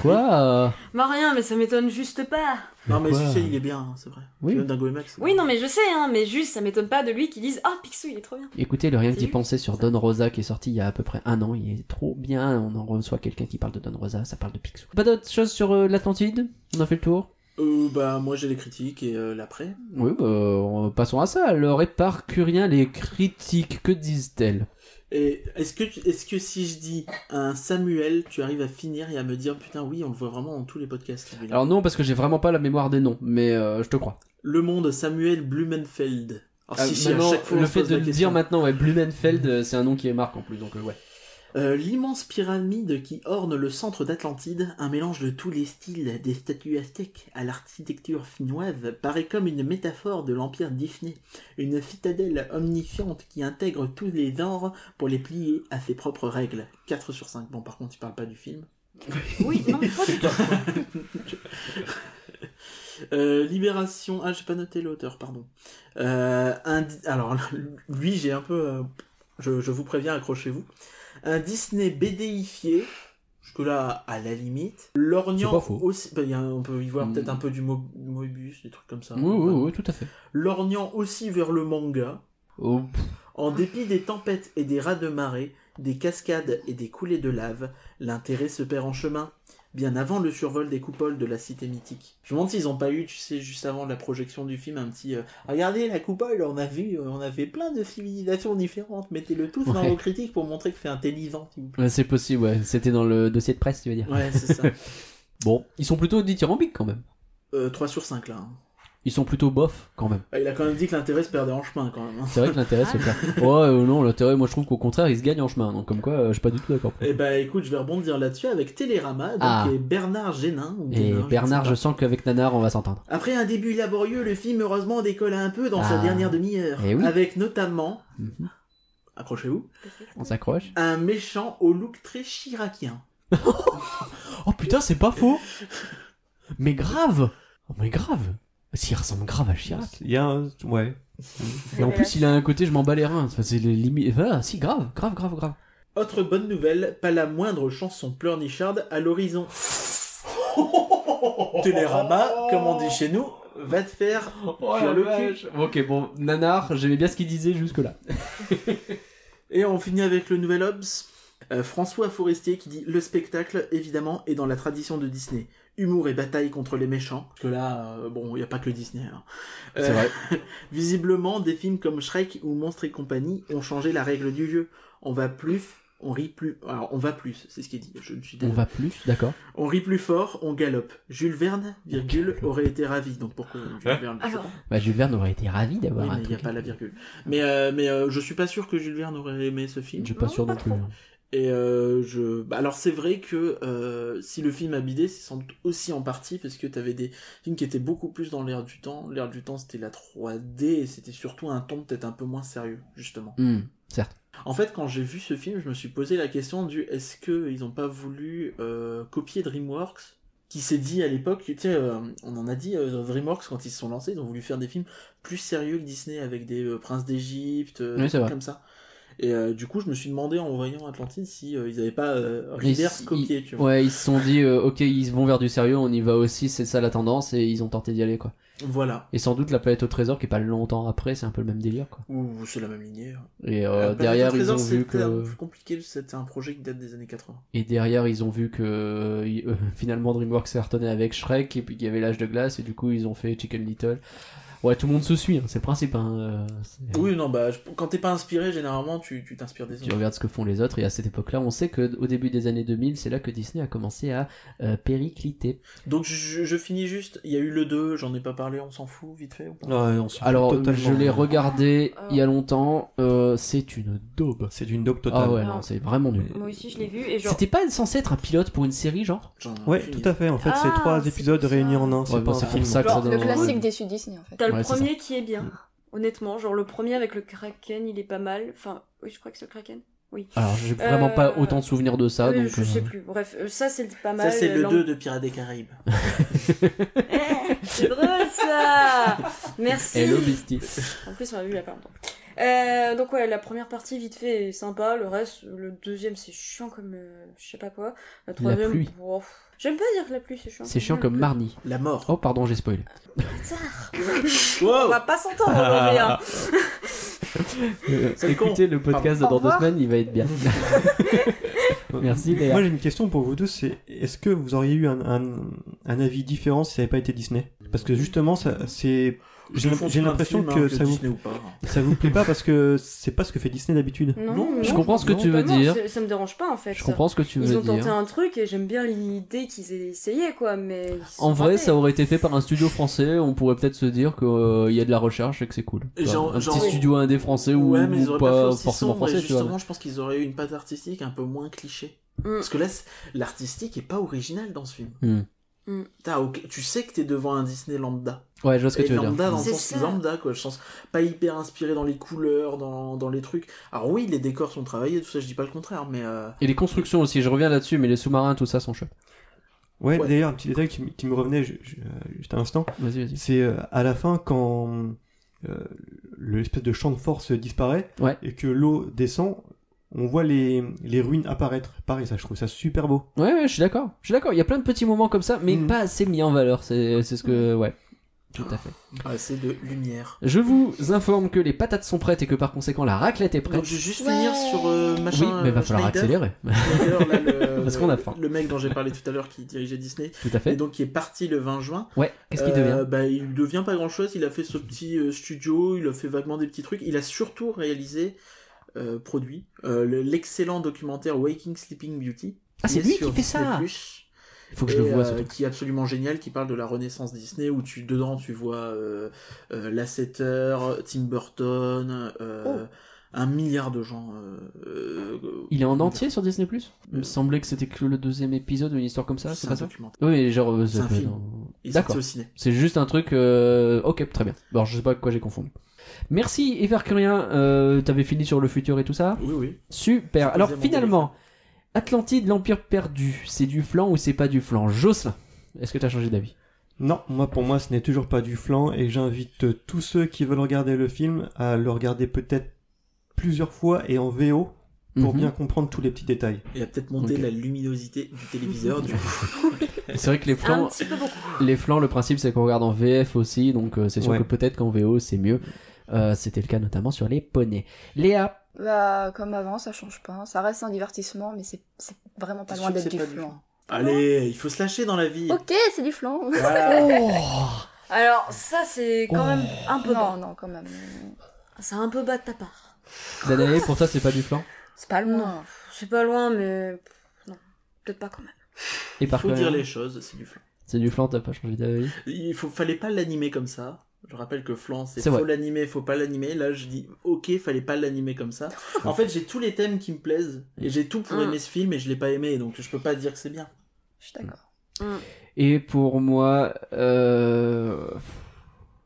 [SPEAKER 1] Quoi euh,
[SPEAKER 3] Bah rien, mais ça m'étonne juste pas.
[SPEAKER 11] Non mais
[SPEAKER 1] Pourquoi
[SPEAKER 11] si, si, il est bien, hein, c'est vrai.
[SPEAKER 1] Oui.
[SPEAKER 11] Même Dingo et Max. c'est
[SPEAKER 3] Oui, non, mais je sais, hein, mais juste, ça m'étonne pas de lui qui dise
[SPEAKER 13] oh,
[SPEAKER 3] Ah, Picsou, il est trop bien.
[SPEAKER 1] Écoutez, le rien que
[SPEAKER 3] C'est
[SPEAKER 1] d'y
[SPEAKER 3] juste.
[SPEAKER 1] penser sur Don Rosa qui est sorti il y a à peu près un an, il est trop bien. On en reçoit quelqu'un qui parle de Don Rosa, ça parle de Picsou. Pas d'autres choses sur euh, l'Atlantide On a fait le tour
[SPEAKER 11] Euh, bah moi j'ai les critiques et euh, l'après.
[SPEAKER 1] Oui, bah, euh, passons à ça. Alors, répare curien, les critiques, que disent-elles
[SPEAKER 11] Et est-ce que tu- est-ce que si je dis un Samuel, tu arrives à finir et à me dire putain oui on le voit vraiment dans tous les podcasts. celui-là.
[SPEAKER 1] Alors non, parce que j'ai vraiment pas la mémoire des noms, mais euh, je te crois.
[SPEAKER 11] Le monde Samuel Blumenfeld. Alors,
[SPEAKER 1] Euh,
[SPEAKER 11] si, si, à
[SPEAKER 1] maintenant,
[SPEAKER 11] chaque fois, on
[SPEAKER 1] le
[SPEAKER 11] se
[SPEAKER 1] fait
[SPEAKER 11] pose
[SPEAKER 1] de
[SPEAKER 11] la
[SPEAKER 1] le
[SPEAKER 11] question.
[SPEAKER 1] dire maintenant, ouais, Blumenfeld, euh, c'est un nom qui est marque en plus, donc euh, ouais.
[SPEAKER 11] Euh, L'immense pyramide qui orne le centre d'Atlantide, un mélange de tous les styles, des statues aztèques à l'architecture finnoise, paraît comme une métaphore de l'empire Disney, une citadelle omnisciente qui intègre tous les genres pour les plier à ses propres règles. 4 sur 5. Bon, par contre, il parle pas du film.
[SPEAKER 3] Oui, non, pas du tout.
[SPEAKER 11] Euh, Libération. Ah, j'ai pas noté l'auteur, pardon. Euh, indi- Alors, lui, j'ai un peu. euh, Je, je vous préviens, accrochez-vous. Un Disney BDifié. Jusque-là, à la limite.
[SPEAKER 1] C'est pas
[SPEAKER 11] Lorgnant
[SPEAKER 1] faux.
[SPEAKER 11] aussi. bah, il y a un- on peut y voir
[SPEAKER 1] Mm.
[SPEAKER 11] peut-être un peu du Mo- Moebius, des trucs comme ça.
[SPEAKER 1] Oui, oui, oui, tout à fait.
[SPEAKER 11] Lorgnant aussi vers le manga.
[SPEAKER 1] Oh,
[SPEAKER 11] En dépit des tempêtes et des rats de marée, des cascades et des coulées de lave, l'intérêt se perd en chemin, bien avant le survol des coupoles de la cité mythique. Je me demande s'ils n'ont pas eu, tu sais, juste avant la projection du film, un petit euh, Regardez la coupole, on a vu, euh, on a fait plein de civilisations différentes, mettez-le tous dans
[SPEAKER 1] Ouais.
[SPEAKER 11] vos critiques pour montrer que c'est intelligent, s'il vous plaît.
[SPEAKER 1] ouais, c'est possible, ouais. C'était dans le dossier de presse, tu veux dire.
[SPEAKER 11] Ouais, c'est ça.
[SPEAKER 1] Bon, ils sont plutôt dithyrambiques quand même.
[SPEAKER 11] Euh, 3 sur 5 là. hein.
[SPEAKER 1] Ils sont plutôt bof quand même.
[SPEAKER 11] Ah, Il a quand même dit que l'intérêt se perdait en chemin quand même. hein.
[SPEAKER 1] C'est vrai que l'intérêt c'est clair. Oh euh, non, l'intérêt, moi je trouve qu'au contraire, ils se gagnent en chemin. Donc comme quoi, euh, je suis pas du tout d'accord.
[SPEAKER 11] Eh bah écoute, je vais rebondir là-dessus avec Télérama, donc
[SPEAKER 1] Ah.
[SPEAKER 11] et Bernard Génin. ou
[SPEAKER 1] Et
[SPEAKER 11] Guénin, je ne sais
[SPEAKER 1] Bernard,
[SPEAKER 11] pas.
[SPEAKER 1] ben, je sens qu'avec Nanar, on va s'entendre.
[SPEAKER 11] Après un début laborieux, le film heureusement décolle un peu dans sa
[SPEAKER 1] Ah.
[SPEAKER 11] dernière demi-heure,
[SPEAKER 1] Eh oui.
[SPEAKER 11] avec notamment,
[SPEAKER 1] Mhm.
[SPEAKER 11] accrochez-vous,
[SPEAKER 1] On s'accroche.
[SPEAKER 11] un méchant au look très chiracien.
[SPEAKER 1] Oh putain, c'est pas faux Mais grave Oh mais grave S'il ressemble grave à Chirac.
[SPEAKER 10] Il y a un... Ouais.
[SPEAKER 1] Et en plus, il a un côté, je m'en bats les reins. Enfin, c'est les limites. Ah, si, grave, grave, grave, grave.
[SPEAKER 11] Autre bonne nouvelle, pas la moindre chanson pleurnicharde à l'horizon. Télérama, comme on dit chez nous, va te faire sur le cul.
[SPEAKER 1] Ok, bon, Nanar, j'aimais bien ce qu'il disait jusque-là.
[SPEAKER 11] Et on finit avec le nouvel Obs. Euh, François Forestier qui dit Le spectacle, évidemment, est dans la tradition de Disney. Humour et bataille contre les méchants. Parce que là, euh, bon, il n'y a pas que le Disney. hein.
[SPEAKER 1] C'est vrai.
[SPEAKER 11] Visiblement, des films comme Shrek ou Monstre et compagnie ont changé la règle du jeu. On va plus, on rit plus. Alors, on va plus, c'est ce qu'il dit. Je ne suis
[SPEAKER 1] On
[SPEAKER 11] désolé.
[SPEAKER 1] va plus, d'accord.
[SPEAKER 11] On rit plus fort, on galope. Jules Verne, virgule, aurait été ravi. Donc pourquoi Jules Verne je sais
[SPEAKER 3] Alors,
[SPEAKER 11] pas.
[SPEAKER 1] Bah, Jules Verne aurait été ravi d'avoir
[SPEAKER 11] Oui,
[SPEAKER 1] un
[SPEAKER 11] mais il n'y a
[SPEAKER 1] truc.
[SPEAKER 11] pas la virgule. Mais, euh, mais euh, je suis pas sûr que Jules Verne aurait aimé ce film.
[SPEAKER 1] Je suis pas
[SPEAKER 3] Non,
[SPEAKER 1] sûr
[SPEAKER 3] pas
[SPEAKER 1] non plus. hein.
[SPEAKER 3] trop.
[SPEAKER 11] Et euh, je. bah, alors c'est vrai que euh, si le film a bidé, c'est sans doute aussi en partie parce que t'avais des films qui étaient beaucoup plus dans l'air du temps. L'air du temps, c'était la 3D et c'était surtout un ton peut-être un peu moins sérieux, justement.
[SPEAKER 1] Hmm, certes.
[SPEAKER 11] En fait, quand j'ai vu ce film, je me suis posé la question du est-ce que ils ont pas voulu euh, copier DreamWorks qui s'est dit à l'époque, tu sais, euh, on en a dit, euh, DreamWorks, quand ils se sont lancés, ils ont voulu faire des films plus sérieux que Disney, avec des euh, princes d'Égypte, euh,
[SPEAKER 1] Oui,
[SPEAKER 11] des
[SPEAKER 1] c'est
[SPEAKER 11] trucs
[SPEAKER 1] vrai.
[SPEAKER 11] comme ça. Et euh, du coup, je me suis demandé en voyant Atlantide si euh, ils n'avaient pas euh,
[SPEAKER 1] Ils-
[SPEAKER 11] reverse copié, tu vois.
[SPEAKER 1] Ouais, ils se sont dit, euh, ok, ils vont vers du sérieux, on y va aussi, c'est ça la tendance, et ils ont tenté d'y aller, quoi.
[SPEAKER 11] Voilà.
[SPEAKER 1] Et sans doute la planète au trésor qui est pas longtemps après, c'est un peu le même délire quoi.
[SPEAKER 11] Ou c'est la même lignée. hein.
[SPEAKER 1] Et euh,
[SPEAKER 11] Euh, Planète
[SPEAKER 1] derrière
[SPEAKER 11] au
[SPEAKER 1] ils
[SPEAKER 11] Trésor,
[SPEAKER 1] ont vu
[SPEAKER 11] c'était un peu
[SPEAKER 1] que
[SPEAKER 11] plus compliqué, c'était un projet qui date des années 80.
[SPEAKER 1] et derrière ils ont vu que euh, finalement DreamWorks s'est retourné avec Shrek et puis qu'il y avait l'âge de glace et du coup ils ont fait Chicken Little. Ouais, tout le monde se suit, hein, c'est le principe. Hein, euh, c'est-
[SPEAKER 11] Oui, non, bah, je- quand t'es pas inspiré, généralement, tu tu t'inspires des
[SPEAKER 1] Tu
[SPEAKER 11] autres.
[SPEAKER 1] regardes ce que font les autres et à cette époque-là, on sait que au début des années 2000, c'est là que Disney a commencé à euh, péricliter.
[SPEAKER 11] Donc, je, je finis juste. Il y a eu le 2, j'en ai pas parlé, on s'en fout, vite fait. ou pas
[SPEAKER 10] Ouais, Ah, on s'en fout
[SPEAKER 1] Alors,
[SPEAKER 10] totalement.
[SPEAKER 1] je l'ai regardé
[SPEAKER 3] Ah.
[SPEAKER 1] il y a longtemps, euh, c'est une daube.
[SPEAKER 10] C'est d'une dope totale.
[SPEAKER 1] Ah ouais,
[SPEAKER 3] Ah.
[SPEAKER 1] non, c'est vraiment nul.
[SPEAKER 3] moi aussi, je l'ai vu et genre.
[SPEAKER 1] C'était pas censé être un pilote pour une série, genre
[SPEAKER 11] J'en ai
[SPEAKER 10] Ouais,
[SPEAKER 11] aucune
[SPEAKER 10] tout
[SPEAKER 11] idée.
[SPEAKER 10] à fait. En fait,
[SPEAKER 3] Ah,
[SPEAKER 10] c'est trois
[SPEAKER 3] c'est
[SPEAKER 10] épisodes
[SPEAKER 3] pour ça.
[SPEAKER 10] réunis en un.
[SPEAKER 1] Ouais,
[SPEAKER 10] C'est
[SPEAKER 1] bon,
[SPEAKER 10] pas
[SPEAKER 1] c'est
[SPEAKER 10] un
[SPEAKER 1] pour
[SPEAKER 10] film.
[SPEAKER 1] ça que
[SPEAKER 3] Genre,
[SPEAKER 1] ça donne
[SPEAKER 9] Le
[SPEAKER 1] envie.
[SPEAKER 9] classique déçu Disney en fait.
[SPEAKER 3] T'as
[SPEAKER 1] Ouais,
[SPEAKER 3] le
[SPEAKER 1] c'est
[SPEAKER 3] premier qui est bien. Honnêtement, genre le premier avec le Kraken, il est pas mal. Enfin, oui, je crois que c'est le Kraken.
[SPEAKER 13] oui.
[SPEAKER 1] Alors, j'ai vraiment
[SPEAKER 13] Euh,
[SPEAKER 1] pas autant de souvenirs de ça.
[SPEAKER 13] euh,
[SPEAKER 1] donc,
[SPEAKER 13] je
[SPEAKER 1] euh,
[SPEAKER 13] sais plus. Bref, euh, ça c'est pas
[SPEAKER 11] Ça,
[SPEAKER 13] mal.
[SPEAKER 11] c'est
[SPEAKER 13] euh,
[SPEAKER 11] le
[SPEAKER 13] l'ang-
[SPEAKER 11] 2 de Pirates des Caraïbes.
[SPEAKER 13] C'est drôle ça Merci
[SPEAKER 1] Hello, Beastie.
[SPEAKER 13] En plus, on a vu il y a pas longtemps. Euh, donc ouais, la première partie vite fait est sympa, le reste, le deuxième c'est chiant comme euh, je sais pas quoi, la troisième,
[SPEAKER 1] pluie.
[SPEAKER 13] bon, pff, j'aime pas dire que la pluie c'est chiant.
[SPEAKER 1] C'est chiant comme Marnie.
[SPEAKER 11] La mort.
[SPEAKER 1] Oh, pardon, j'ai spoilé.
[SPEAKER 13] On va pas s'entendre aujourd'hui. hein.
[SPEAKER 1] Ah. Euh, écoutez le podcast
[SPEAKER 13] Pardon.
[SPEAKER 1] dans
[SPEAKER 13] Au
[SPEAKER 1] deux
[SPEAKER 13] revoir.
[SPEAKER 1] semaines, il va être bien. Merci, Léa.
[SPEAKER 10] Moi j'ai une question pour vous deux, c'est est-ce que vous auriez eu un, un- un avis différent si ça n'avait pas été Disney Parce que justement, ça, c'est
[SPEAKER 11] Ils
[SPEAKER 10] j'ai
[SPEAKER 11] font
[SPEAKER 10] j'ai
[SPEAKER 11] plein de
[SPEAKER 10] l'impression
[SPEAKER 11] films, hein,
[SPEAKER 10] que
[SPEAKER 11] que
[SPEAKER 10] ça vous
[SPEAKER 11] Disney ou pas.
[SPEAKER 10] ça vous plaît pas parce que c'est pas ce que fait Disney d'habitude.
[SPEAKER 13] Non,
[SPEAKER 1] je comprends ce que tu veux
[SPEAKER 13] totalement,
[SPEAKER 1] dire.
[SPEAKER 13] c'est- Ça me dérange pas en fait.
[SPEAKER 1] Je
[SPEAKER 13] ça.
[SPEAKER 1] comprends ce que tu
[SPEAKER 13] Ils
[SPEAKER 1] veux
[SPEAKER 13] ont tenté
[SPEAKER 1] dire.
[SPEAKER 13] un truc et j'aime bien l'idée qu'ils aient essayé quoi, mais. ils se
[SPEAKER 1] En
[SPEAKER 13] sont
[SPEAKER 1] vrai,
[SPEAKER 13] ratés.
[SPEAKER 1] ça aurait été fait par un studio français. On pourrait peut-être se dire qu'il y a de la recherche et que c'est cool.
[SPEAKER 11] Et
[SPEAKER 1] Enfin,
[SPEAKER 11] genre-
[SPEAKER 1] un
[SPEAKER 11] genre-
[SPEAKER 1] petit studio indé français ou,
[SPEAKER 11] ouais, mais ils
[SPEAKER 1] ou
[SPEAKER 11] auraient
[SPEAKER 1] pas,
[SPEAKER 11] pas, fait aussi
[SPEAKER 1] forcément
[SPEAKER 11] sombre, et
[SPEAKER 1] français, tu vois.
[SPEAKER 11] justement, je pense qu'ils auraient eu une patte artistique un peu moins cliché.
[SPEAKER 13] Mm.
[SPEAKER 11] Parce que là, c'est- l'artistique est pas original dans ce film.
[SPEAKER 1] Hmm.
[SPEAKER 13] Mm.
[SPEAKER 11] T'as aucun- Tu sais que t'es devant un Disney lambda.
[SPEAKER 1] Ouais, je vois ce que
[SPEAKER 11] Et
[SPEAKER 1] tu veux dire.
[SPEAKER 11] Lambda dans le
[SPEAKER 13] C'est
[SPEAKER 11] sens
[SPEAKER 13] ça.
[SPEAKER 11] lambda, quoi. Je sens pas hyper inspiré dans les couleurs, dans, dans les trucs. Alors oui, les décors sont travaillés, tout ça, je dis pas le contraire, mais. euh,
[SPEAKER 1] Et les constructions aussi, je reviens là-dessus, mais les sous-marins, tout ça, sont chouettes.
[SPEAKER 10] Ouais, d'ailleurs, un petit détail qui, m- qui me revenait ju- ju- euh, juste à l'instant,
[SPEAKER 1] Vas-y, vas-y.
[SPEAKER 10] c'est euh, à la fin quand euh, l'espèce de champ de force disparaît
[SPEAKER 1] Ouais.
[SPEAKER 10] et que l'eau descend, on voit les, les ruines apparaître. Pareil, ça, je trouve ça super beau.
[SPEAKER 1] Ouais, ouais, je suis d'accord. Je suis d'accord. Il y a plein de petits moments comme ça,
[SPEAKER 11] Mm.
[SPEAKER 1] mais pas assez mis en valeur. C'est c'est ce que. Ouais. Tout à fait.
[SPEAKER 11] Ah, c'est de lumière.
[SPEAKER 1] Je vous informe que les patates sont prêtes et que par conséquent la raclette est prête.
[SPEAKER 11] Donc je vais juste finir sur euh, machin.
[SPEAKER 1] oui, mais va
[SPEAKER 11] euh,
[SPEAKER 1] falloir
[SPEAKER 11] Schneider.
[SPEAKER 1] accélérer.
[SPEAKER 11] Schneider, là, le-
[SPEAKER 1] Parce qu'on a faim.
[SPEAKER 11] Le mec dont j'ai parlé tout à l'heure qui dirigeait Disney.
[SPEAKER 1] Tout à fait.
[SPEAKER 11] Et donc qui est parti le 20 juin.
[SPEAKER 1] Ouais, qu'est-ce qu'il
[SPEAKER 11] Euh,
[SPEAKER 1] devient
[SPEAKER 11] bah, Il devient pas grand chose. Il a fait ce petit euh, studio, il a fait vaguement des petits trucs. Il a surtout réalisé, euh, produit, euh, le- l'excellent documentaire Waking Sleeping Beauty.
[SPEAKER 1] Ah, c'est
[SPEAKER 11] est
[SPEAKER 1] lui qui
[SPEAKER 11] sur
[SPEAKER 1] fait ça
[SPEAKER 11] Disney+.
[SPEAKER 1] Il faut que je le
[SPEAKER 11] Et,
[SPEAKER 1] voie
[SPEAKER 11] euh,
[SPEAKER 1] ce truc.
[SPEAKER 11] qui est absolument génial, qui parle de la Renaissance Disney, où tu dedans tu vois euh, euh, Lasseter, Tim Burton, euh, un milliard de gens. euh, euh,
[SPEAKER 1] Oh. Il est en entier sur Disney Plus Il me semblait que c'était que le deuxième épisode ou une histoire comme ça,
[SPEAKER 11] C'est
[SPEAKER 1] c'est
[SPEAKER 11] un
[SPEAKER 1] pas ça
[SPEAKER 11] documentaire.
[SPEAKER 1] Oui, mais genre. euh,
[SPEAKER 11] C'est un
[SPEAKER 1] peut-
[SPEAKER 11] film.
[SPEAKER 1] non.
[SPEAKER 11] Il est
[SPEAKER 1] D'accord.
[SPEAKER 11] sorti au ciné.
[SPEAKER 1] C'est juste un truc. euh, Ok, très bien. Alors, je sais pas avec quoi j'ai confondu. Merci, Evercurien. Euh, T'avais fini sur le futur et tout ça
[SPEAKER 11] Oui, oui.
[SPEAKER 1] Super.
[SPEAKER 11] posé
[SPEAKER 1] Alors,
[SPEAKER 11] mon
[SPEAKER 1] finalement, Atlantide, l'Empire perdu, c'est du flan ou c'est pas du flan Jocelyn, est-ce que t'as changé d'avis
[SPEAKER 10] Non, moi pour moi ce n'est toujours pas du flan et j'invite euh, tous ceux qui veulent regarder le film à le regarder peut-être plusieurs fois et en VO pour
[SPEAKER 1] Mhm.
[SPEAKER 10] bien comprendre tous les petits détails.
[SPEAKER 11] Il a peut-être monté
[SPEAKER 1] Ok.
[SPEAKER 11] la luminosité du téléviseur, du coup.
[SPEAKER 1] C'est vrai que les
[SPEAKER 13] Un
[SPEAKER 1] flans,
[SPEAKER 13] petit peu beaucoup.
[SPEAKER 1] les flans, le principe c'est qu'on regarde en VF aussi, donc euh, c'est sûr
[SPEAKER 10] Ouais.
[SPEAKER 1] que peut-être qu'en VO c'est mieux. Euh, C'était le cas notamment sur les poneys. Léa,
[SPEAKER 2] Bah, comme avant, ça change pas. hein. Ça reste un divertissement, mais c'est c'est vraiment pas
[SPEAKER 11] T'es
[SPEAKER 2] loin
[SPEAKER 11] sûr que
[SPEAKER 2] d'être
[SPEAKER 11] c'est
[SPEAKER 2] du
[SPEAKER 11] pas du
[SPEAKER 2] flan.
[SPEAKER 11] Allez, il faut se lâcher dans la vie.
[SPEAKER 9] Ok, c'est du flan.
[SPEAKER 11] Voilà.
[SPEAKER 1] oh
[SPEAKER 13] Alors ça c'est quand même un peu bas.
[SPEAKER 2] Non, non, quand même.
[SPEAKER 13] C'est un peu bas de ta part.
[SPEAKER 1] Danae, pour toi c'est pas du flan
[SPEAKER 2] C'est
[SPEAKER 9] Ah,
[SPEAKER 2] pas loin.
[SPEAKER 13] Non, c'est pas loin, mais pff, non, peut-être pas quand même.
[SPEAKER 1] Et
[SPEAKER 11] Il
[SPEAKER 1] par
[SPEAKER 11] faut
[SPEAKER 1] contre,
[SPEAKER 11] dire les choses, c'est du flan.
[SPEAKER 1] c'est du flan, t'as pas changé d'avis
[SPEAKER 11] Il faut, fallait pas l'animer comme ça. Je rappelle que flan, c'est
[SPEAKER 1] C'est
[SPEAKER 11] faut
[SPEAKER 1] vrai.
[SPEAKER 11] l'animer, faut pas l'animer. Là, je dis ok, fallait pas l'animer comme ça. En fait, j'ai tous les thèmes qui me plaisent et j'ai tout pour
[SPEAKER 13] Mm.
[SPEAKER 11] aimer ce film et je l'ai pas aimé, donc je peux pas dire que c'est bien.
[SPEAKER 2] Je suis d'accord.
[SPEAKER 1] Et pour moi, euh...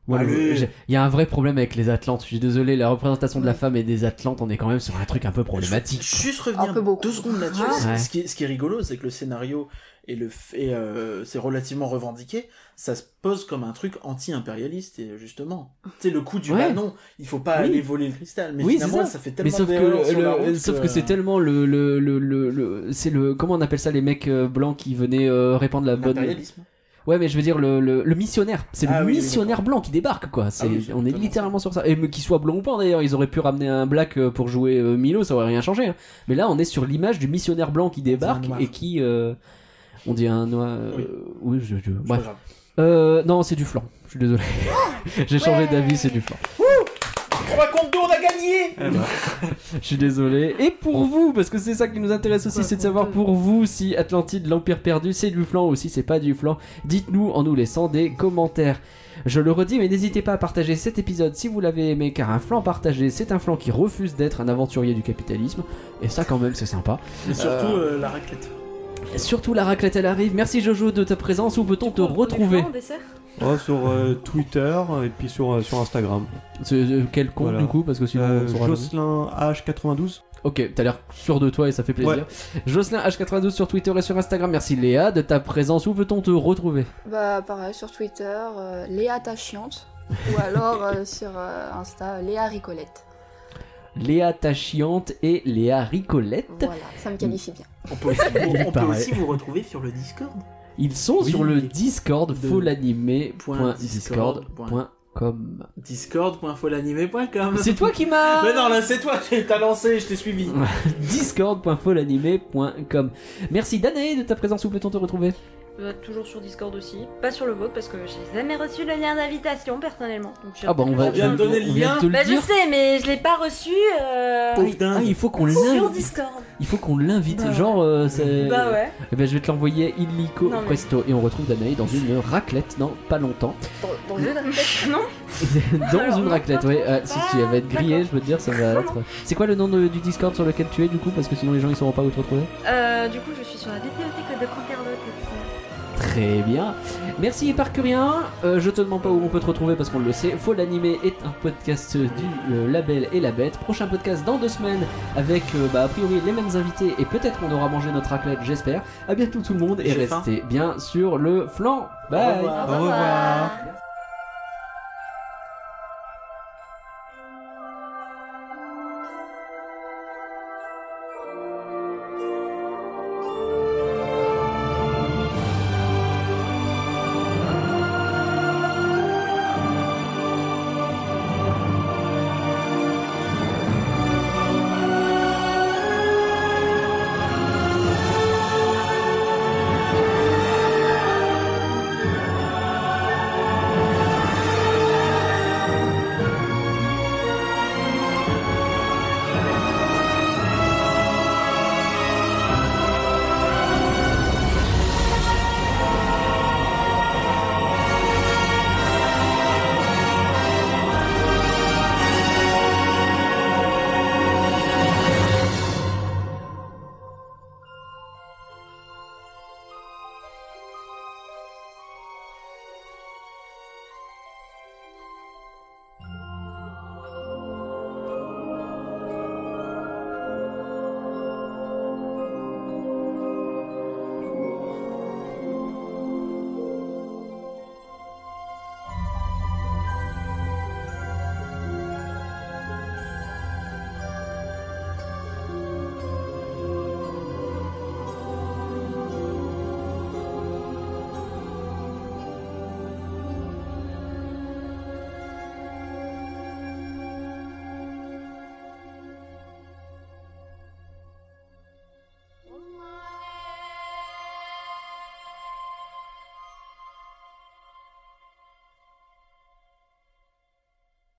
[SPEAKER 1] voilà,
[SPEAKER 11] Allez.
[SPEAKER 1] j'ai- il y a un vrai problème avec les Atlantes. Je suis désolé, la représentation de la femme et des Atlantes, on est quand même sur un truc un peu problématique.
[SPEAKER 11] Juste
[SPEAKER 2] Un
[SPEAKER 11] revenir
[SPEAKER 2] peu beaucoup.
[SPEAKER 11] deux secondes là-dessus.
[SPEAKER 1] Ah.
[SPEAKER 11] Ce-
[SPEAKER 1] Ouais.
[SPEAKER 11] Ce, qui est, ce qui est rigolo, c'est que le scénario et le f- et, euh, c'est relativement revendiqué. Ça se pose comme un truc anti-impérialiste et justement, c'est le coup du
[SPEAKER 1] Ouais.
[SPEAKER 11] ballon. Il faut pas
[SPEAKER 1] Oui.
[SPEAKER 11] aller voler le cristal. Mais
[SPEAKER 1] Oui,
[SPEAKER 11] finalement,
[SPEAKER 1] c'est
[SPEAKER 11] ça.
[SPEAKER 1] ça.
[SPEAKER 11] fait
[SPEAKER 1] Mais
[SPEAKER 11] tellement
[SPEAKER 1] sauf que,
[SPEAKER 11] d'erreurs sur la
[SPEAKER 1] le-
[SPEAKER 11] route
[SPEAKER 1] sauf que c'est tellement le, le, le, le- le- c'est le comment on appelle ça les mecs euh, blancs qui venaient euh, répandre la bonne
[SPEAKER 11] l'impérialisme.
[SPEAKER 1] ouais mais je veux dire le, le, le missionnaire c'est
[SPEAKER 11] Ah
[SPEAKER 1] le
[SPEAKER 11] oui, oui,
[SPEAKER 1] missionnaire blanc qui débarque quoi c'est,
[SPEAKER 11] Ah oui, c'est
[SPEAKER 1] on est
[SPEAKER 11] totalement
[SPEAKER 1] littéralement sur ça et mais qu'il soit blanc ou pas d'ailleurs ils auraient pu ramener un black euh, pour jouer euh, Milo ça aurait rien changé hein. mais là on est sur l'image du missionnaire blanc qui débarque
[SPEAKER 11] noir.
[SPEAKER 1] et qui euh, on dit un noir euh,
[SPEAKER 11] Oui.
[SPEAKER 1] oui je, je-
[SPEAKER 11] C'est
[SPEAKER 1] bref
[SPEAKER 11] pas grave.
[SPEAKER 1] euh, non c'est du flan je suis désolé j'ai changé d'avis c'est du flan
[SPEAKER 11] Trois contre deux, on a gagné
[SPEAKER 1] Je suis désolé. Et pour vous, parce que c'est ça qui nous intéresse aussi, c'est de savoir pour vous si Atlantide, l'Empire perdu, c'est du flan ou si c'est pas du flan. Dites-nous en nous laissant des commentaires. Je le redis, mais n'hésitez pas à partager cet épisode si vous l'avez aimé, car un flan partagé, c'est un flan qui refuse d'être un aventurier du capitalisme. Et ça, quand même, c'est sympa.
[SPEAKER 11] Mais surtout euh, la raclette.
[SPEAKER 1] Surtout la raclette, elle arrive. Merci Jojo de ta présence. Où peut-on te
[SPEAKER 13] On prenait
[SPEAKER 1] retrouver
[SPEAKER 13] flan en dessert
[SPEAKER 10] Oh, sur euh, Twitter et puis sur, euh, sur Instagram.
[SPEAKER 1] C'est- euh, Quel compte
[SPEAKER 10] Voilà.
[SPEAKER 1] du coup Parce que sinon,
[SPEAKER 10] Euh,
[SPEAKER 1] on saura jamais.
[SPEAKER 10] Jocelyn H92.
[SPEAKER 1] Ok, t'as l'air sûr de toi et ça fait plaisir. Jocelyn H92 sur Twitter et sur Instagram. Merci Léa de ta présence. Où peut-on te retrouver
[SPEAKER 9] Bah pareil sur Twitter, euh, Léa ta chiante, ou alors euh, sur euh, Insta, Léa Ricolette.
[SPEAKER 1] Léa Tachiante et Léa Ricolette.
[SPEAKER 9] Voilà, ça me qualifie bien.
[SPEAKER 11] On peut aussi, on
[SPEAKER 1] Il
[SPEAKER 11] peut
[SPEAKER 1] paraît.
[SPEAKER 11] aussi vous retrouver sur le Discord.
[SPEAKER 1] Ils sont
[SPEAKER 11] Oui.
[SPEAKER 1] sur le Discord
[SPEAKER 11] De-
[SPEAKER 1] folanimé.discord.com.
[SPEAKER 11] Discord.folanimé.com
[SPEAKER 1] C'est toi qui m'as.
[SPEAKER 11] Mais non, là c'est toi, qui t'as lancé, je t'ai suivi.
[SPEAKER 1] Discord.folanimé.com. Merci Danae de ta présence. Où peut-on te retrouver
[SPEAKER 3] Bah, toujours sur Discord aussi, pas sur le vôtre parce que j'ai jamais reçu le lien d'invitation personnellement. Donc j'ai-
[SPEAKER 1] Ah bah on va
[SPEAKER 3] On vient de
[SPEAKER 11] donner le
[SPEAKER 1] on vient de te
[SPEAKER 11] lien.
[SPEAKER 1] le
[SPEAKER 3] Bah, je
[SPEAKER 1] dire.
[SPEAKER 3] sais, mais je l'ai pas reçu euh,
[SPEAKER 1] Ah, il- ah, il faut qu'on
[SPEAKER 3] sur
[SPEAKER 1] l'invite.
[SPEAKER 3] Discord.
[SPEAKER 1] Il faut qu'on l'invite.
[SPEAKER 3] Bah
[SPEAKER 1] Genre, euh, c'est-
[SPEAKER 3] Bah ouais.
[SPEAKER 1] Eh ben, je vais te l'envoyer illico
[SPEAKER 3] Non, mais-
[SPEAKER 1] presto et on retrouve Danae dans une raclette dans pas longtemps.
[SPEAKER 3] Dans le jeu d'invitation, non
[SPEAKER 1] dans une raclette, ouais. Ah, si tu vas être grillé, je veux te dire, ça va être. C'est quoi le nom de- du Discord sur lequel tu es du coup Parce que sinon les gens ils sauront pas où te retrouver.
[SPEAKER 3] Euh, du coup, je suis sur la bibliothèque de Canterlot.
[SPEAKER 1] Très bien. Merci Parcurien. Euh, je te demande pas où on peut te retrouver parce qu'on le sait. Faut l'animer est un podcast du euh, label et la bête. Prochain podcast dans deux semaines avec euh, bah, a priori les mêmes invités et peut-être qu'on aura mangé notre raclette, j'espère. À bientôt tout le monde et
[SPEAKER 11] J'ai faim.
[SPEAKER 1] restez bien sur le flanc. Bye.
[SPEAKER 11] Au revoir.
[SPEAKER 10] Au revoir.